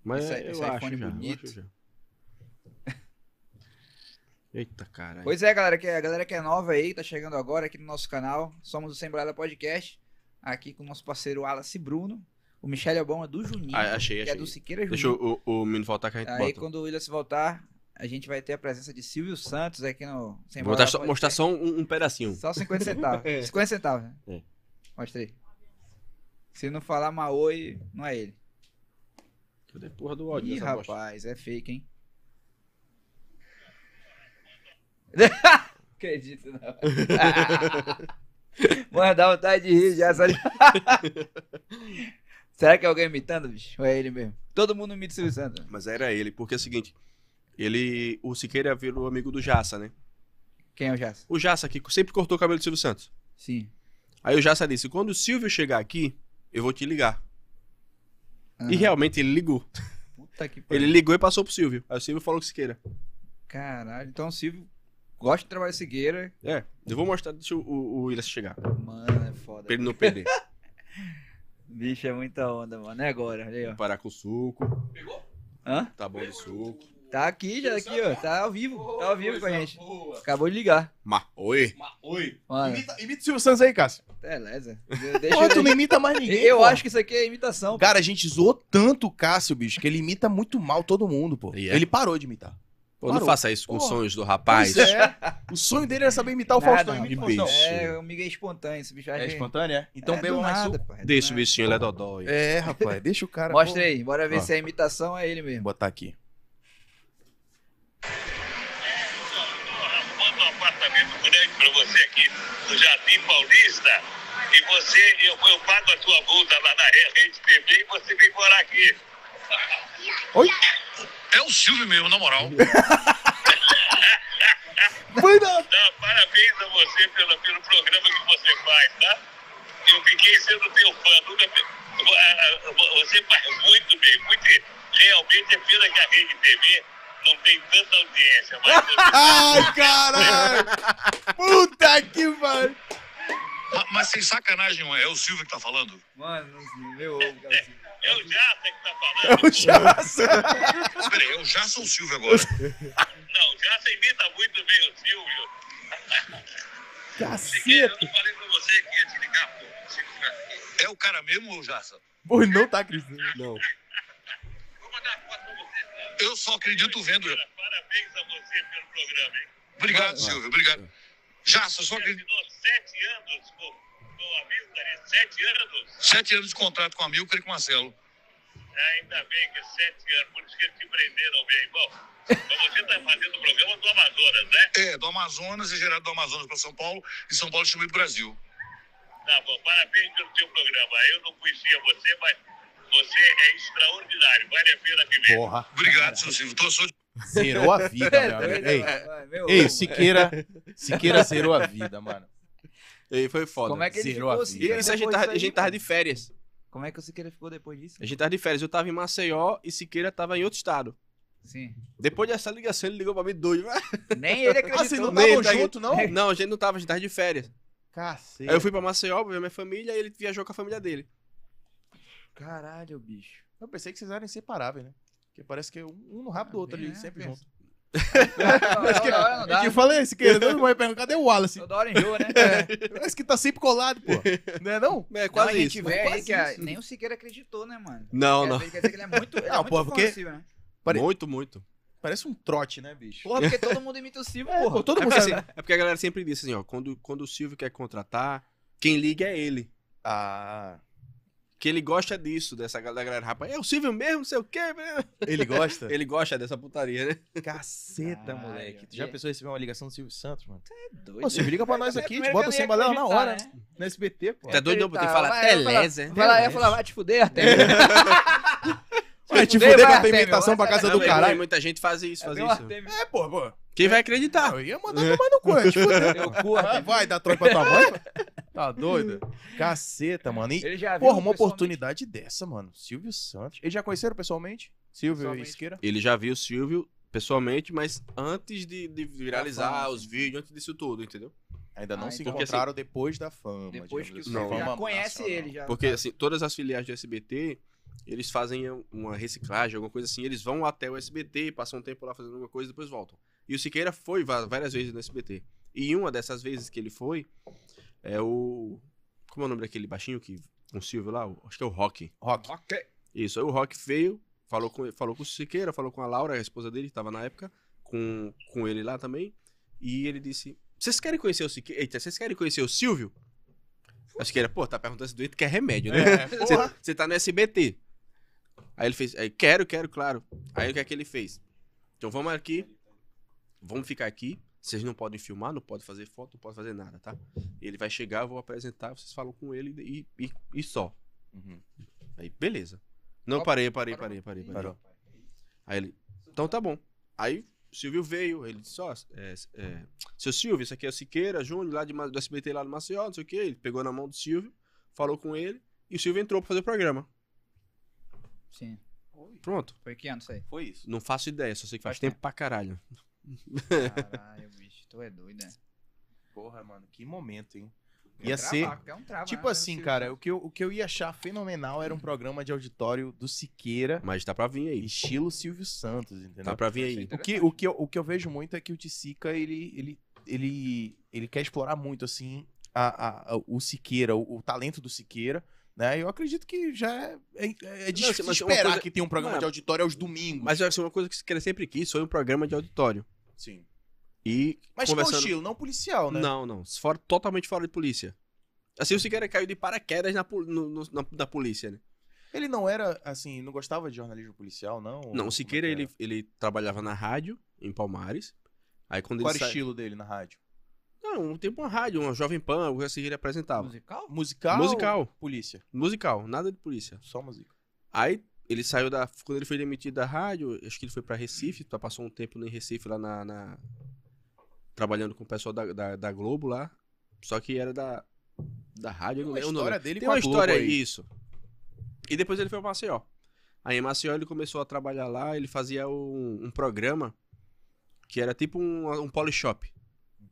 Mas Uhum. Esse- eu esse acho iPhone já, eu bonito. acho já. Eita, caralho. Pois é, galera, que a galera que é nova aí, tá chegando agora aqui no nosso canal. Somos o Sem Bolada Podcast, aqui com o nosso parceiro Wallace Bruno, o Michele Obama é do Juninho, Ah, achei, que é do achei. Siqueira Deixa Juninho. o, o, o menino voltar que a gente Aí bota. quando o William se voltar, a gente vai ter a presença de Silvio Santos aqui no Sem Vou Bolada botar só- mostrar só um, um pedacinho. Só 50 centavos. É. 50 centavos, né? É. Mostrei. Se não falar Maoi, não é ele. Cadê a porra do áudio Ih, dessa bosta? rapaz, é fake, hein? Acredito não. Mano, dá vontade de rir já. Só de... Será que é alguém imitando, bicho? Ou é ele mesmo? Todo mundo imita o Silvio Santos. Mas era ele, porque é o seguinte. Ele. O Siqueira virou amigo do Jaça, né? Quem é o Jazz? O Jaça aqui sempre cortou o cabelo do Silvio Santos. Sim. Aí o Jaça disse: quando o Silvio chegar aqui, eu vou te ligar. Aham. E realmente ele ligou. Ah, Puta que pariu. Ele ligou e passou pro Silvio. Aí o Silvio falou com o Siqueira. Caralho, então o Silvio gosta de trabalhar cegueira. É, eu vou mostrar, deixa o, o, o Willis chegar. Pra Mano, é foda. ele não perder. Bicho, é muita onda, mano. É agora, olha aí, ó. Parar com o suco. Hã? Tá bom de suco. Tá aqui, já aqui, ó. Tá ao vivo. Tá ao vivo com a gente. Acabou de ligar. Ma, oi. Mano, Imita, imita o Silvio Santos aí, Cássio. beleza. De- Deixa Porra, tu eu... não imita mais ninguém. eu pô. acho que isso aqui é imitação. Cara, a gente zoou tanto o Cássio, bicho, que ele imita muito mal todo mundo, pô. E é? Ele parou de imitar. Pô, não Parou. faça isso com os Porra. sonhos do rapaz. Pois é. O sonho dele era saber imitar o Nada, Faustão. Imita o rapaz. Faustão. Bicho. É, o Miguel é espontâneo, esse bicho. acho que- espontâneo, é? Então é, beba do mais nada, suco. pô, é do Deixa o nada. bichinho, ele é dodói. É, rapaz, deixa o cara... Mostra aí, bora ver Ó. se é imitação, é ele mesmo. Vou botar aqui. Bota um apartamento grande pra você aqui no Jardim Paulista e você, eu, eu pago a tua multa lá na Rede TV e você vem morar aqui. Oi? É o Silvio mesmo, na moral. Foi da... Não, parabéns a você pelo, pelo programa que você faz, tá? Eu fiquei sendo teu fã, nunca. vo- ah, ah, vo- Você faz muito bem, muito. Realmente é pena que a Rede TV não tem tanta audiência, mas você Ai, caralho! Puta que pariu! Ah, Mas sem sacanagem, não é? É o Silvio que tá falando? Mano, meu ovo, cara. É o Jassa que tá falando. É O Jaça. Peraí, é o Jassa ou o Silvio agora? Não, o Jassa imita muito bem o Silvio. Caceta! não falei pra você que ia te ligar, pô. É o cara mesmo ou o Jassa? Pô, não tá acreditando. Não. Vou mandar foto pra você. Eu só acredito vendo. Parabéns a você pelo programa, hein? Obrigado, Silvio, obrigado. Jassa, eu só acredito. sete anos com, com a Milton, sete anos. Sete anos de contrato com a Milton e com o Marcelo. Ainda bem que é sete anos, por isso que eles te prenderam bem. Bom, mas você está fazendo o programa do Amazonas, né? É, do Amazonas e gerado do Amazonas para São Paulo e São Paulo distribuído para o Brasil. Tá bom, parabéns pelo seu programa. Eu não conhecia você, mas você é extraordinário. Vale a pena viver. Porra. Obrigado, seu Silvio. Tô só de... Zerou a É vida, meu amigo. Ei, ei, Siqueira. Siqueira zerou a vida, mano. E foi foda. Como é que ele Zerou ficou a assim? E isso a gente, tava, a gente tava de férias. Como é que o Siqueira ficou depois disso? A gente tava de férias. Eu tava em Maceió e Siqueira tava em outro estado. Sim. Depois dessa ligação, ele ligou pra mim doido. Nem ele acreditou. Ah, vocês não Nem estavam tá- junto, não? Não, a gente não tava, a gente tava de férias. Aí Caceta. eu fui pra Maceió pra ver minha família e ele viajou com a família dele. Caralho, bicho. Eu pensei que vocês eram inseparáveis, né? Porque parece que um um no rabo do outro É, ali, sempre junto. É Toda hora não Eu dá. te falei, Siqueira, todo mundo vai perguntar, cadê o Wallace? Toda hora enjoa, né? Parece que tá sempre colado, pô. Não é não? É Quase quase não, a gente isso. vê aí Quase que a- isso. nem o Siqueira acreditou, né, mano? Não, Quer não. dizer- Quer dizer que ele é muito, ele é Não, muito porra, fã porque- do Silvio, né? Pare- Muito, muito. Parece um trote, né, bicho? Porra, porque todo mundo imita o Silvio, É, porra. pô, todo é, mundo porque, sabe. assim, é porque a galera sempre diz assim, ó, quando, quando o Silvio quer contratar, quem liga é ele. Ah, Que ele gosta disso, dessa gal- da galera, rapaz, é o Silvio mesmo, não sei o quê. né? ele gosta? Ele gosta dessa putaria, né? Caceta, Caralho. moleque. Tu já pensou em receber uma ligação do Silvio Santos, mano? É Doido. Ô, Silvio, liga pra nós É a aqui, a primeira gente bota o que eu sem ia balela na acreditar, hora, né? É. No SBT, pô. Tá doido, não, tem que falar Vai, eu Teleza. Vai lá, ia falar, vai te fuder, Arthur. Vai te Vai, fuder com a tua Artemio, é imitação pra vai, casa Não, do mas caralho. É Muita gente faz isso, faz isso. É, pô, pô. Quem vai acreditar? Eu ia mandar É. tomar no cu, eu te fudei. Teu cu, Ah, Vai dar troca pra tua mãe? Tá doida? Caceta, mano. E, ele já viu porra, uma pessoalmente. oportunidade dessa, mano. Silvio Santos. Eles já conheceram pessoalmente? Silvio Pessoalmente. Isqueira? Ele já viu o Silvio pessoalmente, mas antes de, de viralizar os vídeos, antes disso tudo, entendeu? Ainda não Ah, se então. encontraram depois da fama. Depois que o digamos Silvio assim. já Fama conhece nacional. ele já. Porque, assim, todas as filiais do SBT, eles fazem um, uma reciclagem, alguma coisa assim. Eles vão até o SBT, passam um tempo lá fazendo alguma coisa e depois voltam. E o Siqueira foi va- várias vezes no SBT. E uma dessas vezes que ele foi é o. Como é o nome daquele baixinho que. Com o Silvio lá? O- Acho que é o Rock. Rock. Ok. Isso, aí o Rock veio, falou com, falou com o Siqueira, falou com a Laura, a esposa dele, que tava na época, com, com ele lá também. E ele disse: Vocês querem conhecer o Siqueira? Eita, vocês querem conhecer o Silvio? A Siqueira, pô, tá perguntando se doente quer remédio, né? Você você tá no SBT. Aí ele fez: aí, Quero, quero, claro. Aí o que é que ele fez? Então vamos aqui, vamos ficar aqui. Vocês não podem filmar, não podem fazer foto, não podem fazer nada, tá? Ele vai chegar, eu vou apresentar, vocês falam com ele e, e, e só. Aí, beleza. Não, Opa, parei, parei, parou. parei, parei, parei. Parou. Aí ele, então tá bom. Aí o Silvio veio, ele disse, ó, é, é, seu Silvio, isso aqui é o Siqueira Júnior, lá de, Ma- do SBT lá do Maceió, não sei o quê. Ele pegou na mão do Silvio, falou com ele, e o Silvio entrou pra fazer o programa. Sim. Pronto. Foi que ano isso aí? Foi isso. Não faço ideia, só sei que faz Faz tempo pra caralho. Caralho, bicho. Tu é doido, né? Porra, mano, que momento, hein? É um Ia ser- travaco, é um travaco, Tipo né? assim, Silvio cara, o que, eu, o que eu ia achar fenomenal era um programa de auditório do Siqueira, Mas tá pra vir aí. estilo Silvio Santos, entendeu? Tá pra vir aí. O que, o, que eu, o que eu vejo muito é que o Ticica, ele, ele, ele, ele quer explorar muito, assim, a, a- a- o Siqueira, o, o talento do Siqueira, né? Eu acredito que já é, é, é difícil mas uma esperar coisa- que tenha um programa Não, de auditório aos domingos. Mas eu acho que uma coisa que o Siqueira sempre quis foi um programa de auditório. Sim. E assim. Mas Conversando- com estilo, não policial, né? Não, não. Fora, totalmente fora de polícia. Assim, o Siqueira caiu de paraquedas na, pol- no- no- na- na polícia, né? Ele não era, assim, não gostava de jornalismo policial, Não, não? Ou o como Siqueira, é que ele, ele trabalhava na rádio, em Palmares. Aí quando era? Qual ele era o saiu... estilo dele na rádio? Não, tem uma rádio, uma Jovem Pan, o que assim ele apresentava. Musical? Musical? Musical. Polícia. Musical, nada de polícia. Só música. Aí ele saiu da... Quando ele foi demitido da rádio, acho que ele foi pra Recife, tá, passou um tempo em Recife lá na... na- Trabalhando com o pessoal da, da, da Globo lá. Só que era da, da rádio, eu não a lembro o nome. história dele Tem com uma a Globo história aí. isso. E depois ele foi pra Maceió. Aí em Maceió ele começou a trabalhar lá, ele fazia um, um programa que era tipo um, um polishop.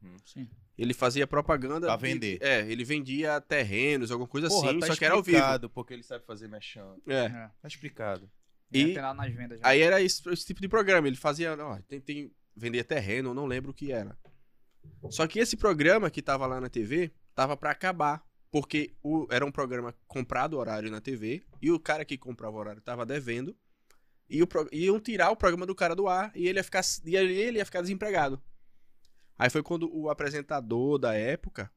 Uhum. Tipo Sim. Ele fazia propaganda. Pra de- vender. é, ele vendia terrenos, alguma coisa Porra, assim, tá só que era ao vivo. explicado, porque ele sabe fazer mexão. É. É. Tá explicado. E- E... lá nas vendas já. Aí era esse, esse tipo de programa. Ele fazia, ó, tem, tem, vendia terreno, eu não lembro o que era. Só que esse programa que tava lá na TV, tava pra acabar. Porque o- era um programa comprado horário na TV, e o cara que comprava horário tava devendo. E o pro- iam tirar o programa do cara do ar e ele ia ficar, e ele ia ficar desempregado. Aí foi quando o apresentador da época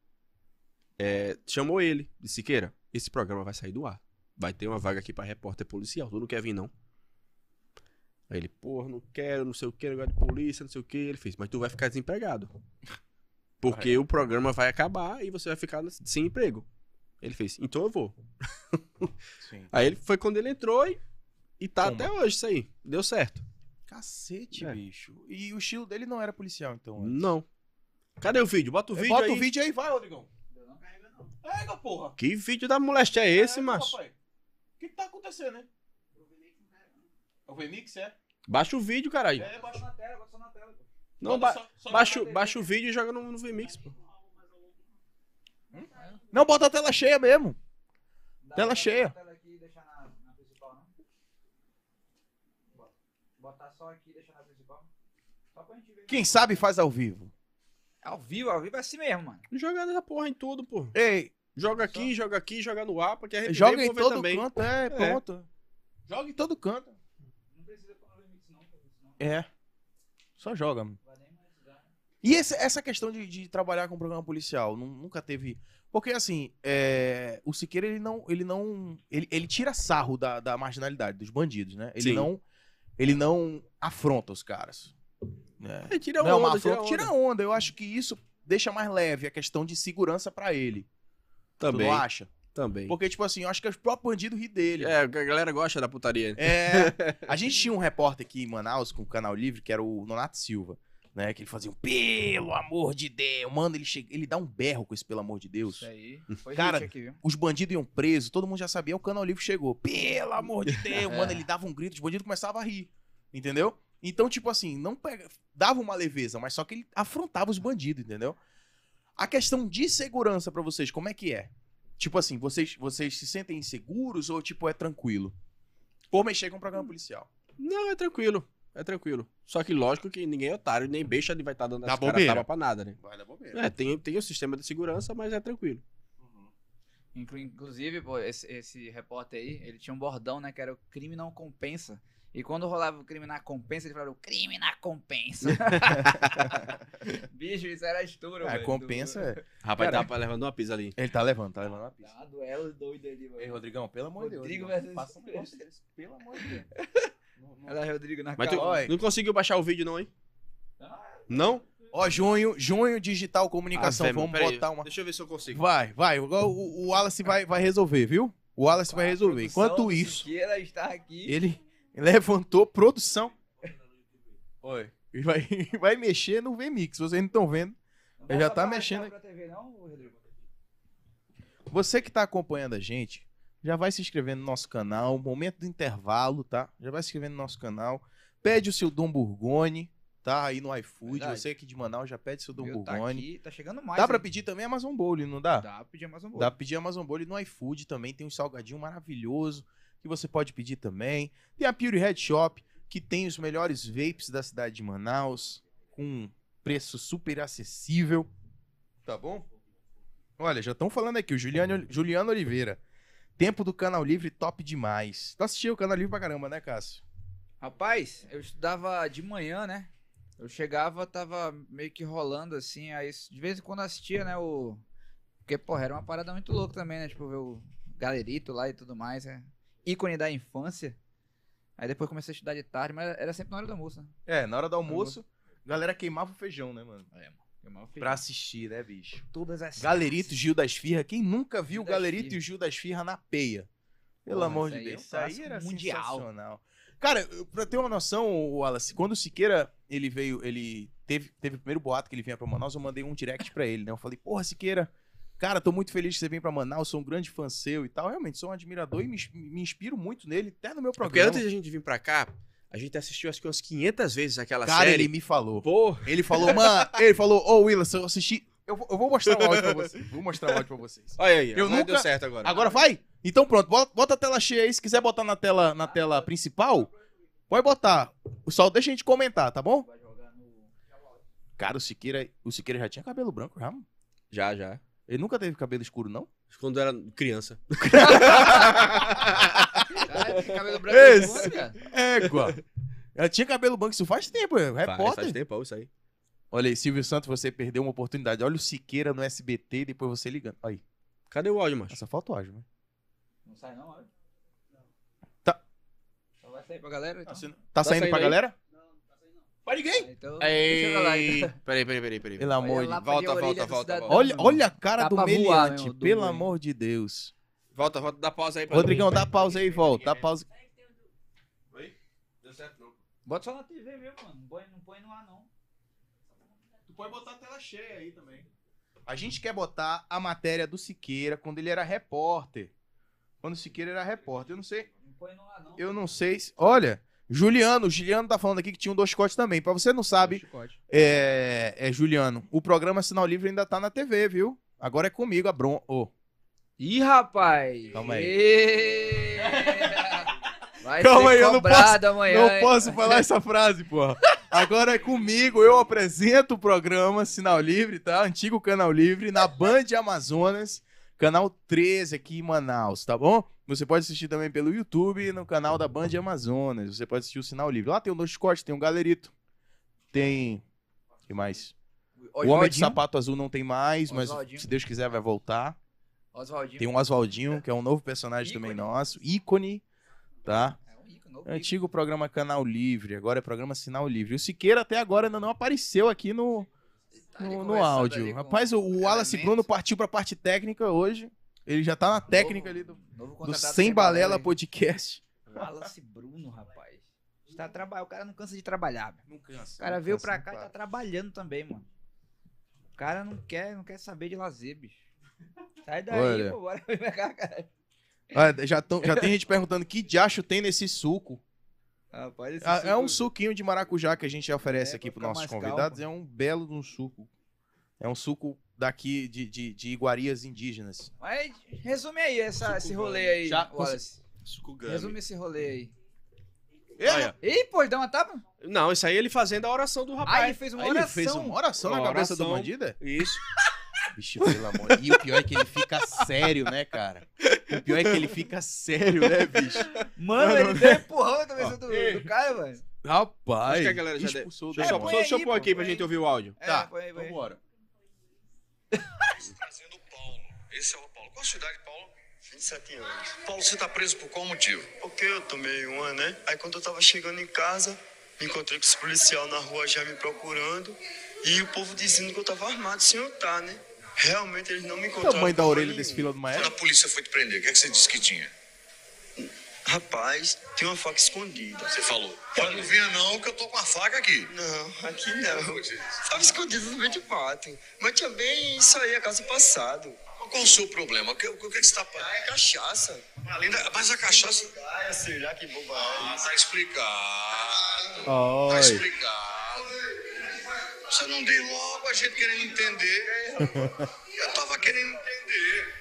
é, chamou ele. Disse, Siqueira, esse programa vai sair do ar. Vai ter uma vaga aqui pra repórter policial. Tu não quer vir, não? Aí ele, porra, não quero, não sei o que, negócio de polícia, não sei o que. Ele fez, mas tu vai ficar desempregado. Porque o programa vai acabar e você vai ficar sem emprego. Ele fez, então eu vou. Sim. Aí ele, foi quando ele entrou e, e tá Toma. até hoje isso aí. Deu certo. Cacete, É. bicho. E o estilo dele não era policial, então. antes. Não. Cadê o vídeo? Bota o vídeo Bota aí. o vídeo aí, vai, Rodrigão. Eu não carrego, não. Pega, porra. Que vídeo da moléstia é esse, Pega, macho? papai. O que que tá acontecendo, né? É o Venix, é? Baixa o vídeo, caralho. É, Bota baixa. na tela, bota só na tela. pô. Não, ba- bota só- só- baixa, o- baixa o vídeo e joga no, no Vmix, pô. Não, bota a tela cheia mesmo. Dá Tela pra botar cheia. na tela aqui e deixar na, na principal, não? Bota. Botar só aqui e deixar na principal. Só pra gente ver. Quem sabe faz ao vivo. Ao vivo, ao vivo é assim mesmo, mano. Joga nessa porra em tudo, pô. Ei, Joga aqui, joga aqui, joga no APA, que arrependeu joga e em vou ver todo também. canto, é, pronto. Joga em todo canto. Não precisa pôr no remix, não, porque senão É. Só joga, mano. não vai nem monetizar. E esse- essa questão de, de trabalhar com programa policial, nu- nunca teve. Porque assim, é, o Siqueira ele não. Ele não. Ele, ele tira sarro da, da marginalidade, dos bandidos, né? Ele Sim. não. Ele não afronta os caras. né? É, tira não, onda, é uma tira afronta. onda. Tira onda. Eu acho que isso deixa mais leve a questão de segurança pra ele. Tu Também, não acha? também. Porque, tipo assim, eu acho que os próprios bandidos ri dele. É, a galera gosta da putaria. né? É. A gente tinha um repórter aqui em Manaus com o Canal Livre, que era o Nonato Silva. né? Que ele fazia um pelo amor de Deus. Mano, ele, chega, ele dá um berro com esse pelo amor de Deus. Isso aí. Foi Cara, hit aqui, viu? Os bandidos iam presos, todo mundo já sabia, o Cano ao Livre chegou. Pelo amor de Deus, mano, ele dava um grito, os bandidos começavam a rir. Entendeu? Então, tipo assim, não pega, dava uma leveza, mas só que ele afrontava os bandidos, entendeu? A questão de segurança pra vocês, como é que é? Tipo assim, vocês, vocês se sentem inseguros ou tipo é tranquilo? Por mexer com o um programa policial. Não, é tranquilo. É tranquilo. Só que lógico que ninguém é otário, nem beixa ele vai estar dando Dá essa cara bobeira. tapa pra nada, né? Vai dar bobeira. É, tem, tem o sistema de segurança, mas é tranquilo. Inclu- Inclusive, pô, esse, esse repórter aí, ele tinha um bordão, né? Que era o crime não compensa. E quando rolava o crime na compensa, ele falava o crime na compensa. Bicho, isso era estouro, É, velho. compensa. Do- é. Rapaz, tá pra levando uma pisa ali. Ele tá levando, tá levando uma pista. Dá uma duelo doido é ali, mano. Ei, Rodrigão, pelo amor de Deus. Rodrigo versus- Passa um negócio desse, pelo amor de Deus. Não- não- Era Rodrigo na Mas tu calma. não conseguiu baixar o vídeo, não, hein? Não? Ó, junho, junho digital comunicação. Ah, velho, Vamos peraí, botar uma. Deixa eu ver se eu consigo. Vai, vai. O, o, o Wallace vai, vai resolver, viu? O Wallace vai resolver. Ah, Produção Enquanto do isso, Siqueira está aqui. ele levantou produção. Oi. E vai, e vai mexer no VMix. Vocês não estão vendo. Não ele já dá tá pra mexendo baixar pra TV, não, Rodrigo? Você que tá acompanhando a gente, já vai se inscrevendo no nosso canal. Momento do intervalo, tá? Já vai se inscrevendo no nosso canal. Pede o seu Dom Burgone, tá? Aí no iFood. Verdade. Você aqui de Manaus já pede seu Dom Viu, tá, Burgone. aqui, tá chegando mais. um Dá pra hein? pedir também Amazon Bowl, não dá? Dá pra pedir mais um bolo. Dá pra pedir Amazon Bowl no iFood também. Tem um salgadinho maravilhoso que você pode pedir também. Tem a Pure Head Shop, que tem os melhores vapes da cidade de Manaus, com um preço super acessível. Tá bom? Olha, já estão falando aqui, o Juliano, Juliano Oliveira. Tempo do Canal Livre top demais. Tu assistiu o Canal Livre pra caramba, né, Cássio? Rapaz, eu estudava de manhã, né? Eu chegava, tava meio que rolando assim, aí de vez em quando eu assistia, né, o porque porra, era uma parada muito louca também, né, tipo ver o galerito lá e tudo mais, né? ícone da infância. Aí depois comecei a estudar de tarde, mas era sempre na hora do almoço, né? É, na hora do almoço, a galera queimava o feijão, né, mano? Eu mal fiz. Pra assistir, né, bicho? todas as Galerito e Gil das Firra. Quem nunca viu Gil o das Galerito Firra. e o Gil das Firra na peia? Pelo Porra, amor isso de aí é um Deus. Isso aí clássico era mundial. sensacional. Cara, eu- pra ter uma noção, Wallace, quando o Siqueira, ele veio, ele teve, teve o primeiro boato que ele vinha pra Manaus, eu mandei um direct pra ele, né? Eu falei, porra, Siqueira, cara, tô muito feliz que você vem pra Manaus, sou um grande fã seu e tal. Realmente, sou um admirador e me, ins- me inspiro muito nele, até no meu É Porque programa. antes de a gente vir pra cá, a gente assistiu acho que umas 500 vezes aquela Cara, série. ele me falou. Pô, Ele falou, mano, ele falou, ô, Willis, eu assisti... Eu vou, eu vou mostrar o áudio pra vocês. Vou mostrar o áudio pra vocês. olha aí. Eu agora nunca- deu certo agora. Agora vai? Então pronto, bota, bota a tela cheia aí. Se quiser botar na tela, na tela principal, pode botar. O Só deixa a gente comentar, tá bom? Cara, o Siqueira, o Siqueira já tinha cabelo branco, já? mano. Já, já. Ele nunca teve cabelo escuro, não? Quando era criança. Cara, cabelo branco é Esse. foda, cara. Égua. Ela tinha cabelo branco, isso faz tempo, é Faz- repórter. Faz tempo, ó, isso aí. Olha aí, Silvio Santos, você perdeu uma oportunidade. Olha o Siqueira no SBT e depois você ligando. Aí, Cadê o áudio, macho? essa falta o áudio, né? Não sai não, olha. Tá. Só vai sair pra galera então. Tá, saindo, saindo pra aí? tá galera? Pra ninguém? Então, deixa eu lá. Ei, então. peraí, peraí, peraí, peraí. Pelo amor de lá Deus. pra volta, orelha volta, do volta, cidadão, volta. Olha, mano. olha a cara Dá do pra voar, meliante, meu, do pelo Mui. amor de Deus. Volta, volta, dá pausa aí pra Rodrigão, mim. dá pausa aí e volta. Dá pausa. Deu certo, não. Bota só na TV mesmo, mano. Não põe, não põe no ar, não. Tu pode botar a tela cheia aí também. A gente quer botar a matéria do Siqueira quando ele era repórter. Quando o Siqueira era repórter. Eu não sei. Não põe no ar, não. Eu não sei. se- Olha, Juliano, o Juliano tá falando aqui que tinha um dois cortes também. Pra você não sabe, é, é, Juliano, o programa Sinal Livre ainda tá na TV, viu? Agora é comigo, a Bron. ô. Ih, rapaz! Calma aí. Ê! Vai Calma ser aí, eu não cobrado amanhã. Não hein? posso falar essa frase, porra. Agora é comigo, eu apresento o programa Sinal Livre, tá? Antigo Canal Livre, na Band Amazonas, canal 13 aqui em Manaus, tá bom? Você pode assistir também pelo YouTube, no canal da Band Amazonas. Você pode assistir o Sinal Livre. Lá tem o Dois Cortes, tem o Galerito, tem. O que mais? O Homem de Oswaldinho. Sapato Azul não tem mais, mas Oswaldinho. se Deus quiser vai voltar. Oswaldinho. Tem o Oswaldinho, que é um novo personagem também Ícone. nosso, ícone, tá? É um ícone, novo ícone. Antigo programa Canal Livre, agora é programa Sinal Livre. O Siqueira até agora ainda não apareceu aqui no, Tá ali no, no conversando ali áudio. com Rapaz, o, o Wallace elementos. Bruno partiu pra parte técnica hoje. Ele já tá na técnica ali do, Novo do contratado Sem Balela Balela, Podcast. hein? Wallace Bruno, rapaz. Tá traba... O cara não cansa de trabalhar, meu. Não cansa. O cara veio pra não cá e tá para. trabalhando também, mano. O cara não quer, não quer saber de lazer, bicho. Sai daí, Olha. pô, bora pra cá, cara. Ah, já, tão- já tem gente perguntando que diacho tem nesse suco. Rapaz, esse Ah, É um suco- suquinho de maracujá que a gente oferece É, aqui pra pros ficar nossos mais calmo. convidados. É um belo de um suco. É um suco daqui de, de, de iguarias indígenas. Mas resume aí essa, esse rolê aí, Já cons- Wallace. Sucugami. Resume esse rolê aí. Olha, Ih, pô, dá uma tapa? não, isso aí ele fazendo a oração do Aí ele rapaz. fez uma Aí ele oração. fez uma oração na Uma cabeça do oração. bandido? é? Isso. Vixe, pelo amor. E o pior é que ele fica sério, né, cara? O pior é que ele fica sério, né, bicho? Mano, ele deu um empurrão na cabeça do, do cara, mano. É, Rapaz. Acho que a galera já expulsou Deixa eu, o só, demônio. põe deixa eu aí, pôr pô, aqui pra põe gente aí. ouvir o ámbio. Tá, é, foi, foi. Vambora. Trazendo o Paulo. Esse é o Paulo. Qual a sua idade, Paulo? 27 anos. Paulo, você tá preso por qual motivo? Porque eu tomei uma, né? Aí quando eu tava chegando em casa, me encontrei com os policial na rua já me procurando e o povo dizendo que eu tava armado sem eu tá, né? Realmente eles não me é O encontraram. tamanho da porra orelha nenhuma. desse fila do Quando a maestro. polícia foi te prender, o que, é que você disse que tinha? Rapaz, tem uma faca escondida. Você falou. Pode não vinha não, que eu tô com a faca aqui. Não, aqui não. Tava escondido no meio de mato. Mas também isso aí é caso passado. Mas Qual o seu problema? O que, o que, o que você tá... Ah, é cachaça. Além da... Mas a cachaça... Ah, sei lá que bobagem. Ah, tá explicado. Tá Oi. explicado. Você não diz logo a gente querendo entender. Eu tava querendo entender.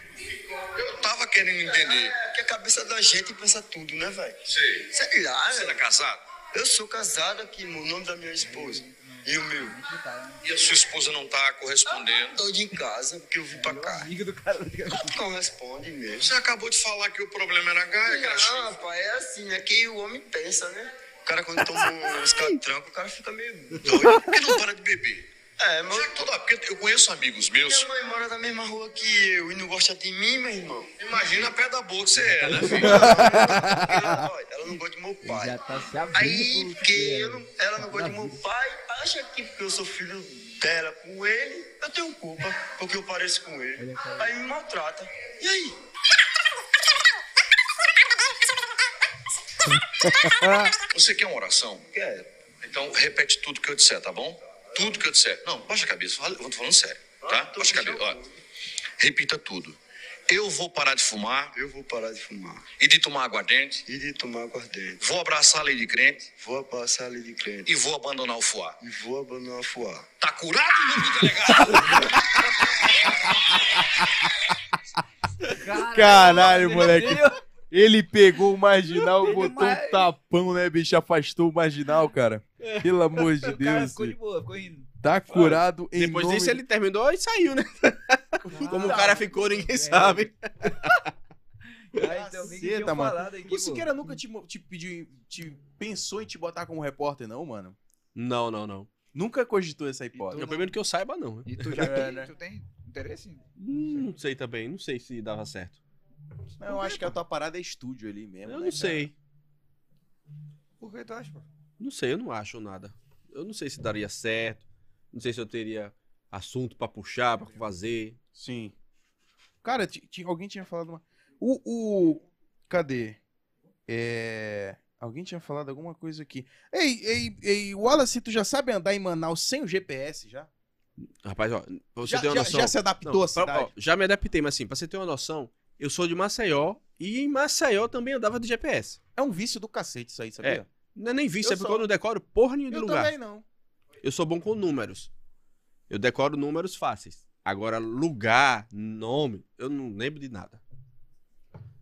Eu tava querendo entender. É que a cabeça da gente pensa tudo, né, velho? Sei. Sei lá, Você tá velho. casado? Eu sou casado aqui, o nome da minha esposa. E o meu. E a sua esposa não tá correspondendo? Tô de em casa, porque eu vim pra cá. Amigo do cara. Corresponde mesmo. Você acabou de falar que o problema era a Gaia, que era Não, chifre. rapaz, é assim, é que o homem pensa, né? O cara quando toma uns catrancos, o cara fica meio doido. Por que não para de beber? É, mas Já que toda- Porque eu conheço amigos meus. minha mãe mora na mesma rua que eu e não gosta de mim, meu irmão. Imagina a pé da boca que você é, né, filho? Ela ela não gosta de meu pai. tá se abrindo. Aí, pro porque cheiro. eu não- ela não gosta de meu pai, acha que porque eu sou filho dela com ele, eu tenho culpa, porque eu pareço com ele. Aí me maltrata. E aí? Você quer uma oração? Quero. Então repete tudo que eu disser, tá bom? Tudo que eu disser. Não, baixa a cabeça. fala- Eu tô falando sério, tá? Ah, tô Baixa a cabeça. puxando. ó. Repita tudo. Eu vou parar de fumar Eu vou parar de fumar e de tomar aguardente. e de tomar aguardente. Vou abraçar a lei de crente Vou passar ali de crente e vou abandonar o fuá. e vou abandonar a fuar. Tá curado o nome do delegado? Caralho, Ele moleque. veio- Ele pegou o marginal, botou um Demais. tapão, né, bicho? Afastou o marginal, cara. Pelo amor de O cara Deus. ficou de boa, ficou rindo. Tá curado em Depois nome Ah, tá. disso ele terminou e saiu, né? Como o cara ficou, ninguém É. velho. sabe. É, Aí, então, vem que Caceta, tinham mano. falado aqui, O pô. Siqueira nunca te, mo- te pediu, te pensou em te botar como repórter, não, mano? Não, não, não. Então Nunca cogitou essa hipótese. Eu, pelo menos que eu saiba, não. E tu já É, tem, né? tu tem interesse? em- Hum, Não sei também. Não sei se dava certo. Não, eu acho que a tua parada é estúdio ali mesmo. Eu né, não cara? sei. Por que tu acha, pô? Não sei, eu não acho nada. Eu não sei se daria certo. Não sei se eu teria assunto pra puxar, pra fazer. Sim. Cara, ti- ti- alguém tinha falado uma. O. o... Cadê? É. Alguém tinha falado alguma coisa aqui. Ei, ei, ei, Wallace, tu já sabe andar em Manaus sem o GPS já? Rapaz, ó, pra você já, ter uma já, noção. já se adaptou Não, tá à pra- ó, cidade? já me adaptei, mas assim, pra você ter uma noção, eu sou de Maceió e em Maceió também andava de GPS. É um vício do cacete isso aí, sabia? Não é nem visto, Eu é porque sou. eu não decoro porra nenhuma de Eu lugar. também não. Eu sou bom com números. Eu decoro números fáceis. Agora, lugar, nome, eu não lembro de nada.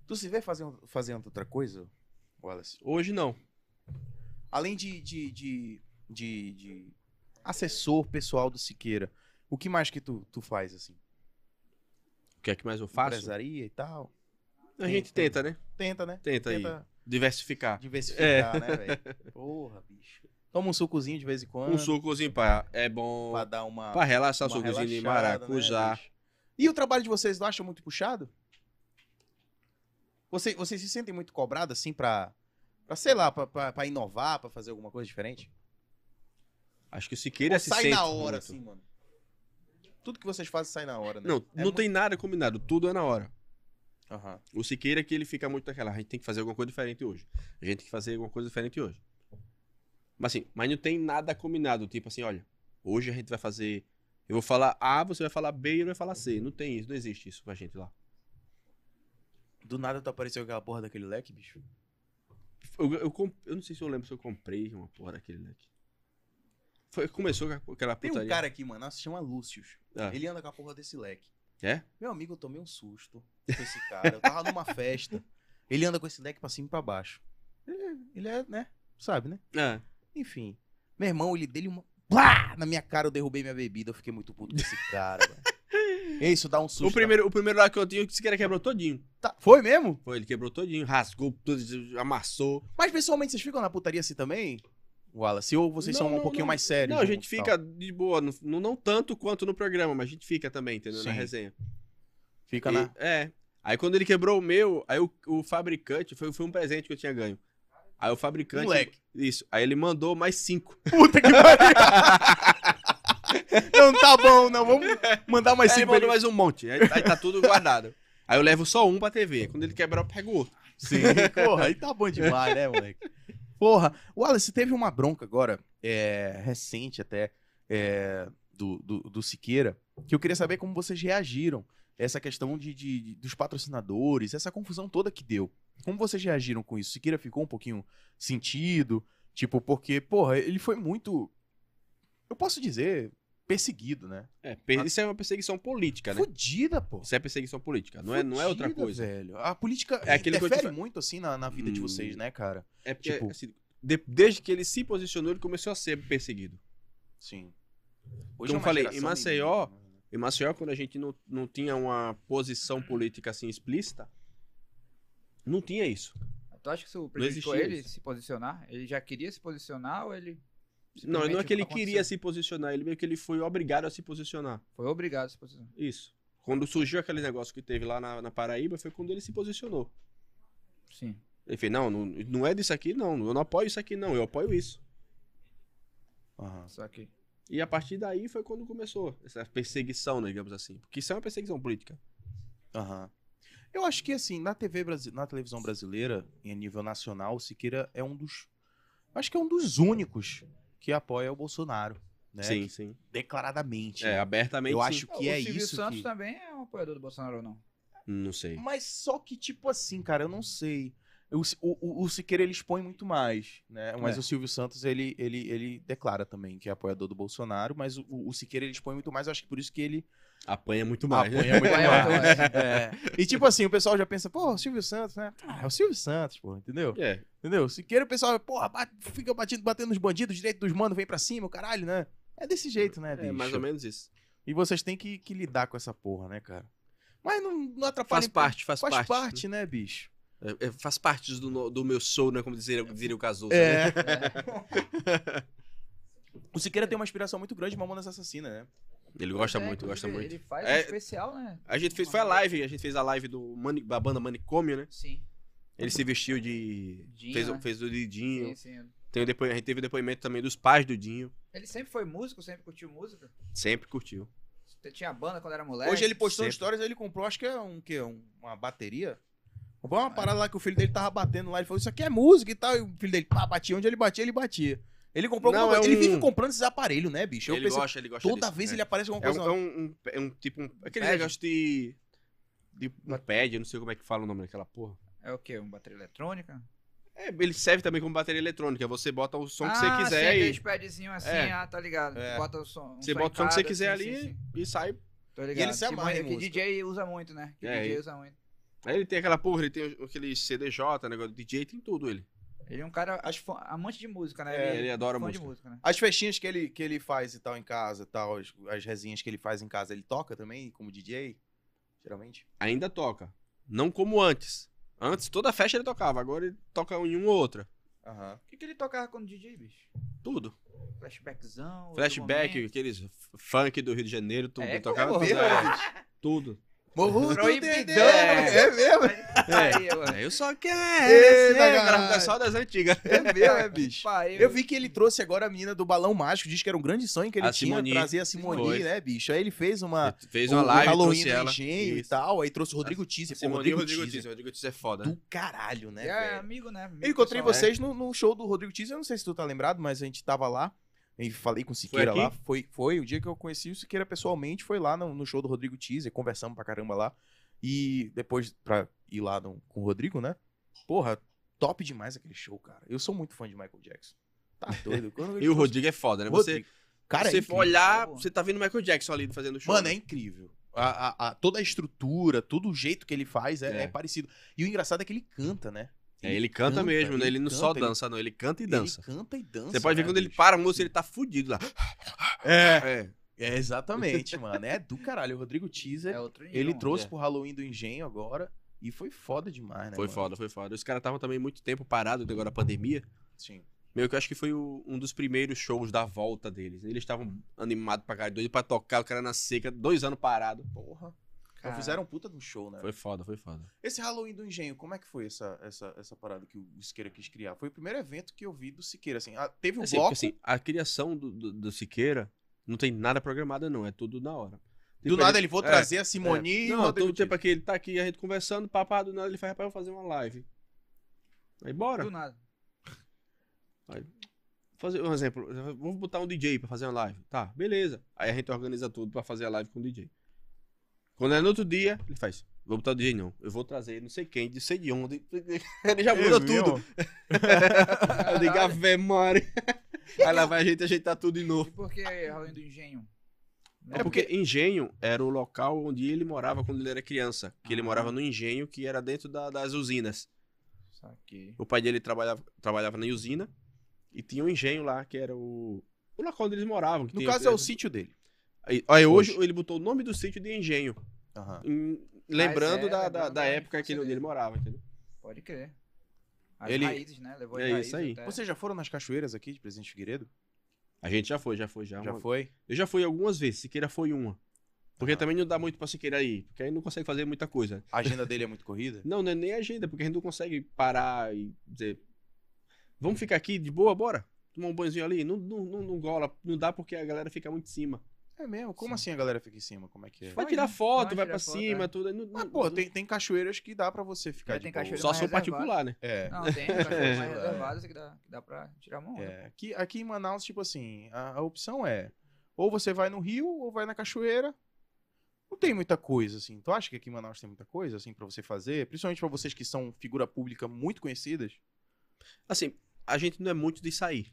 Tu se vê fazendo, fazendo outra coisa, Wallace? Hoje não. Além de, de, de, de, de assessor pessoal do Siqueira, o que mais que tu, tu faz, assim? O que é que mais eu faço? Empresaria e tal? A gente tenta, né? Tenta, né? Tenta aí. Tenta Diversificar. diversificar, É. né, velho? Porra, bicho. Toma um sucozinho de vez em quando. Um sucozinho pra, é bom Pra dar uma. pra relaxar, uma sucozinho de relaxada, maracujá. né, bicho? e o trabalho de vocês, não acha muito puxado? Você, vocês se sentem muito cobrados, assim, pra. Pra, sei lá, pra, pra, pra inovar, pra fazer alguma coisa diferente? Acho que o Siqueira Ou se sai sente na hora, muito. assim, mano. Tudo que vocês fazem sai na hora, né? Não, É não tem nada combinado. Tudo é na hora. Aham. é "Ah, O Siqueira que ele fica muito naquela, a gente tem que fazer alguma coisa diferente hoje. A gente tem que fazer alguma coisa diferente hoje. Mas assim, mas não tem nada combinado. Tipo assim, olha, hoje a gente vai fazer. Eu vou falar A, você vai falar B e eu não vai falar C. Não tem isso, não existe isso pra gente lá. Do nada tu apareceu aquela porra daquele leque, bicho. Eu, eu, comp- eu não sei se eu lembro se eu comprei uma porra daquele leque. Foi, começou com aquela Tem um putaria. cara aqui, mano, se chama Lúcius. Ah. Ele anda com a porra desse leque. É? Meu amigo, eu tomei um susto com esse cara. Eu tava numa festa. Ele anda com esse leque pra cima e pra baixo. Ele, ele é, né? Sabe, né? Ah, Enfim. Meu irmão, ele dele uma. Plá! Na minha cara eu derrubei minha bebida. Eu fiquei muito puto com esse cara, velho. Isso dá um susto. o, primeiro, o primeiro lá que eu tinha, esse cara quebrou todinho. Tá, Foi mesmo? Foi, ele quebrou todinho, rasgou, tudo, amassou. Mas pessoalmente vocês ficam na putaria assim também? Wallace, ou vocês Não, são um não, pouquinho não. mais sérios? Não, a juntos gente e tal? fica de boa, no- não, não tanto quanto no programa, mas a gente fica também, entendeu? Na Sim. resenha. Fica E- na. É. Aí quando ele quebrou o meu, aí o, o fabricante, foi, foi um presente que eu tinha ganho. Aí o fabricante. Moleque. Isso. Aí ele mandou mais cinco. Puta que pariu! não tá bom, não. Vamos mandar mais Aí ele cinco. mandou mais um monte. Aí, aí tá tudo guardado. Aí eu levo só um pra TV. Quando ele quebrar, eu pego o outro. Sim, porra, aí tá bom demais, né, moleque? Porra, Wallace, teve uma bronca agora, é, recente até, é, do, do, do Siqueira, que eu queria saber como vocês reagiram. Essa questão de, de- de- dos patrocinadores, essa confusão toda que deu. Como vocês reagiram com isso? Siqueira ficou um pouquinho sentido, tipo, porque, porra, ele foi muito, eu posso dizer, perseguido, né? É, per- isso é uma perseguição política, né? Fudida, pô. Isso é perseguição política, não é, não é outra Fudida, coisa. velho. A política É aquilo que eu te interfere fa- muito, assim, na, na vida de Hum. vocês, né, cara? É porque, Tipo- assim, de- desde que ele se posicionou, ele começou a ser perseguido. Sim. Como eu falei, em Maceió, em Maceió, quando a gente não, não tinha uma posição política assim explícita, não tinha isso. Tu acha que isso prejudicou existia ele isso. se posicionar? Ele já queria se posicionar ou ele. Não, não é simplesmente que ele aconteceu? queria se posicionar, ele meio que ele foi obrigado a se posicionar. Foi obrigado a se posicionar. Isso. Quando surgiu aquele negócio que teve lá na, na Paraíba, foi quando ele se posicionou. Sim. Ele fez, não, não, não é disso aqui, não. Eu não apoio isso aqui, não. Eu apoio isso. Só que. E a partir daí foi quando começou essa perseguição, né, digamos assim. Porque isso é uma perseguição política. Aham. Eu acho que assim, na TV brasi- na televisão brasileira, em nível nacional, o Siqueira é um dos. Acho que é um dos únicos que apoia o Bolsonaro. Né? Sim, sim. Declaradamente. É, abertamente. Eu sim. acho que o é Silvio isso. Santos que- também é um apoiador do Bolsonaro ou não? Não sei. Mas só que, tipo assim, cara, eu não sei. O, o, o Siqueira ele expõe muito mais, né? Mas É. o Silvio Santos ele, ele, ele declara também que é apoiador do Bolsonaro, mas o, o Siqueira ele expõe muito mais. Eu acho que por isso que ele Apanha muito mais. Apanha muito Apanha mais. muito mais. É. E tipo assim, o pessoal já pensa, pô, o Silvio Santos, né? Ah, é o Silvio Santos, pô, entendeu? É, Entendeu? Se queira, o pessoal, porra, bate- fica batendo, batendo nos bandidos, direito dos manos, vem pra cima, o caralho, né? É desse jeito, né, bicho? é mais ou menos isso. E vocês têm que, que lidar com essa porra, né, cara? Mas não, não atrapalha. Faz parte, faz, Faz parte. parte, né, bicho? É, é, faz parte do, no- do meu soul, né? Como dizer, diria o Cazuza. né? É. O Siqueira tem uma inspiração muito grande de Mamonas Assassina, né? Ele gosta É, muito, inclusive, gosta muito. Ele faz É- um especial, né? A gente fez, foi a live, a gente fez a live do Mani- da banda Manicômio, né? Sim. Ele se vestiu de. Dinho, fez, o- né? fez o de Dinho. sim, sim. Tem o depo- a gente teve o depoimento também dos pais do Dinho. Ele sempre foi músico, sempre curtiu música. Sempre curtiu. Tinha banda quando era moleque. Hoje ele postou sempre. histórias, ele comprou, acho que é um quê? Um- uma bateria? Comprou uma parada lá que o filho dele tava batendo lá. Ele falou, isso aqui é música e tal. E o filho dele, pá, batia onde ele batia, ele batia. Ele comprou Não, alguma é coisa. Ele um- vive comprando esses aparelhos, né, bicho? Eu ele pensei, gosta, ele gosta. toda disso, vez né? ele aparece com alguma É coisa. um, é um, um- é um tipo. Um, aquele Pad? negócio de. De um pad, eu não sei como é que fala o nome daquela porra. É o quê? Uma bateria eletrônica? É, ele serve também como bateria eletrônica. Você bota o som que ah, você quiser sim, e. aqueles padzinhos assim, É. ah, tá ligado. É. Bota o som. um Você bota o som que em você cada, quiser sim, ali sim, sim. e sai. Tô ligado. ele se Que amarra em mãe- Que música. DJ usa muito, né? Que É, DJ e- usa muito. Aí ele tem aquela porra, ele tem aquele CDJ, negócio de DJ, tem tudo ele. Ele é um cara acho, fã- amante de música, né? É, ele adora fã música. de música, né? um- As festinhas que ele, que ele faz e tal em casa e tal, as, as resinhas que ele faz em casa, ele toca também, como DJ, geralmente. Ainda toca. Não como antes. Antes, toda festa ele tocava, agora ele toca em uma ou outra. Aham. O que, que ele tocava quando DJ, bicho? Tudo. Flashbackzão. outro Flashback, momento. aqueles f- funk do Rio de Janeiro, tudo. É, tocava como tudo. é, Tudo. Morro Proibidão. Uhum. É mesmo? Aí, é. mano. É, Eu só quero. Eita, né, caralho. cara, só das antigas. É mesmo, é, bicho. Pai, Eu vi que ele trouxe agora a menina do Balão Mágico, diz que era um grande sonho que ele A tinha Simoni. trazer a Simoni, Foi. né, bicho? Aí ele fez uma, Fez um- uma um live, Halloween trouxe do ela. engenho e Isso. tal. Aí trouxe o Rodrigo Tizzi, pô, Simone Rodrigo, e Rodrigo Tizzi. Tizzi. Rodrigo Tizzi é foda. Do caralho, né, É, é velho? amigo, né? Amigo Eu encontrei é? pessoal. vocês no, no show do Rodrigo Tizzi, eu não sei se tu tá lembrado, mas a gente tava lá. E falei com o Siqueira aqui? lá. Foi, foi o dia que eu conheci o Siqueira pessoalmente, foi lá no, no show do Rodrigo Teaser, conversamos pra caramba lá. E depois, pra ir lá no- com o Rodrigo, né? Porra, top demais aquele show, cara. Eu sou muito fã de Michael Jackson. Tá doido. Quando ele E o trouxe- Rodrigo é foda, né? Você, Rodrigo. Cara, é você incrível. olhar, Pô. você tá vendo o Michael Jackson ali fazendo show. Mano, é né? incrível. A, a- a- toda a estrutura, todo o jeito que ele faz é, É. é parecido. E o engraçado é que ele canta, né? É, ele canta, mesmo, né? Ele não só canta, ele- dança, não. Ele canta e dança. Ele canta e dança. Você pode ver né, quando ele bicho? para a música, ele tá fudido lá. É. É, exatamente, mano. É do caralho. O Rodrigo Teaser, É outro nível, ele mano. trouxe é. pro Halloween do Engenho agora. E foi foda demais, né? Foi mano? foda, foi foda. Os caras estavam também muito tempo parados né, agora da pandemia. Sim. Meio que eu acho que foi o- um dos primeiros shows da volta deles. Eles estavam animados pra caralho, doido pra tocar, o cara na seca, dois anos parado. Porra. Cara. Então fizeram um puta de um show, né? Foi foda, foi foda. Esse Halloween do Engenho, como é que foi essa, essa, essa parada que o Siqueira quis criar? Foi o primeiro evento que eu vi do Siqueira, assim. Ah, teve um Assim, bloco. porque, assim, a criação do, do- do Siqueira não tem nada programada, não. É tudo na hora. do nada ele vou é, trazer a Simoni e o Não, Rodrigo todo tempo aqui ele tá aqui, a gente conversando, papá, do nada ele faz, rapaz, eu vou fazer uma live. Aí bora. Do nada. Fazer um exemplo, vamos botar um DJ pra fazer uma live. Tá, beleza. Aí a gente organiza tudo pra fazer a live com o DJ. Quando é no outro dia, ele faz. Vou botar o DJ não. Eu vou trazer não sei quem, não sei de onde. Ele É já muda tudo. Eu digo, Caralho. Ave Mari. Aí lá vai a gente ajeitar tudo de novo. E por que Halloween do Engenho? Né? É porque Engenho era o local onde ele morava quando ele era criança. Que ele Ah. morava no Engenho, que era dentro da- das usinas. Saquei. O pai dele trabalhava, trabalhava na usina e tinha um engenho lá, que era o, o local onde eles moravam. que No tinha- caso é o sítio dele. Aí, aí É, hoje, ele botou o nome do sítio de engenho, em- lembrando é, da, lembrando da, da da época que ele, onde infância ele dele. morava, entendeu? Pode crer. As Ele- raízes, né? Levou as É raízes isso aí. até- Vocês já foram nas cachoeiras aqui de Presidente Figueiredo? A gente já foi, já foi, já. já uma- foi? Eu já fui algumas vezes, Siqueira foi uma. Porque Ah. também não dá muito pra Siqueira ir, porque aí não consegue fazer muita coisa. A agenda dele é muito corrida? Não, não é nem agenda, porque a gente não consegue parar e dizer, vamos ficar aqui de boa, bora? Tomar um banhozinho ali? Não, não, não, não gola, não dá porque a galera fica muito em cima. É mesmo? Como assim a galera fica em cima? Como é que é? Vai Vai, tirar né? foto, vai, Vai tirar pra foto, cima, é. tudo. aí não- não- Mas, Ah, pô, tem, tem cachoeiras que dá pra você ficar É, de tem boa. cachoeira. Só mais se for reservado. particular, né? É. Não, tem cachorro É. mais reservado, isso que dá, que dá pra tirar né? uma onda. é. Aqui, aqui em Manaus, tipo assim, a, a opção é ou você vai no rio ou vai na cachoeira. Não tem muita coisa, assim. Tu acha que aqui em Manaus tem muita coisa, assim, pra você fazer? Principalmente pra vocês que são figura pública muito conhecidas. Assim, a gente não é muito de sair.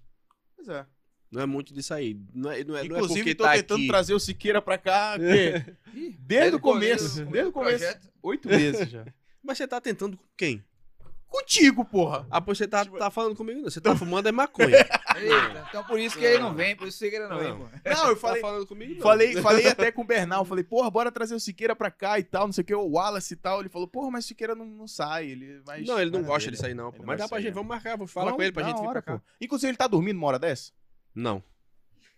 Pois é. Não é muito de sair. Não é, não é, não é Inclusive, porque tô tá tentando aqui. trazer o Siqueira pra cá, que Ih, desde o começo, desde o começo. projeto, Oito meses já. Mas você tá tentando com quem? Contigo, porra! Ah, pois você tá, Tipo, tá falando comigo, não. Você então- tá fumando é maconha. Eita, então por isso que ele não vem, por isso que ele não vem, pô. Não, eu Falei, falei, tá falando comigo, não. falei, falei até com o Bernal, falei, porra, bora trazer o Siqueira pra cá e tal, não sei o que, o Wallace e tal. Ele falou, porra, mas o Siqueira não, não sai, ele vai. Não, ele não gosta de sair, não. pô. Ele não Mas dá vai pra sair, né?" gente. não. Vamos marcar, vou falar um com ele pra gente vir pra cá. Inclusive, ele tá dormindo uma hora dessa? Não.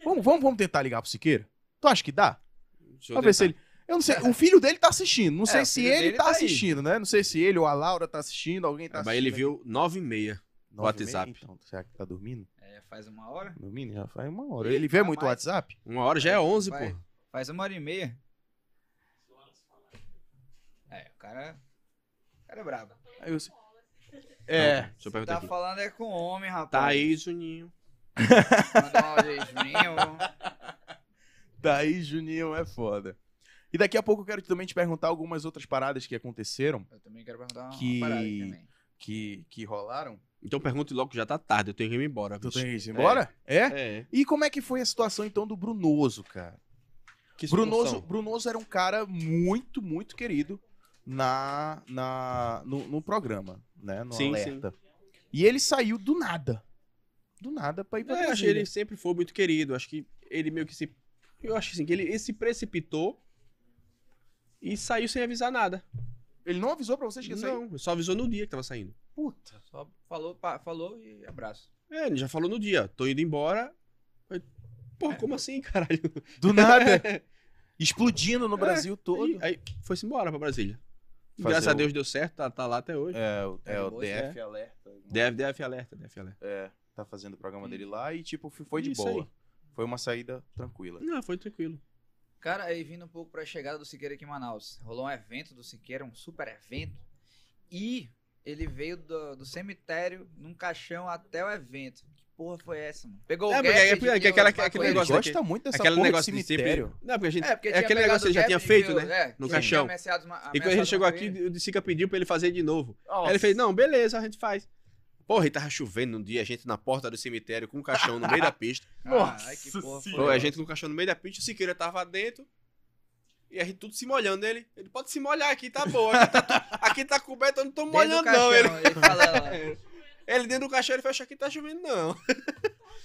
Vamos, vamos, vamos tentar ligar pro Siqueira? Tu acha que dá? Deixa eu Pra ver se tentar. ele. Eu não sei, o filho dele tá assistindo. É, Não sei o se filho ele dele tá tá aí. assistindo, né? Não sei se ele ou a Laura tá assistindo, alguém tá É, Mas assistindo. ele viu 9 e meia. Nove e meia, WhatsApp. Então, será que tá dormindo? Tá É, faz uma hora, Dormindo já faz uma hora. Ele vê tá muito mais. WhatsApp? Uma hora já é 11, Vai. pô. faz uma hora e meia. É, o cara... O cara é brabo. Aí eu- É. Deixa eu perguntar Tá aqui. falando é com homem, rapaz. Tá aí, Juninho. Mandar um áudio aí, Juninho. Daí, Juninho, é foda. E daqui a pouco eu quero também te perguntar algumas outras paradas que aconteceram, Eu também quero perguntar uma Que- parada aí também. que, que rolaram. Então pergunte logo, que já tá tarde. Eu tenho que ir embora. Tu bicho. tem isso embora? É? É. E como é que foi a situação, então, do Brunoso, cara? Que Brunoso, situação. Brunoso era um cara muito, muito querido na, na no, no programa, né? No Sim, alerta. E ele saiu do nada. Do nada pra ir pra É, eu acho que Brasília. ele sempre foi muito querido. Acho que ele meio que se. Eu acho assim, que ele, ele se precipitou e saiu sem avisar nada. Ele não avisou pra vocês que ia sair? Não, só avisou no dia que tava saindo. Puta. Só falou, pa- falou e abraço. É, ele já falou no dia, tô indo embora. Eu- Pô, como assim, caralho? Do nada? explodindo no É, Brasil todo. Aí, aí foi-se embora pra Brasília. Fazer Graças a o- Deus deu certo, tá, tá lá até hoje. É, o- é o Pois DF Alerta. Deve, deve alerta, deve alerta. É, tá fazendo o programa dele lá e, tipo, foi foi de Isso boa. aí. Foi uma saída tranquila. Não, foi tranquilo. Cara, aí vindo um pouco pra chegada do Siqueira aqui em Manaus. Rolou um evento do Siqueira, um super evento. E ele veio do, do cemitério num caixão até o evento. Que porra foi essa, mano? Pegou É, o porque gap é- de quem é aquela- levar aquele com ele. negócio gosta daquele- muito dessa Aquele porra negócio de de cemitério. cemitério. Não, porque a gente. É, porque É tinha aquele pegado negócio que o já gap tinha de feito, que o- né? é, No que tinha caixão. ameaçado uma- E quando a ameaçado gente chegou uma aqui, coisa. o Sica pediu pra ele fazer de novo. Aí ele fez, não, beleza, a gente faz. Porra, e tava chovendo um dia, a gente na porta do cemitério com um caixão no meio da pista. Caralho, que porra foi, Pô, a mano? gente com o caixão no meio da pista, o Siqueira tava dentro. E a gente tudo se molhando ele. Ele pode se molhar aqui, tá bom. Aqui tá, tu- aqui tá coberto, eu não tô Dentro do molhando, não. Ele, caixão, ele falando lá. ele dentro do caixão, ele fecha aqui, tá chovendo, não.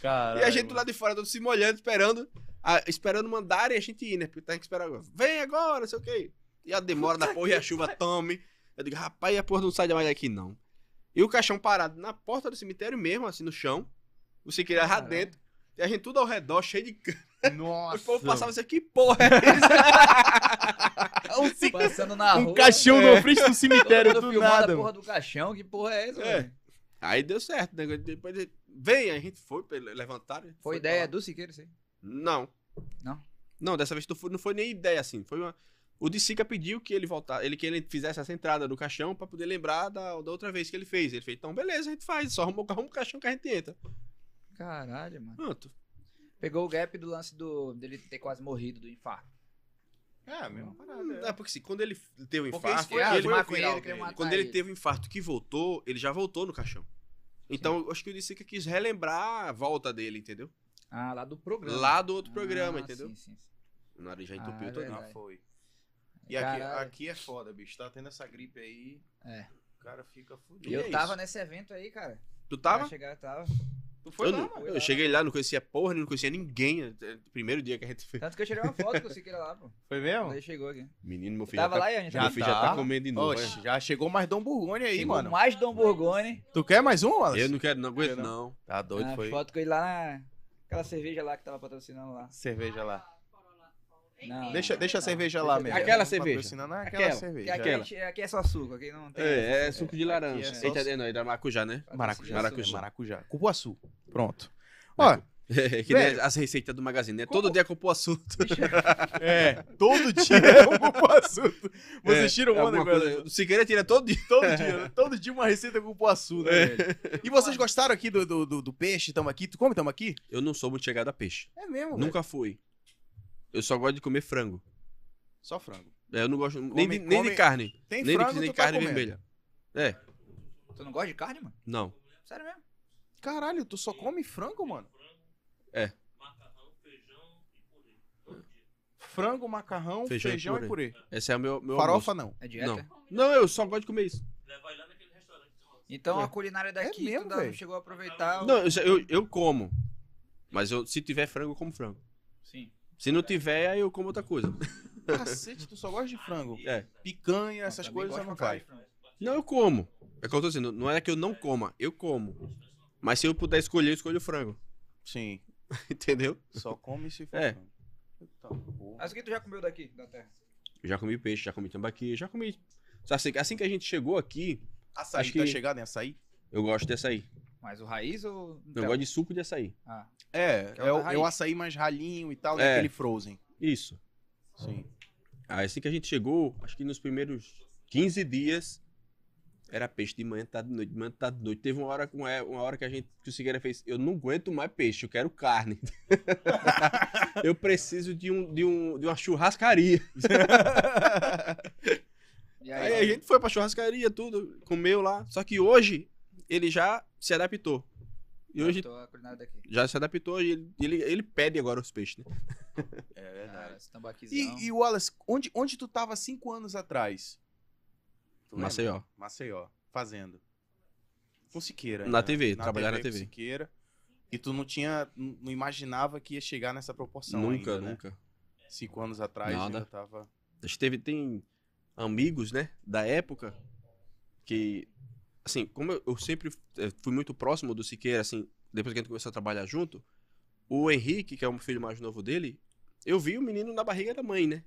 Caralho, e a gente lá de fora, todo se molhando, esperando. a- esperando mandarem a gente ir, né? Porque tem que esperar agora. Vem agora, não sei o quê. E a demora da porra e a chuva tome. Eu digo, rapaz, a porra não sai mais daqui, não. E o caixão parado na porta do cemitério mesmo, assim, no chão. O Siqueira lá Caralho. dentro. E a gente tudo ao redor, cheio de cana. O Nossa. povo passava e dizia, que porra é essa? "Ah, Passando na rua. né? Um caixão no frente do cemitério todo mundo do filmando nada. a mano. porra do caixão, que porra é essa, É. mano? Aí deu certo, né? Depois ele- vem, a gente foi, pe- levantaram. Foi, ideia pra lá. do Siqueira, isso aí. Não. Não? Não, dessa vez não foi, não foi nem ideia, assim. Foi uma... O de Sica pediu que ele voltasse, ele que ele fizesse essa entrada do caixão pra poder lembrar da, da outra vez que ele fez. Ele fez, então beleza, a gente faz, só arruma, arruma o caixão que a gente entra. Caralho, mano. Pronto. Pegou o gap do lance do, dele ter quase morrido do infarto. É, mesmo. É porque assim, quando ele teve o Porque infarto, isso foi- ele- foi o maconheiro viral queria dele. matar quando ele teve o infarto que voltou, ele já voltou no caixão. Então, eu acho que o de Sica quis relembrar a volta dele, entendeu? Ah, lá do programa. Lá do outro programa, Ah, entendeu? Sim, sim, sim. O nariz já Ah, entupiu é todo. verdade. foi. E aqui, Caralho. aqui é foda, bicho. Tá tendo essa gripe aí. É. O cara fica fudido. E E é eu isso. tava nesse evento aí, cara. Tu tava? Pra Chegar, tava. Tu foi eu, lá, não- mano. mano. eu cheguei lá, não conhecia porra, não conhecia ninguém. é, Primeiro dia que a gente fez. Tanto que eu tirei uma foto com o Siqueira lá, pô. Foi mesmo? Daí chegou aqui. Menino, meu filho. Tava já tá, lá e a gente meu já filho tá. já tá comendo de novo. Oxe, já chegou mais Dom Burgone aí, Chegou mano. mais Dom Borgoni. Tu quer mais um, é. Wallace? Eu não quero, não aguento, Eu não. não. Tá doido, Ah, foi. foto com ele lá na... Aquela cerveja lá que tava patrocinando lá. Cerveja lá. Não, Deixa, não, deixa a Ah, não. cerveja Deixa lá a mesmo. cerveja. Aquela Não cerveja. patrocina, não, aquela, Aquela. Porque cerveja. aqui, a gente- aqui é só suco, aqui não tem... É, é suco de laranja. aqui é Eita, só- é, não, é da maracujá, né? Maracujá. Maracujá. É Maracujá. Cupuaçu. Pronto. Ó, É, que nem as receitas do Magazine, né? Todo dia com o assunto. é, todo dia é um cupuaçu. Vocês É, tiram onda alguma agora. coisa. É. Se querer, tira todo dia. Todo dia, né? Todo dia uma receita com cupuaçu, né, É. velho? E vocês gostaram aqui do, do, do, do peixe? Tamo aqui? Tu come? Tamo aqui? Eu não sou muito chegado a peixe. É mesmo, Nunca fui. Eu só gosto de comer frango. Só frango. É, Eu não gosto nem, de, nem come- de carne. Tem Nem frango, de, nem tu carne tá comendo. vermelha. É, Tu não gosta de carne, mano? não. Sério mesmo? Caralho, tu só come frango, mano? É. Frango, macarrão, Feijão feijão, e e purê. Esse é o meu, meu Farofa É dieta? almoço. Não. Não, eu só gosto de comer isso. Então a culinária daqui é mesmo, tu ainda não véio. chegou a aproveitar. o- Não, eu, eu, eu como. Mas eu, se tiver frango, eu como frango. Sim. Se não tiver, aí eu como outra coisa. não. Cacete, tu só gosta de frango. É. Picanha, essas Também coisas gosto não pra vai. né? caralho. Não, eu como. É o que eu tô dizendo. Não é que eu não coma, eu como. Mas se eu puder escolher, eu escolho o frango. Sim. Entendeu? Só come se for Tá É. frango. Puta porra. Mas o que tu já comeu daqui, da terra? Eu já comi peixe, já comi tambaqui, já comi. Assim, assim que a gente chegou aqui, Açaí, Acho que- tá chegado em açaí? eu gosto de açaí. Mas o raiz ou... então? Eu gosto de suco de açaí. Ah, É, Que é o é o, da é o raiz. açaí mais ralinho e tal, É. daquele frozen. Isso. Sim. Aí, assim que a gente chegou, acho que nos primeiros 15 dias, era peixe de manhã, tá de noite, de manhã, tá de noite. Teve uma hora, uma, uma hora que a gente, que o Sigueira fez, eu não aguento mais peixe, eu quero carne. eu preciso de, um, de, um, de uma churrascaria. e Aí a gente foi pra churrascaria, tudo, comeu lá. Só que hoje, ele já se adaptou. E hoje Então, a culinária daqui. já se adaptou e ele, ele, ele pede agora os peixes, né? É Cara, Ah, esse tambaquizão. E, e Wallace, onde, onde tu tava cinco anos atrás? Tu lembra? Maceió. Maceió, fazendo. Com Siqueira. né? Na ainda, TV, trabalhar na com TV. Siqueira. E tu não tinha, n- não imaginava que ia chegar nessa proporção nunca, ainda, né? nunca. Cinco anos atrás Nada. ainda tava... A gente teve, tem amigos, né, da época, que, assim, como eu, eu sempre eh, fui muito próximo do Siqueira, assim, depois que a gente começou a trabalhar junto, o Henrique, que é o filho mais novo dele, eu vi o menino na barriga da mãe, né?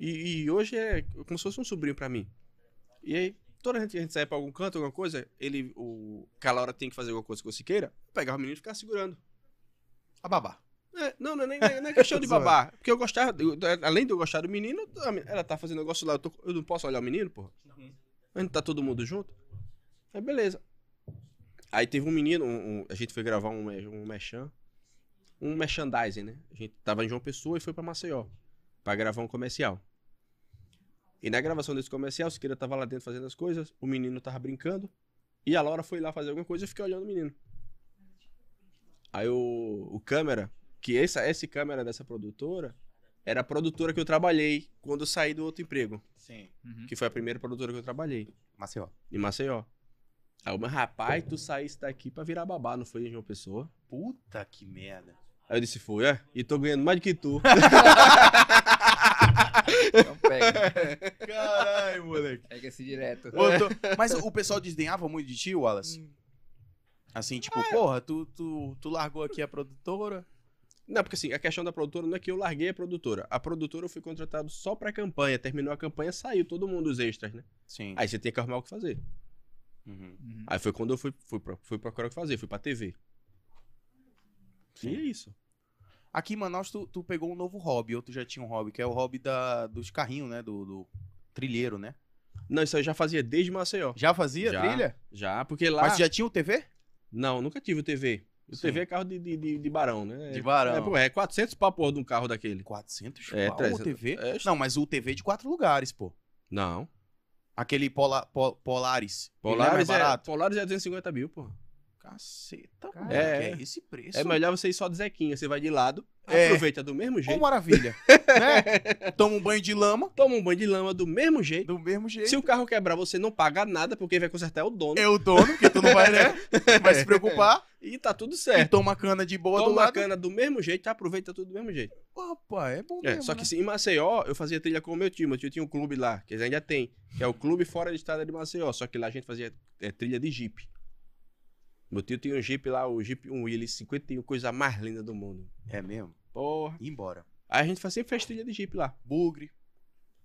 E, e hoje é como se fosse um sobrinho pra mim. E aí, toda vez que a gente saía pra algum canto, alguma coisa, ele, o aquela hora tem que fazer alguma coisa com o Siqueira, eu pegava o menino e ficava segurando. A babá. É, não, não é, nem, não é questão de babar. Porque eu gostava, eu- além de eu gostar do menino, a men- ela tá fazendo negócio lá, eu, tô- eu não posso olhar o menino, porra. A gente tá todo mundo junto. Aí beleza. Aí teve um menino, um- um- a gente foi gravar um, me- um mechan, um merchandising, né? A gente tava em João Pessoa e foi pra Maceió, pra gravar um comercial. E na gravação desse comercial, o Siqueira tava lá dentro fazendo as coisas, o menino tava brincando, e a Laura foi lá fazer alguma coisa e eu fiquei olhando o menino. Aí o, o câmera, que essa, esse câmera dessa produtora, era a produtora que eu trabalhei quando eu saí do outro emprego, Sim. Uhum. que foi a primeira produtora que eu trabalhei, Maceió. em Maceió. Aí eu, mas rapaz, tu saísse daqui pra virar babá, não foi, João Pessoa? Puta que merda. Aí eu disse, foi, é? E tô ganhando mais do que tu. Então pega. Caralho, moleque. Pega esse direto. Botou- Mas o pessoal desdenhava muito de ti, Wallace? Assim, Ah, tipo, é. porra, tu, tu, tu largou aqui a produtora? Não, porque assim, a questão da produtora não é que eu larguei a produtora. A produtora eu fui contratado só pra campanha. Terminou a campanha, saiu todo mundo os extras, né? Sim. Aí você tem que arrumar o que fazer. Uhum. Aí foi quando eu fui, fui, pro- fui procurar o que fazer, fui pra TV. E é isso. Aqui em Manaus, tu, tu pegou um novo hobby, ou tu já tinha um hobby, que é o hobby da, dos carrinhos, né? Do, do trilheiro, né? Não, isso eu já fazia desde Maceió. Já fazia Já. trilha? Já, porque lá. Mas tu já tinha o TV? Não, nunca tive o TV. O Sim. TV é carro de, de, de, de barão, né? De barão. É, pô, é 400 pra porra de um carro daquele. 400 É, pau o 300. TV? É, Não, mas o TV de quatro lugares, pô. Não. Aquele pola, po- Polaris. Ele não é mais Polaris é, barato? Polaris é 250 mil, pô. Caceta, Cara, moleque, é. é esse preço? É melhor você ir só de Zequinha. Você vai de lado, É. aproveita do mesmo Ô, jeito. maravilha. né? Toma um banho de lama, Toma um banho de lama do mesmo jeito. do mesmo jeito. Se o carro quebrar, você não paga nada, porque quem vai consertar é o dono. É o dono, porque tu não vai, né? Não Vai se preocupar. E tá tudo E certo. É. toma cana de boa do Toma a lado. cana do mesmo jeito, aproveita tudo do mesmo jeito. Opa, é bom É, mesmo, só que né? se- em Maceió, eu fazia trilha com o meu time. Meu tio tinha um clube lá, que ainda tem, que é o Clube Fora de Estrada de Maceió. Só que lá a gente fazia é, trilha de Jeep. Meu tio tinha um Jeep lá, o Jeep 1 Willys 51, coisa mais linda do mundo. É mesmo. Porra. E embora. Aí a gente faz- sempre fez trilha de Jeep lá. Bugre.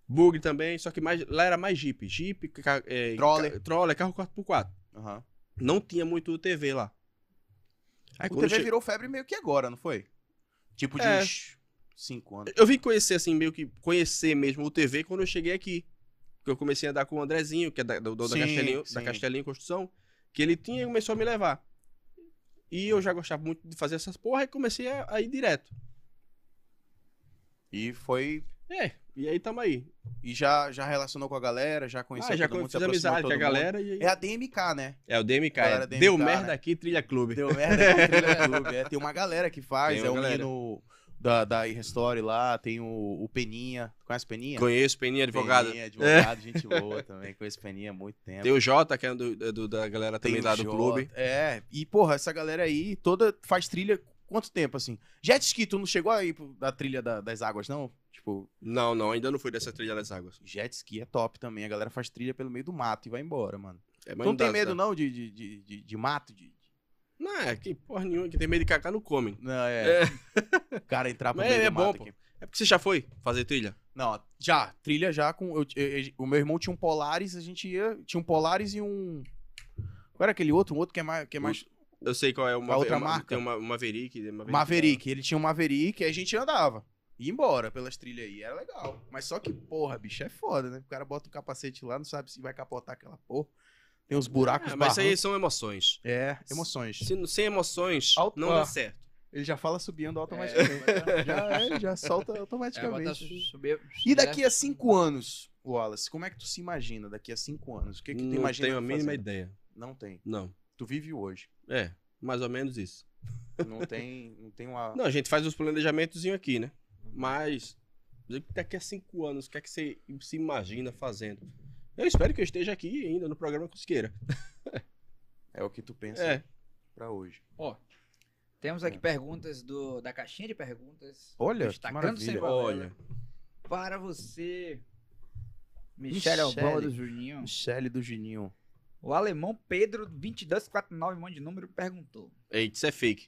Bugre também, só que mais, lá era mais Jeep. Jeep, ca- é, Troller. ca- troller, carro 4x4. Aham. Não tinha muito TV lá. Aí O quando TV che- virou febre meio que agora, não foi? Tipo de É. uns 5 anos. Eu vim conhecer, assim, meio que conhecer mesmo o TV quando eu cheguei aqui. Porque eu comecei a andar com o Andrezinho, que é da, do, do- da, Sim, Castelinho, sim. da Castelinho Construção, que ele tinha e começou a me levar. E eu já gostava muito de fazer essas porra e comecei a, a ir direto. E foi... É, e aí tamo aí. E já, já relacionou com a galera, já conheceu Ah, já todo mundo, se fiz aproximou amizade todo com a mundo. galera e aí... É a DMK, né? É, o DMK. Galera é. DMK, Deu né? merda aqui, Trilha Clube. Deu merda aqui no Trilha Clube, é. Tem uma galera que faz, Tem é uma o galera. menino da, da Story lá, tem o, o Peninha. Tu conhece o Peninha? Conheço Peninha Advogado. É. Peninha, advogado, gente boa também. Conheço Peninha há muito tempo. Tem o Jota, que é do, do- da galera Tem também o lá do Jota. clube. É, e porra, essa galera aí toda faz trilha quanto tempo, assim? Jet ski, tu não chegou aí pro- da trilha da- das águas, não? Tipo, Não, não, ainda não fui dessa Trilha das Águas. jet ski é top também. A galera faz trilha pelo meio do mato e vai embora, mano. É, Tu mas não tem dá- medo, dá- não, de, de, de, de- de mato? De... Não, é que porra nenhuma, que tem medo de cagar não come. Não, é. O cara entrar pro Mas meio é do bom, mato pô. aqui. É porque você já foi fazer trilha? Não, já, trilha já com. eu- eu- eu- o meu irmão tinha um Polaris, a gente ia. Tinha um Polaris e um. Qual era aquele outro? Um outro que é mais. Que é mais Eu sei qual é uma, A outra uma- marca? Tem uma uma Maverick. né? Maverick. Maverick. Ele tinha um Maverick, aí a gente andava. Ia embora pelas trilhas aí. Era legal. Mas só que, porra, bicho, é foda, né? O cara bota o capacete lá, não sabe se vai capotar aquela porra. Tem uns buracos Ah, mas isso aí barrancos. são emoções. É, emoções. Se não- sem emoções, Auto- não Ah. dá certo. Ele já fala subindo automaticamente. já, é, já solta É, bota automaticamente. subir. né? assim. E daqui a cinco anos, Wallace, como é que tu se imagina daqui a cinco anos? O que, que tu não imagina? tenho a mínima fazendo? ideia. Não tem. Não. Tu vive hoje. É, mais ou menos isso. Não tem, não tem uma. Não, a gente faz os planejamentozinhos aqui, né? Mas daqui a cinco anos, o que é que você se imagina fazendo? Eu espero que eu esteja aqui ainda no programa Cusqueira. É o que tu pensa É. pra hoje. Ó, temos aqui perguntas do, da caixinha de perguntas. Olha, do que Destacando Sem maravilha. Balela. Olha. Para você, Michele Michele. Albano do Juninho. Michele do Juninho. O alemão Pedro 2249, um monte de número, perguntou. Eita, isso é fake.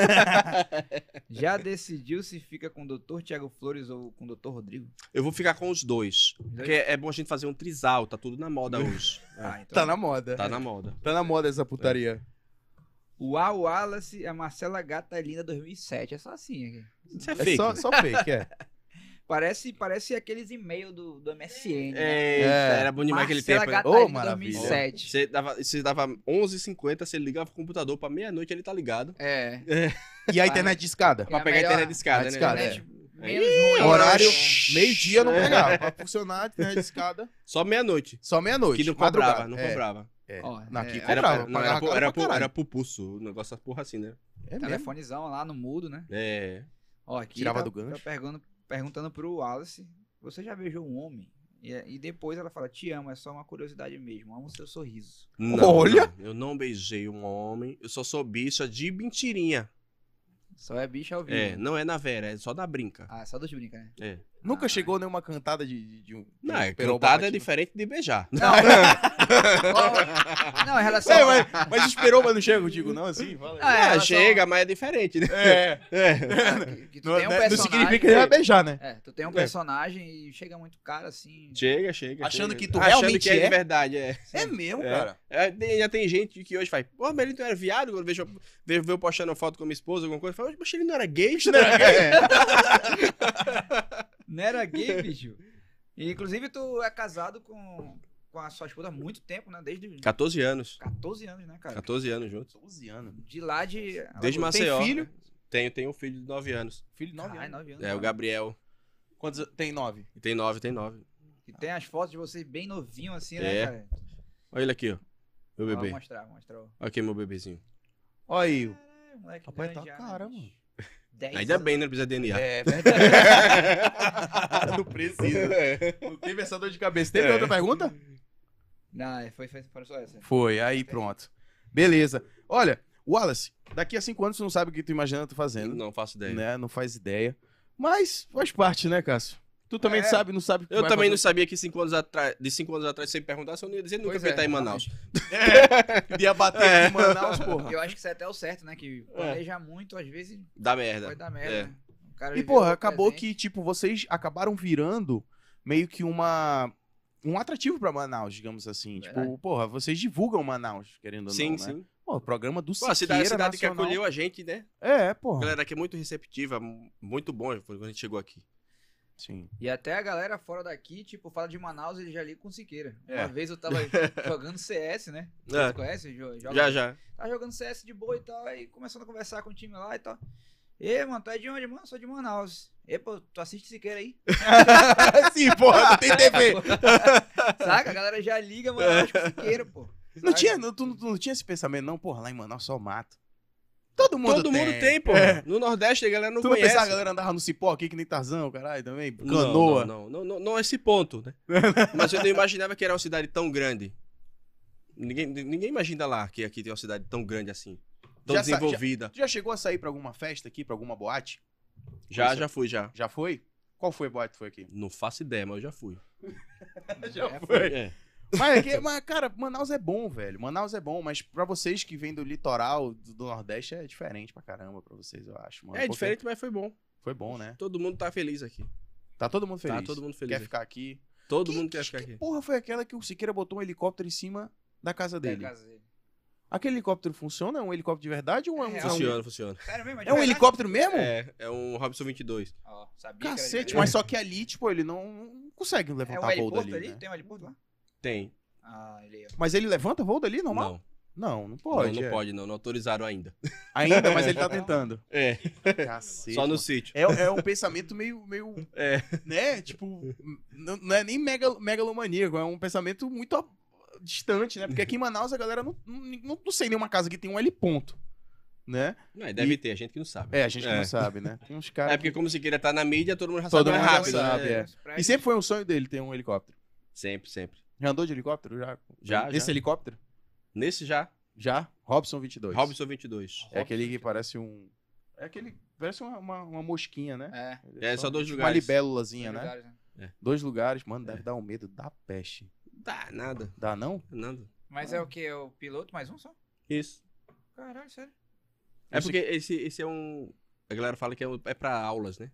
Já decidiu se fica com o doutor Tiago Flores ou com o doutor Rodrigo? Eu vou ficar com os dois. Porque é bom a gente fazer um trisal, tá tudo na moda hoje. Ah, então. Tá na moda. Tá na moda. Tá na moda essa putaria. O A Wallace e a Marcela Gata é linda 2007. É só assim aqui. Isso é, É fake. só, só fake, é. Parece, parece aqueles e-mails do, do MSN. né? Eita, É. era bom demais aquele Marcela tempo. né? Gata é Ô, linda maravilha. 2007. Você dava, você dava 11h50, você ligava o computador pra meia-noite, ele tá ligado. É. E a internet de escada. Pra É a pegar a melhor- internet de escada, né? a discada, internet É. menos ruim, né? Horário, É. meio-dia não pegava. Pra funcionar a internet de escada, Só meia-noite. só meia-noite. Que não cobrava, madrugada. não É, cobrava. é. Ó, Não, é, aqui era- Era, cobrava. não, era, pagava pu- caro era, pra pu- caralho. era pupurso, o negócio da porra assim, né? É mesmo? Telefonezão lá no mudo, né? É. Ó, aqui Tirava tá- do gancho. tá perguntando, perguntando pro Wallace, você já beijou um homem? E, e depois ela fala, te amo, é só uma curiosidade mesmo, amo seu sorriso. Não, Olha! não, eu não beijei um homem, eu só sou bicha de mentirinha. Só é bicha ao vivo. Hum. É, não é na vera, é só na brinca. Ah, só dos brinca, né? Nunca chegou nenhuma cantada de, de, de um. de Não, um é, peroba cantada é batido. diferente de beijar. É, Ó, não, em relação... É, mas, mas os perobas não chegam, eu digo, não, assim? Fala aí. Ah, em Ah, relação- chega, mas é diferente, né? É, Ah, que- que tu não, né, tem um não- não personagem- significa que ele vai beijar, né? É, tu tem um personagem e chega muito cara, assim... Chega, chega. Achando chega. que tu Achando realmente que é, de é? verdade, é. É mesmo, É. cara. É, tem- já tem gente que hoje faz, pô, mas ele não era viado, quando vejo, vejo, vejo eu postando foto com minha esposa, alguma coisa, fala, mas ele não era gay, né? É. Não era gay, bicho? E, inclusive, tu é casado com, com a sua esposa há muito tempo, né? Desde 14 anos. 14 anos, né, cara? 14 anos juntos. 12 anos. De lá de... Desde Alagoas. Maceió. filho? né? Tenho, tenho um filho de 9 anos. Filho de 9 Caralho, anos. nove anos. né? É, o Gabriel. Quantos... Tem 9. Tem 9, tem 9. E tem as fotos de vocês bem novinho assim, né, É, cara? Olha ele aqui, ó. Meu Ó, bebê. Olha mostrar, mostrar. ó. aqui meu bebezinho. Olha aí. o- É, moleque Rapaz, grande tá já, cara, bicho. mano. Dez Ainda anos. bem, né? Não precisa DNA. É verdade. não precisa. Não teve essa dor de cabeça. Teve É. outra pergunta? Não, é, foi, foi, foi só essa. Foi, aí pronto. Beleza. Olha, Wallace, daqui a 5 anos tu não sabe o que tu imagina tu fazendo. Não faço ideia. né? Não faz ideia. Mas faz parte, né, Cássio? Tu também É. sabe, não sabe o que Eu vai também não fazer. sabia que cinco anos atrás, de 5 anos atrás, se me perguntasse, eu não ia dizer nunca Pois que eu ia é, estar em Manaus. De abater É. aqui em Manaus, porra. Eu acho que isso é até o certo, né? Que planejar muito, às vezes, Dá merda. vai dar merda. É. né? O cara E, viveu porra, o acabou presente. que, tipo, vocês acabaram virando meio que uma. Um atrativo pra Manaus, digamos assim. Tipo, Verdade. porra, vocês divulgam Manaus, querendo ou sim, não, né? sim. Pô, programa do Pô, a cidade, a Siqueira cidade que Nacional. acolheu a gente, né? É, A porra. galera aqui é muito receptiva, mu- muito bom foi quando a gente chegou aqui. Sim. E até a galera fora daqui, tipo, fala de Manaus, ele já liga com Siqueira. É. Uma vez eu tava jogando CS, né? É. Você conhece? Jo- joga- Já, já. Tava jogando CS de boa e tal, aí começando a conversar com o time lá e tal. E, mano, tu é de onde, mano? Sou de Manaus. E, pô, tu assiste Siqueira aí? Ah, sim, porra, não tem TV. Saca? A galera já liga, mano, eu acho que Siqueira, pô. Não Saca? tinha, não, tu, tu não tinha esse pensamento, não? Porra, lá em Manaus só mato. Todo mundo Todo tem. mundo tem, pô. É. No Nordeste a galera não tu não conhece. pensava que a galera andava no cipó aqui, que nem Tarzão, caralho, também? Não, Canoa. Não, não, não, não é esse ponto, né? Mas eu não imaginava que era uma cidade tão grande. Ninguém, ninguém imagina lá que aqui tem uma cidade tão grande assim. Tão Já sa- desenvolvida. Tu já chegou a sair pra alguma festa aqui, pra alguma boate? Já, Pois é. já fui, já. Já foi? Qual foi a boate que foi aqui? Não faço ideia, mas eu já fui. É, É. Mas, aqui- mas, cara, Manaus é bom, velho. Manaus é bom, mas pra vocês que vêm do litoral do, do Nordeste é diferente pra caramba pra vocês, eu acho, mano. É Porque diferente, mas foi bom. Foi bom, né? Todo mundo tá feliz aqui. Tá todo mundo feliz. Tá todo mundo feliz. Quer aqui. ficar aqui. Todo Que- mundo que- quer ficar que aqui. porra foi aquela que o Siqueira botou um helicóptero em cima da casa Pega dele? as- Aquele helicóptero funciona? É um helicóptero de verdade ou é um... É, é um- Funciona, funciona. Sério mesmo? de É um verdade? helicóptero mesmo? É, é um Robson 22. Ó, sabia que era de Cacete, é verdade. mas só que ali, tipo, ele não não consegue É levantar um voo heliporto dali, ali? né? Tem um heliporto lá? Tem. Ah, ele aí, ó. Mas ele levanta voo dali, Não, normal? não, Não, não pode, pode. não, é. pode, não. Não autorizaram ainda. Ainda, mas ele tá tentando. É, Cacete. só no mano. sítio. É, é um pensamento meio, meio É. né, tipo, n- não é nem mega, megalomaníaco, é um pensamento muito a- distante, né? Porque aqui em Manaus a galera não, não, não sei nenhuma casa que tem um L ponto, né? Não, é, deve ter, a gente que não sabe. É, a gente que É. não sabe, né? Tem uns caras... É porque como se queira estar na mídia, todo mundo já Todo sabe mais mundo já rápido. sabe, né? é. Os E prédios- sempre foi um sonho dele ter um helicóptero. Sempre, sempre. Já andou de helicóptero? Já? Já, Esse já. helicóptero? Nesse já, Já? Robson 22. Robson 22. É aquele que parece um... É aquele... Parece uma, uma, uma mosquinha, né? É, É, só dois tipo lugares. Uma libélulazinha, né? lugares, né? Dois lugares, mano, deve dar um medo da peste. Tá, nada, Dá não? nada. Mas é o que? É o piloto mais um só? Isso. Caralho, sério. É porque esse, esse é um. A galera fala que é, um- é pra aulas, né?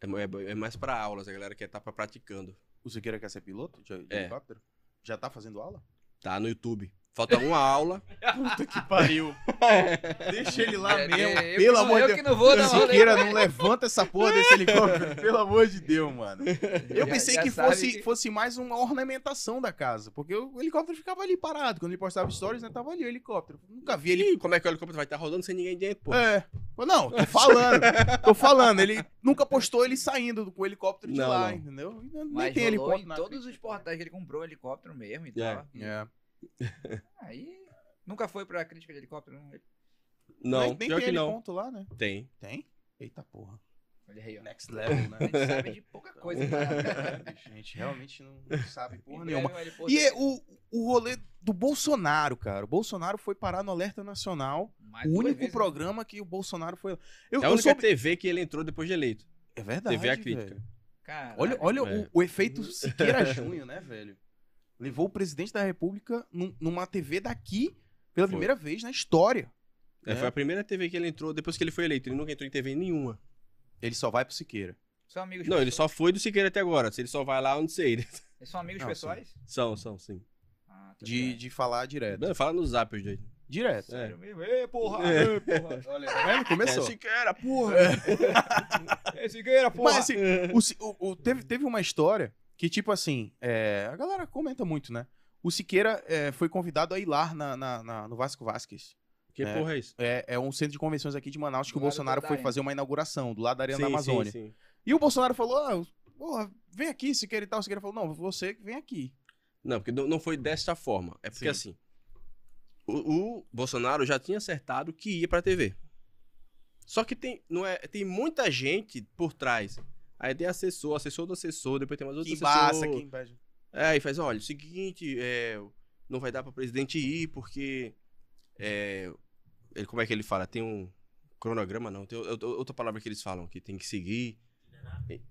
É, é- é mais pra aulas, a galera que tá pra praticando. O Siqueira quer ser piloto de, de É. helicóptero? Já tá fazendo aula? Tá no YouTube. Falta uma aula. Puta que pariu. Deixa ele lá É, mesmo. é, eu Pelo que não- amor de Eu que não vou dar rolê. Siqueira, não levanta essa porra desse helicóptero, pelo amor de Deus, mano. Eu Já- pensei já que sabe fosse, que- fosse mais uma ornamentação da casa, porque o helicóptero ficava ali parado. Quando ele postava stories, né, tava ali o helicóptero. Nunca vi ele. Ih, como é que o helicóptero vai estar rodando sem ninguém dentro, pô? É. Pô, Não, tô falando. tô falando. Ele nunca postou ele saindo com o helicóptero de Não, lá, não. entendeu? E Nem Mas tem rolou helicóptero. em na- todos os portais que ele comprou helicóptero mesmo e É. tal. É. Aí. Nunca foi pra crítica de helicóptero, não. Não, nem, nem pior tem que não. ponto lá, né? Tem. Tem? Eita porra. Olha aí, ó. Next level, né? A gente sabe de pouca coisa. né? cara. É, bicho, a gente realmente não sabe porra Em nenhuma. breve, ele E posta- é o, o rolê do Bolsonaro, cara. O Bolsonaro foi parar no Alerta Nacional. Mais o duas único vezes, né? programa que o Bolsonaro foi. Eu, É a eu única soube- TV que ele entrou depois de eleito. É verdade. TV a crítica. velho. Caralho. Olha, olha É. o, o efeito Siqueira Júnior, né, velho? Levou o presidente da República num- numa TV daqui pela Foi. primeira vez na história. É, É. Foi a primeira TV que ele entrou depois que ele foi eleito. Ele nunca entrou em TV nenhuma. Ele só vai pro Siqueira. São amigos Não, ele pessoais? só foi do Siqueira até agora. Se ele só vai lá, eu não sei. né? Eles São amigos Não, pessoais? São, são, sim. Ah, tá De, ligado. de falar direto. É, Não, fala no zap os dois. Direto. É. Sério mesmo? Ê, porra! É. Ê, porra! Olha, Tá vendo? Começou. Siqueira, porra! Ê, Siqueira, porra! Mas assim, o Si- o- o- teve, teve uma história que, tipo assim, é, a galera comenta muito, né? O Siqueira é, foi convidado a ir lá na, na- na- no Vasco Vasquez. Que É. porra é isso? É, é um centro de convenções aqui de Manaus que Do o lado Bolsonaro da foi Arena. fazer uma inauguração do lado da Arena da Amazônia. sim. E o Bolsonaro falou: ah, porra, vem aqui, Siqueira e tal. O Siqueira falou: não, você que vem aqui. Não, porque não não foi desta forma. É porque assim. O, o Bolsonaro já tinha acertado que ia pra TV. Só que tem, não é, tem muita gente por trás. Aí tem assessor, assessor do assessor, depois tem mais outros assessores. embaixo. É, e faz, olha, o seguinte, é, não vai dar para presidente ir porque é, ele, como é que ele fala? Tem um cronograma não, tem ou- ou- outra palavra que eles falam que tem que seguir. E-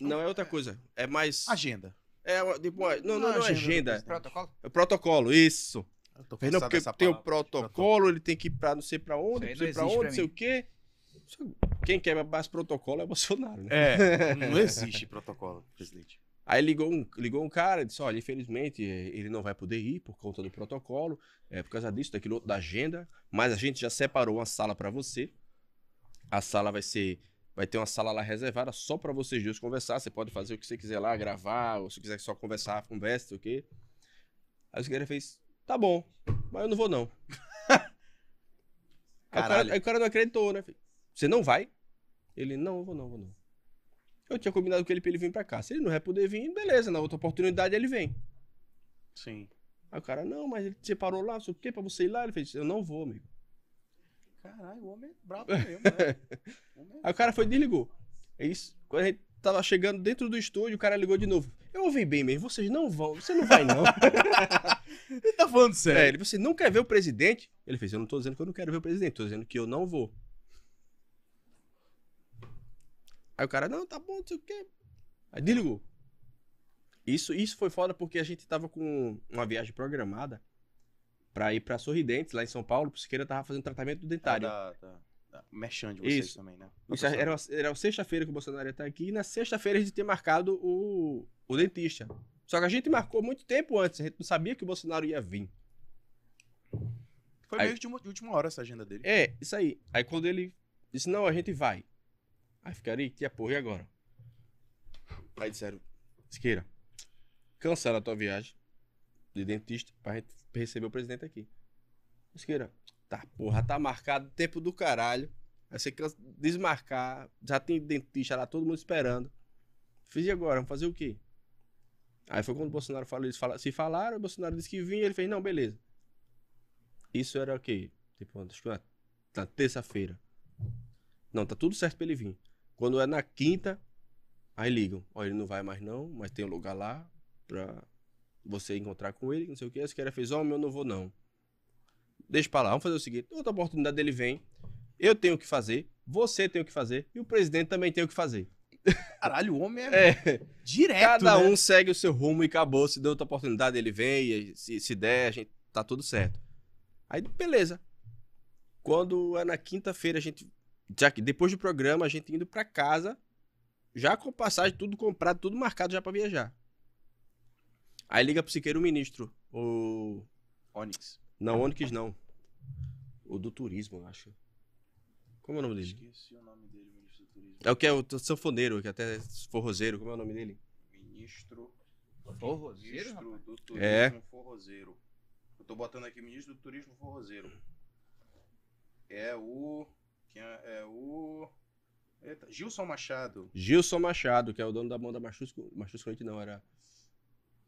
Não é outra coisa, é mais Agenda. é uma- tipo, uma- não, Não não, é não é agenda do agenda, presidente. Protocolo? é protocolo, isso. Eu tô Não, porque tem o protocolo, ele tem que ir pra não sei pra Isso onde, aí não sei não pra existe onde, pra não sei o mim. quê. Quem quer mais protocolo é o Bolsonaro, né? É, não existe protocolo, presidente. Aí ligou um, ligou um cara e disse: Olha, infelizmente eh, ele não vai poder ir por conta do protocolo, é, por causa disso, daquilo outro, da agenda, mas a gente já separou uma sala pra você. A sala vai ser. Vai ter uma sala lá reservada só pra vocês dois conversar. Você pode fazer o que você quiser lá, gravar, ou se quiser só conversar, conversa, sei o quê. Aí o cara fez: Tá bom, mas eu não vou não. aí, o Caralho. cara, aí o cara não acreditou, né? filho? Você não vai? Ele: Não, eu vou não, eu vou não. Eu tinha combinado com ele pra ele vir pra cá. Se ele não vai poder vir, beleza, na outra oportunidade ele vem. Sim. Aí o cara, não, mas ele te separou lá, não sei o quê, pra você ir lá. Ele fez, eu não vou, amigo. Caralho, o homem é brabo mesmo, né? O homem Aí o cara foi e desligou. É isso. Quando a gente tava chegando dentro do estúdio, o cara ligou de novo. Eu ouvi bem mesmo, vocês não vão, você não vai não. é- Ele tá falando é, sério. ele, você não quer ver o presidente? Ele fez, eu não tô dizendo que eu não quero ver o presidente, tô dizendo que eu não vou. Aí o cara, não, tá bom, não sei o quê. Aí desligou. Isso, isso foi foda porque a gente tava com uma viagem programada pra ir pra Sorridentes, lá em São Paulo, pro Siqueira tava fazendo tratamento dentário. Da, da, da Tá, merchan de vocês Isso. também, né? Isso é, era, uma- era uma sexta-feira que o Bolsonaro ia estar aqui, e na sexta-feira a gente tinha marcado o, o dentista. Só que a gente marcou muito tempo antes, a gente não sabia que o Bolsonaro ia vir. Foi Aí- meio que de, uma- de última hora essa agenda dele. É, isso aí. Aí quando ele disse, não, a gente vai. Aí ficaram, eita porra, e agora? Aí disseram, Siqueira, cancela a tua viagem de dentista pra gente receber o presidente aqui. Siqueira, tá porra, tá marcado o tempo do caralho. Aí você cansa, desmarcar, já tem dentista lá, todo mundo esperando. Fiz e agora, vamos fazer o quê? Aí foi quando o Bolsonaro falou, eles fala- se falaram, o Bolsonaro disse que vinha, ele fez, não, beleza. Isso era o quê? Tipo, acho que era na Tá terça-feira. Não, tá tudo certo pra ele vir. Quando é na quinta, aí ligam. Ó, ele não vai mais não, mas tem um lugar lá pra você encontrar com ele, não sei o que. Esse cara fez, ó, meu, não vou não. Deixa pra lá, vamos fazer o seguinte. Outra oportunidade ele vem, eu tenho o que fazer, você tem o que fazer e o presidente também tem o que fazer. Caralho, o homem é, É, direto, cada né? um segue o seu rumo e acabou. Se der outra oportunidade, ele vem e se, se der, a gente tá tudo certo. Aí, beleza. Quando é na quinta-feira, a gente. Já que depois do programa, a gente indo pra casa, já com passagem, tudo comprado, tudo marcado já pra viajar. Aí liga pro Siqueira o ministro. O. Onix. Não, Onix não. O do turismo, eu acho. Como é o nome dele? Esqueci o nome dele, ministro do turismo. É o que é o t- sanfoneiro, que até é forrozeiro, como é o nome dele? Ministro. Forrozeiro, Ministro do turismo É. forrozeiro. Eu tô botando aqui ministro do turismo forrozeiro. É o. quem É, é o. Eita, Gilson Machado. Gilson Machado, que é o dono da banda Machusco. Machusco Leite não, era.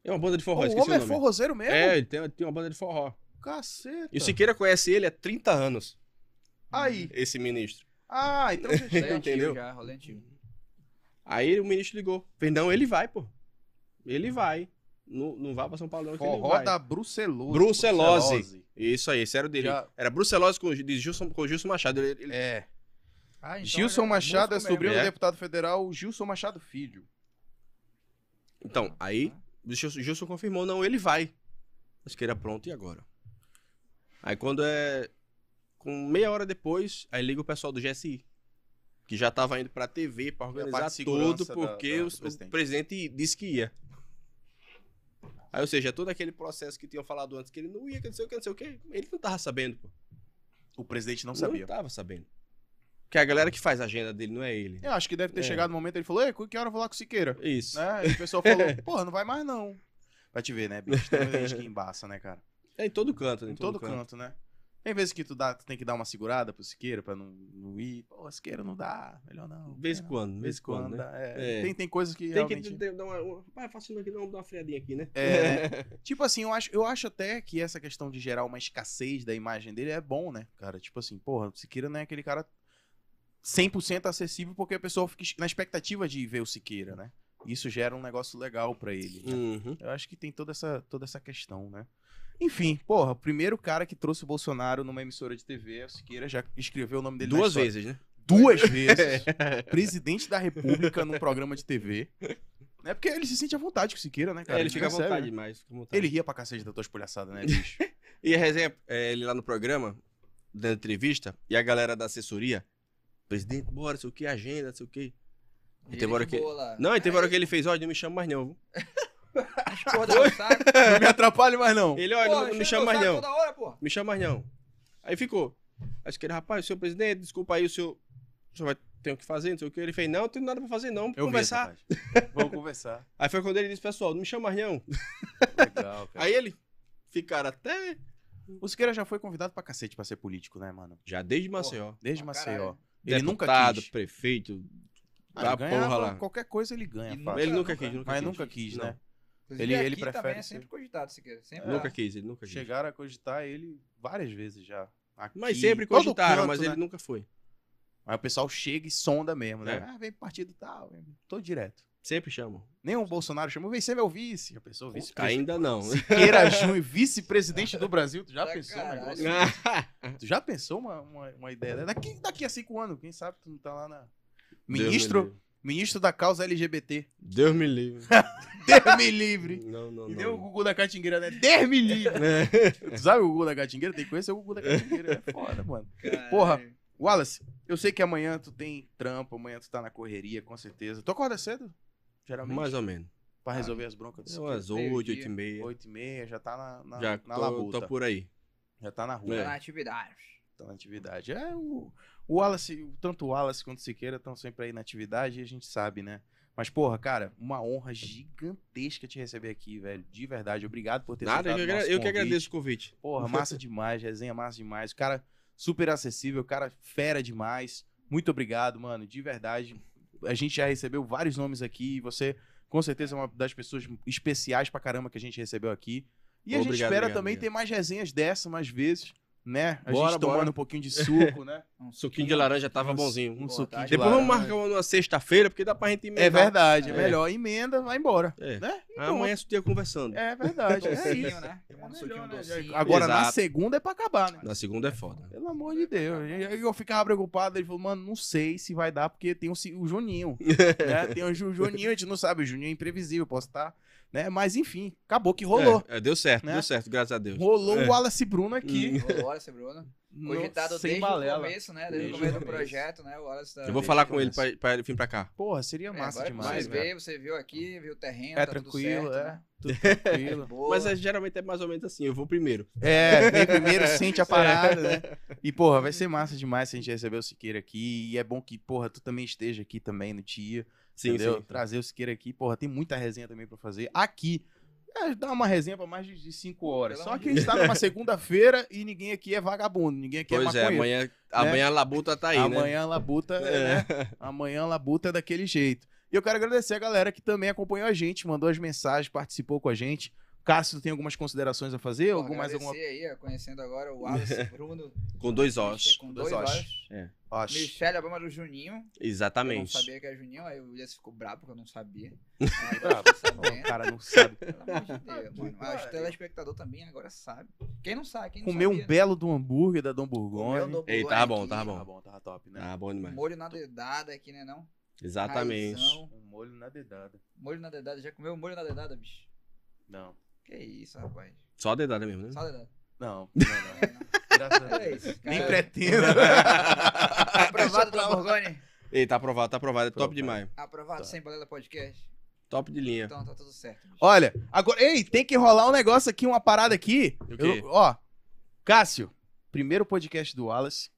É uma banda de forró, o esqueci homem o é nome. forrozeiro mesmo? É, ele tem, tem uma banda de forró. Caceta. E o Siqueira conhece ele há 30 anos, Aí. esse ministro. Ah, então... Rolê antigo Entendeu? Já, rolê antigo. Aí o ministro ligou. Fez, não, ele vai, pô. Ele vai. Não, não vá pra São Então Paulo, não, que ele Forró vai. da Brucelose. Brucelose. Isso aí, esse era o dele. Já- Era Brucelose com, o Gil- de Gilson, com o Gilson Machado. Ele, ele- É. Ah, então Gilson ele Machado é músico sobrinho É. do deputado federal Gilson Machado Filho. Então, Ah, aí o Gilson, Gilson confirmou, não, ele vai. O Siqueira, é pronto, e agora? Aí quando é... Com meia hora depois, aí liga o pessoal do GSI. Que já tava indo pra TV, pra parte de organizar tudo, segurança da- porque da- do os- o presidente. presidente disse que ia. Aí, ou seja, é todo aquele processo que tinham falado antes que ele não ia, que não sei o que, não sei o que, ele não tava sabendo, pô. O presidente não Não tava sabendo. Porque a galera que faz a agenda dele não é ele. Eu acho que deve ter É. chegado o momento, ele falou, ei, que hora eu vou lá com o Siqueira? É. Isso. Né? E o pessoal falou, porra, não vai mais não. Vai te ver, né, bicho? Tem gente que embaça, né, cara? É em todo canto, né? Em todo canto, né? Tem vezes que tu, dá, tu tem que dar uma segurada pro Siqueira pra não, não ir. Pô, Siqueira não dá, melhor não. De vez em É, quando, de vez em quando, né? dá, é. É. Tem, tem coisas que Tem realmente... que ter- dar uma. uma Pai, faça isso aqui, não, dá uma freadinha aqui, né? É, né? tipo assim, eu acho, eu acho até que essa questão de gerar uma escassez da imagem dele é bom, né, cara? Tipo assim, porra, o Siqueira não é aquele cara 100% acessível porque a pessoa fica na expectativa de ver o Siqueira, né? Isso gera um negócio legal pra ele. né? Uhum. Eu acho que tem toda essa, toda essa questão, né? Enfim, porra, o primeiro cara que trouxe o Bolsonaro numa emissora de TV, é o Siqueira já escreveu o nome dele na Duas história. vezes, né? Duas vezes. Presidente da República num programa de TV. É porque ele se sente à vontade com o Siqueira, né, cara? É, ele fica à percebe, vontade né? demais. Fica à Tá. vontade. Ele ria pra cacete da tua espolhaçada, né, bicho? E a resenha, é, ele lá no programa, da entrevista, e a galera da assessoria, presidente, bora, sei o que, agenda, sei o que. mesmo. Teve Gente hora que- boa lá. Não, e teve hora que ele fez, olha, não me chama mais não. viu? Porra, dá um saco. não me atrapalhe mais, não. Ele, olha, Porra, não, não me enchendo chama meu mais saco não. toda hora, porra. Me chama mais não. Aí ficou. Acho que ele, rapaz, senhor presidente, desculpa aí, o senhor, o senhor vai ter o que fazer, não sei o que. Ele fez, não, não tenho nada pra fazer não, pra Eu vi conversar. essa parte. Vamos conversar. Aí foi quando ele disse, pessoal, não me chama mais não. Legal, cara. Aí ele ficaram até... O Siqueira já foi convidado pra cacete pra ser político, né, mano? Já desde Maceió. Desde Pra Maceió. caralho. Ele nunca Deputado, quis. prefeito, da Ah, ele ganhava, porra lá. Qualquer coisa ele ganha, E fácil. Ele Nunca, nunca nunca. quis, nunca Mas quis. nunca quis, né? É. Inclusive, Ele- aqui ele também prefere é ser- sempre cogitado, se quer. Sempre. Nunca Ah, quis, ele nunca quis. Chegaram a cogitar ele várias vezes já. Aqui, Mas sempre em todo cogitaram, canto, mas né? ele nunca foi. Aí o pessoal chega e sonda mesmo, né? É. Ah, vem pro partido tal, vem. tô direto. Sempre chamam. Nem o Bolsonaro chamou, vem ser meu vice. Já pensou, vice-presidente? Ainda não. Siqueira Júnior, vice-presidente do Brasil. Tu já Tá pensou um caralho. negócio? Tu já pensou uma, uma, uma ideia? É. dessa? Daqui, daqui a cinco anos, quem sabe tu não tá lá na... Ministro, ministro da causa LGBT. Deus me livre. Deus me livre. Não, não, É. E nem o não. Gugu da Catingueira, né? Deus me livre. Tu sabe o Gugu da Catingueira? Tem que conhecer o Gugu da Catingueira. É foda, mano. caralho. Porra. Wallace, eu sei que amanhã tu tem trampo, amanhã tu tá na correria, com certeza. Tu acorda cedo? Geralmente. Mais ou menos. Pra resolver as broncas. É do umas meio-dia, 8, 8 e meia. 8 e meia, já tá na, na, Já na tô, labuta. tô por aí. Já tá na rua, É. Tá na atividade. tá na atividade. É, o, o Wallace, o- tanto o Wallace quanto o Siqueira estão sempre aí na atividade e a gente sabe, né? Mas, porra, cara, uma honra gigantesca te receber aqui, velho. De verdade, obrigado por ter Nada, eu, aceitado que o nosso agra- eu que convite. agradeço o convite. Porra, massa demais, resenha massa demais. O cara super acessível, o cara fera demais. Muito obrigado, mano, de verdade. A gente já recebeu vários nomes aqui e você, com certeza, é uma das pessoas especiais pra caramba que a gente recebeu aqui. E a gente Obrigado, espera obrigado, também obrigado. ter mais resenhas dessa, mais vezes, né? A Bora, gente bora. tomando um pouquinho de suco, né? Um Suquinho de laranja tava Um- bonzinho. Um Boa suquinho tarde. de Depois vamos laranja. marcar uma numa sexta-feira, porque dá pra gente emendar. É verdade, é É. melhor. Emenda, vai embora. É. Né? E Amanhã é dia conversando. pronto. É verdade, é Docinho, isso. né? Tomando É suquinho melhor, né? docinho. Agora, na Exato. segunda é pra acabar, né? Na segunda é foda. Pelo amor de Deus. Aí eu ficava preocupado. Ele falou, mano, não sei se vai dar, porque tem o, Ci- o Juninho. né? Tem o Ju- Juninho, a gente não sabe. O Juninho é imprevisível, posso estar. Né? Mas enfim, acabou que rolou. É, é, deu certo, Né? deu certo, graças a Deus. Rolou É. o Wallace Bruno aqui. Olá, Bruno. cogitado sem desde balela. o tá começo, né? Desde o Desde o começo do começo. projeto, né? O Wallace tá... Eu vou falar com ele pra, pra ele vir pra cá. Porra, seria É, massa agora que demais, Você velho. vê, você viu aqui, viu o terreno, É tá tudo tranquilo, certo, é. né? Tudo Tá tranquilo. de boa. Mas é, geralmente é mais ou menos assim, eu vou primeiro. É, vem primeiro, sente a parada, né? E, porra, vai ser massa demais se a gente receber o Siqueira aqui. E é bom que, porra, tu também esteja aqui também no dia. Sim, entendeu? sim. Trazer o Siqueira aqui, porra, tem muita resenha também pra fazer. Aqui. É, dá uma resenha pra mais de- de 5 horas. Pelo Só amor que a gente tá numa segunda-feira e ninguém aqui é vagabundo, ninguém aqui pois é é, maconheiro. amanhã, amanhã a labuta tá aí, né? Amanhã a labuta, é. né? Amanhã a labuta é daquele jeito. E eu quero agradecer a galera que também acompanhou a gente, mandou as mensagens, participou com a gente. Cássio, tu tem algumas considerações a fazer? Pô, Algum, mais alguma agradecer aí, ó, conhecendo agora o Wallace Bruno. Com dois Mexer ossos. Com dois dois Os. olhos. Oxe. Michele, a bomba do Juninho. Eu não Exatamente. sabia que era Juninho, aí o Williams ficou brabo porque eu não sabia. Aí agora eu tô O sabendo. cara não sabe. Pelo amor de Deus, mano. Mas o telespectador também agora sabe. Quem não sabe, quem não Comeu um sabia, belo do hambúrguer da Dom Comeu um Burgone. dobro Ei, tá aqui, bom, tá bom. bom, tava top, né? Ah, bom demais. Molho na dedada aqui, né não? Exatamente. Raizão, Um molho na dedada. molho na dedada. Já comeu molho na dedada, bicho? Não. Que isso, rapaz. Só a dedada mesmo, né? Só dedada. Não, não, É, não. não. Graças a É Deus. isso, cara. Nem pretendo. Aprovado da Borgoni. Ei, tá aprovado, tá aprovado. É Aprovado. top demais. Aprovado sem balela podcast. Top de É. linha. Então tá tudo certo. bicho. Olha, agora. Ei, tem que rolar um negócio aqui, uma parada aqui. O Eu- quê? ó, Cássio, primeiro podcast do Wallace.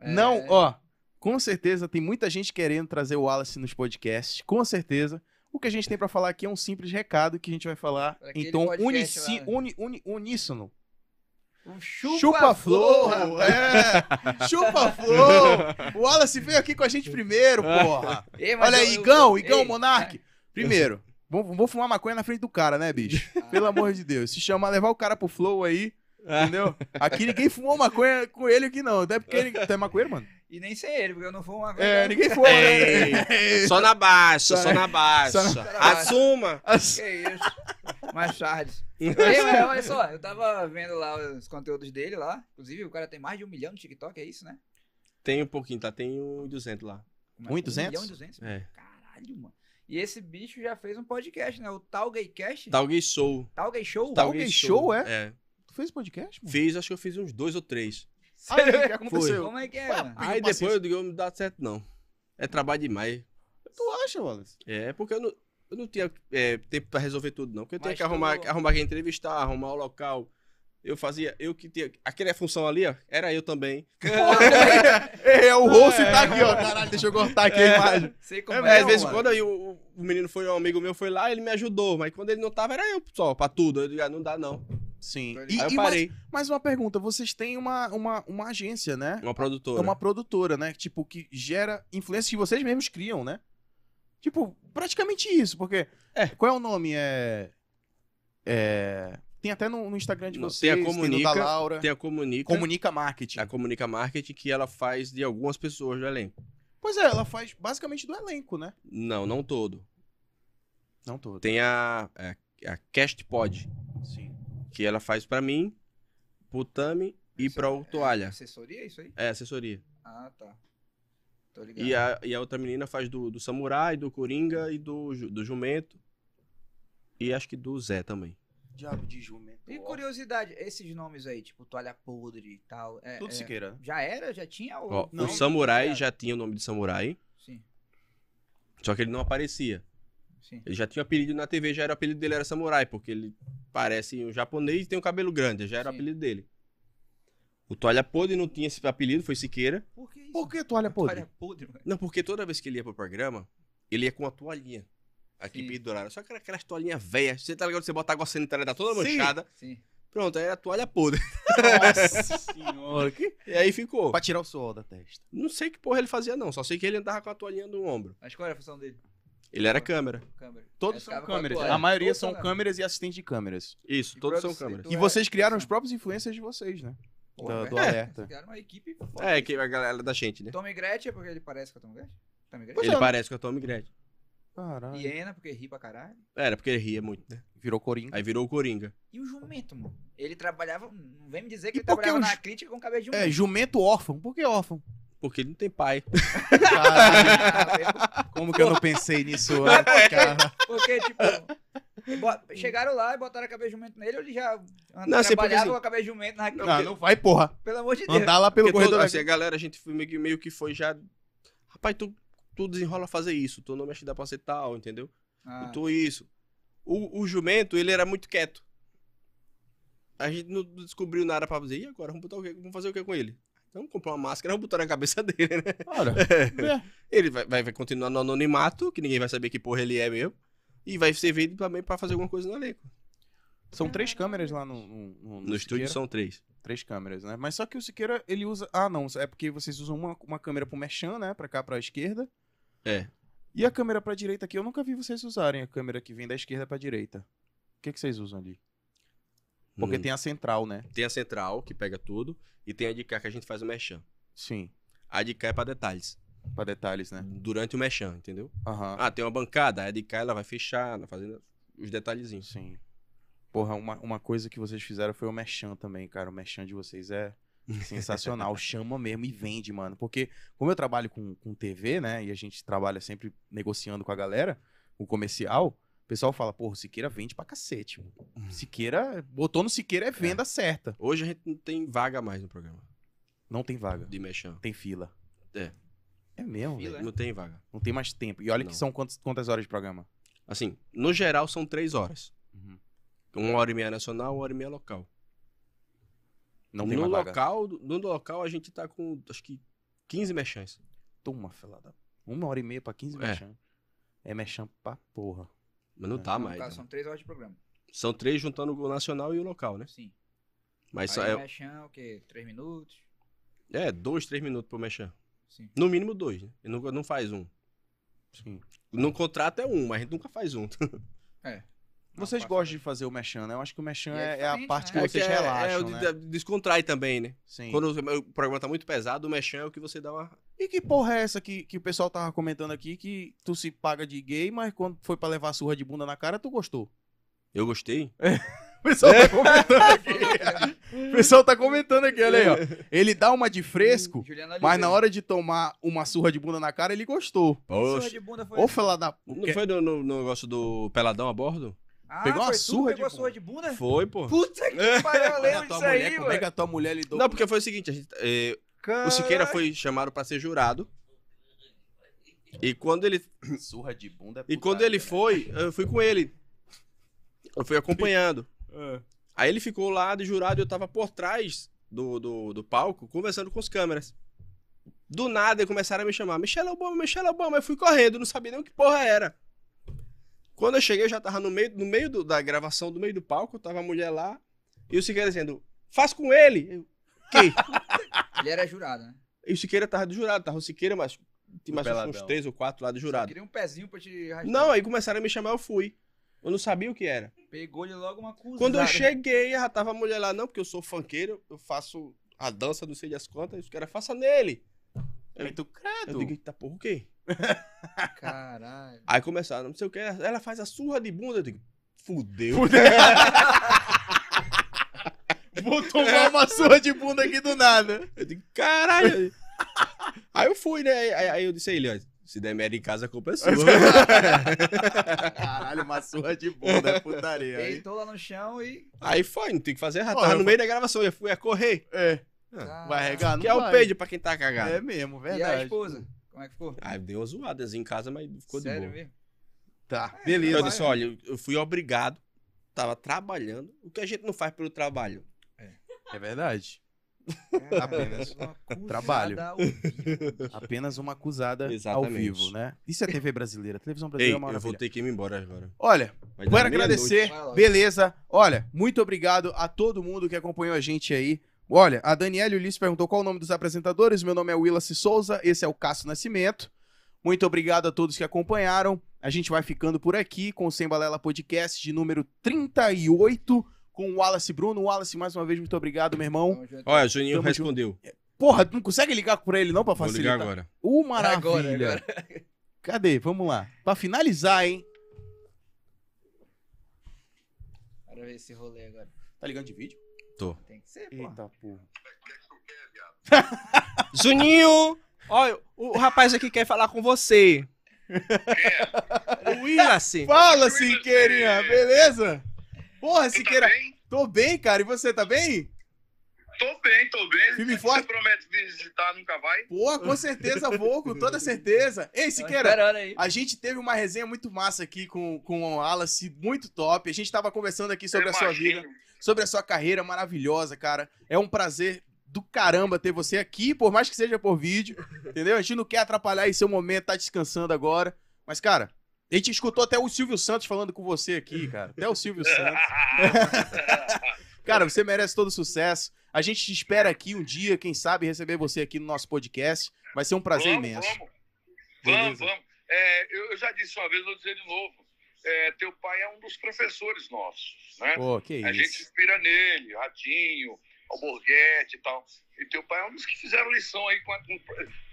É, Não, ó, com certeza tem muita gente querendo trazer o Wallace nos podcasts, com certeza. O que a gente tem pra falar aqui é um simples recado que a gente vai falar Pra aquele em tom podcast unici- lá. uni- uni- uníssono. um Chupa flow, rapaz. é. Chupa flow. O Wallace veio aqui com a gente primeiro, porra. Ei, mas Olha eu- aí, eu- Igão, ei, Igão Monark. Primeiro, vamos vamos fumar maconha na frente do cara, né, bicho? Ah. Pelo amor de Deus. Se chamar, levar o cara pro flow aí, entendeu? Aqui ninguém fumou maconha com ele aqui, não. Até porque ele... Tu é maconheiro, mano? E nem sem ele, porque eu não fui uma É, né? ninguém fuma, né? Ei, só na baixa, Só- só na baixa. só na- Assuma! As- Que isso. Mais tarde. Ei, mas olha só, eu tava vendo lá os conteúdos dele lá. Inclusive, o cara tem mais de um milhão no TikTok, é isso, né? Tem um pouquinho, tá? Tem um 200 lá. Como Um é? e duzentos? milhão e duzentos? É. Caralho, mano. E esse bicho já fez um podcast, né? O Talgaycast. Tá alguém show. Talgay Show. Tá Alguém show, é? É. Tu fez podcast, mano? Fiz, acho que eu fiz uns dois ou três. Aí, o que aconteceu? Como é que é, mano? Aí depois eu digo, não dá certo não. É trabalho demais. Tu acha, Wallace? É, porque eu não, eu não tinha é, tempo pra resolver tudo, não. Porque eu tinha Mas que arrumar, tu- arrumar quem entrevistar, arrumar o local. Eu fazia, eu que tinha. Aquela função ali, ó, era eu também. É, o rosto tá aqui, ó. Caralho, deixa eu cortar aqui a imagem. Sei como É, é, às vezes mano. quando aí o, o menino foi, um amigo meu foi lá, ele me ajudou. Mas quando ele não tava, era eu só, pra tudo. Eu digo, ah, não dá não. Sim. Tô E, aí eu e mais, parei. mais uma pergunta: vocês têm uma, uma, uma agência, né? Uma É produtora. uma produtora, né? Tipo, que gera influências que vocês mesmos criam, né? Tipo, praticamente isso, porque. É. Qual é o nome? É. É. Tem até no, no Instagram de Não, tem vocês, a tem no Comunica, da Laura. Tem a Comunica. Comunica Marketing. A Comunica Marketing que ela faz de algumas pessoas do elenco. Pois é, ela faz basicamente do elenco, né? Não, não todo. Não todo. Tem a, a, a CastPod, Sim. que ela faz pra mim, pro Tami e pra o Toalha. Assessoria, isso aí? É, assessoria. Ah, tá. Tô ligado. E a, e a outra menina faz do, do Samurai, do Coringa e do, Ju- do Jumento. E acho que do Zé também. Diabo de jumento. E curiosidade, esses nomes aí, tipo toalha podre e tal, é, Tudo é, se queira. já era? Já tinha? Ou... Ó, Não, o Samurai não. Tá já tinha o nome de Samurai, Sim, só que ele não aparecia. sim. Ele já tinha apelido na TV, já era o apelido dele era Samurai, porque ele parece um japonês e tem um cabelo grande, já era o Sim. apelido dele. O Toalha Podre não tinha esse apelido, foi Siqueira. Por que isso? Por que toalha podre? é Toalha podre, mano. Não, porque toda vez que ele ia pro programa, ele ia com a toalhinha. Aqui Sim. pendurada. Só que era aquelas toalhinhas velhas. Você tá ligado? que Você bota água sanitária, tá toda Sim. manchada. Sim. Pronto, aí era a toalha podre. Nossa senhora. que- E aí ficou. Pra tirar o suor da testa. Não sei que porra ele fazia, não. Só sei que ele andava com a toalhinha no ombro. Mas qual era a função dele? Ele era câmera. Câmera. Ele Todos são ficava com a câmeras. toalha. é A maioria Todos são câmera. câmeras e assistente de câmeras. Isso, E todos são produção, câmeras. tu E é- vocês criaram os próprios influencers de vocês, né? Pô, da- é do verdade, alerta. vocês criaram uma equipe foda. É, que a galera da gente, né? Tommy Gretchen, porque ele parece com a Tommy Gretchen? Tommy Gretchen? Pois Ele é. parece com a Tommy Gretchen. Caralho. Hiena, porque ri pra caralho. Era, porque ele ria muito, né? Virou Coringa. Aí virou o Coringa. E o Jumento, mano? Ele trabalhava... Não vem me dizer que E ele por que trabalhava o na Ju- crítica com cabelo de um É, jumento órfão. Por que órfão? Porque ele não tem pai. É. Caralho, como que eu não pensei nisso antes, cara? Porque, tipo, E bo- Chegaram lá e botaram a cabeça de jumento nele, ele já and- Não, assim, porque trabalhava assim- com a cabeça de jumento na Não, não vai, porra. Pelo amor de Deus. Andar lá pelo Porque corredor. todo- da- assim, a galera, a gente foi meio, que- meio que foi já. Rapaz, tu, tu desenrola fazer isso, teu nome acho que dá pra ser tal, entendeu? Ah, Tu isso. O, o jumento, ele era muito quieto. A gente não descobriu nada pra fazer. E agora? Vamos, botar o quê? vamos fazer o que com ele? Vamos comprar uma máscara, vamos botar na cabeça dele, né? Ora, É. Ele vai, vai, vai continuar no anonimato, que ninguém vai saber que porra ele é mesmo. E vai servir também pra fazer alguma coisa no elenco. São três câmeras lá no, no, no- No estúdio Siqueira. são três. Três câmeras, né? Mas só que o Siqueira, ele usa. Ah, não. É porque vocês usam uma, uma câmera pro Merchan, né? Pra cá, pra esquerda. É. E a câmera pra direita aqui, eu nunca vi vocês usarem a câmera que vem da esquerda pra direita. O que, que vocês usam ali? Porque Hum. tem a central, né? Tem a central, que pega tudo, e tem a de cá que a gente faz o mechan. Sim. A de cá é pra detalhes. Pra detalhes, né? Durante o mechan, entendeu? Aham. Ah, tem uma bancada, a de cá ela vai fechar, ela fazendo os detalhezinhos. Sim. Porra, uma, uma coisa que vocês fizeram foi o Merchan também, cara. O Merchan de vocês é sensacional. Chama mesmo e vende, mano. Porque, como eu trabalho com, com TV, né? E a gente trabalha sempre negociando com a galera, o comercial, o pessoal fala, porra, o Siqueira vende pra cacete. Mano. Siqueira, botou no Siqueira é venda certa. Hoje a gente não tem vaga mais no programa Não tem vaga. de mechan. Tem fila. É. É mesmo, Fila, velho. Não tem vaga. Não tem mais tempo. E olha que Não. são quantas, quantas horas de programa. Assim, no geral são três horas. Uhum. Uma hora e meia nacional, uma hora e meia local. Não tem no mais vaga. local, No local a gente tá com, acho que, 15 mechãs. Toma, filada. Uma hora e meia pra 15 É. mexão. É mexão pra porra. Mas não É, tá no mais. caso, então. São três horas de programa. São três juntando o nacional e o local, né? Sim. Mas só Aí é, o mexão, o quê? Três minutos? é dois, três minutos pro mechan. Sim. No mínimo dois, né? E não, não faz um. Sim. No contrato é um, mas a gente nunca faz um. Vocês Não, passa gostam de fazer o mechan, né? Eu acho que o mechan E é é, é a diferente, parte que né? É vocês que relaxam, o né? de- descontrai também, né? Sim. Quando o o programa tá muito pesado, o mechan é o que você dá uma. E que porra é essa que, que o pessoal tava comentando aqui que tu se paga de gay, mas quando foi pra levar surra de bunda na cara, tu gostou? Eu gostei. É, O pessoal tá comentando aqui. o pessoal tá comentando aqui, olha aí, ó. Ele dá uma de fresco, Juliana mas na Oliveira. hora de tomar uma surra de bunda na cara, ele gostou. Surra Poxa. de bunda foi. Ou falar da. Não foi no, no- no negócio do Peladão a bordo? Ah, pegou uma foi tu que surra de pegou bunda. surra de bunda? Foi, pô. Puta que pariu, eu Olha lembro a tua disso mulher, aí, como é que velho. a tua mulher lidou Não, porque foi o seguinte, a gente, eh, o Siqueira foi chamado pra ser jurado. E quando ele, com surra de bunda? é e putaria, quando ele né? foi, eu fui com ele. Eu fui acompanhando. É. Aí ele ficou lá de jurado e eu tava por trás do, do, do palco conversando com as câmeras. Do nada começaram a me chamar, é Michelle Obama, Michelle Obama. Eu fui correndo, não sabia nem o que porra era. Quando eu cheguei, eu já tava no meio, no meio do- da gravação, do meio do palco, tava a mulher lá. E o Siqueira dizendo, faz com ele. Eu, "Quem?" Ele era jurado, né? e o Siqueira tava de jurado, tava o Siqueira, mas tem mais uns Peladão. três ou quatro lá de Só jurado. Queria um pezinho pra te arrastar. Não, aí começaram a me chamar, eu fui. Eu não sabia o que era. Pegou-lhe logo uma cuzada. Quando eu cheguei, já tava a mulher lá, não, porque eu sou funkeiro, eu faço a dança, não sei das quantas, e os caras façam nele. Aí tu, Eu credo. digo, eita porra, o quê? Caralho. Aí começaram, não sei o que, ela faz a surra de bunda, eu digo, fudeu. Vou tomar uma surra de bunda aqui do nada. Eu digo, caralho. aí eu fui, né, aí, aí eu disse a ele, ó, se der merda em casa, a culpa é sua. Caralho, uma surra de bunda, é putaria. hein? Deitou lá no chão e. aí foi, não tem o que fazer, já Ó, tava eu no meio da gravação, eu fui a correr, É, vai Caralho. regar, não que é o vai. peido pra quem tá cagado. É mesmo, E a verdade. esposa? Como é que ficou? Aí deu uma zoadazinha em casa, mas ficou de Sério boa. mesmo? Tá. Beleza. Eu vai. disse, olha, eu- eu fui obrigado, tava trabalhando, o que a gente não faz pelo trabalho? É verdade. Caralho, Apenas. uma cuzada Trabalho. ao vivo. Apenas uma acusada Exatamente. ao vivo, né? Isso é TV brasileira. televisão Ei, brasileira é uma eu vou maravilha. ter que ir embora agora. Olha, Vai dar quero meia-noite. agradecer. Vai logo. Beleza. Olha, muito obrigado a todo mundo que acompanhou a gente aí. Olha, a Daniela Ulisses perguntou qual o nome dos apresentadores. Meu nome é Willis Souza, esse é o Cássio Nascimento. Muito obrigado a todos que acompanharam. A gente vai ficando por aqui com o Sem Balela Podcast de número 38 com o Wallace Bruno. Wallace, mais uma vez, muito obrigado, meu irmão. Tamo junto. Olha, o Juninho Tamo respondeu. Porra, não consegue ligar pra ele não pra Vou ligar facilitar? agora. Ô, maravilha. Agora, agora. Cadê? Vamos lá. Pra finalizar, hein? Bora ver esse rolê agora. Tá ligando de vídeo? Tem que ser, pô. Eita, porra. Juninho! Olha, o rapaz aqui quer falar com você. O Willassim. Fala, Siqueirinha, beleza? Porra, Tu Siqueira, tá bem? tô bem, cara, e você tá bem? Tô bem, tô bem. Firme e Você forte. promete visitar, nunca vai? Pô, com certeza vou, com toda certeza. Ei, Siqueira, Esperando aí. a gente teve uma resenha muito massa aqui com, com o Wallace, muito top. A gente tava conversando aqui sobre Eu a sua vida. imagino. sobre a sua carreira maravilhosa, cara. É um prazer do caramba ter você aqui, por mais que seja por vídeo, entendeu? A gente não quer atrapalhar em seu momento, tá descansando agora. Mas, cara, a gente escutou até o Silvio Santos falando com você aqui, cara. Até o Silvio Santos. Ah, Cara, você merece todo o sucesso. A gente te espera aqui um dia, quem sabe, receber você aqui no nosso podcast. Vai ser um prazer Vamos, imenso. Vamos, vamos. Beleza. vamos. É, eu, eu já disse uma vez, vou dizer de novo. É, teu pai é um dos professores nossos, né? Pô, que A gente isso. inspira nele, Ratinho, Alborguete e tal. E teu pai é um dos que fizeram lição aí. Com a- com-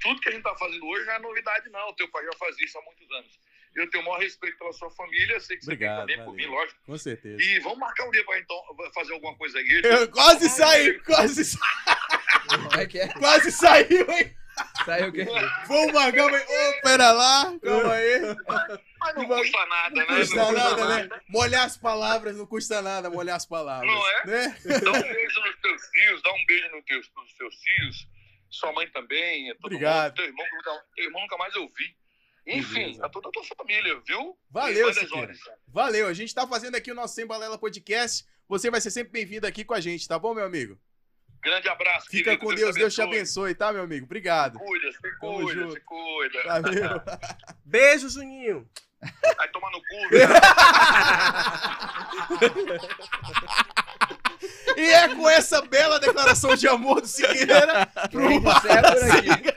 tudo que a gente tá fazendo hoje não é novidade, não. Teu pai já faz isso há muitos anos. Eu tenho o maior respeito pela sua família, sei que você Obrigado, tem também por mim, valeu. lógico. Com certeza. E vamos marcar um dia pra então fazer alguma coisa aí. Quase saiu, quase, sa- Como é que é? quase saiu, hein? Saiu o quê? Vamos marcar, mas... Ô, pera lá, calma aí. Mas não custa nada, né? Não custa nada, né? Molhar as palavras não custa nada, molhar as palavras. Não é? Né? Dá um beijo nos teus filhos, dá um beijo nos teus, nos teus filhos, sua mãe também, a todo Obrigado. mundo, teu irmão, que nunca- teu irmão nunca mais eu vi. Enfim, Beleza. a toda a tua família, viu? Valeu, Manda as Siqueira. horas. Valeu, a gente tá fazendo aqui o nosso Sem Balela Podcast. Você vai ser sempre bem-vindo aqui com a gente, tá bom, meu amigo? Grande abraço. Fica querido, com Deus, Deus te abençoe, tá, meu amigo? Obrigado. Cuida, se Tamo cuida, se junto. cuida. Valeu. Beijo, Juninho. Vai tomar no cu. viu? E é com essa bela declaração de amor do Siqueira pro Encerra por aqui.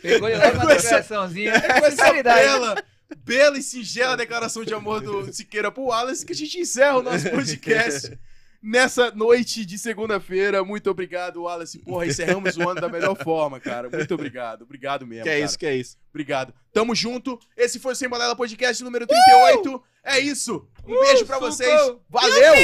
Pegou ele lá com uma depressãozinha. É com essa Sinceridade. bela, bela e singela declaração de amor do Siqueira pro Wallace que a gente encerra o nosso podcast nessa noite de segunda-feira. Muito obrigado, Wallace. Porra, encerramos o ano da melhor forma, cara. Muito obrigado. Obrigado mesmo. Que é cara. isso, que é isso. Obrigado. Tamo junto. Esse foi o Sem Balela Podcast número 38. É isso. Um beijo pra vocês. Valeu!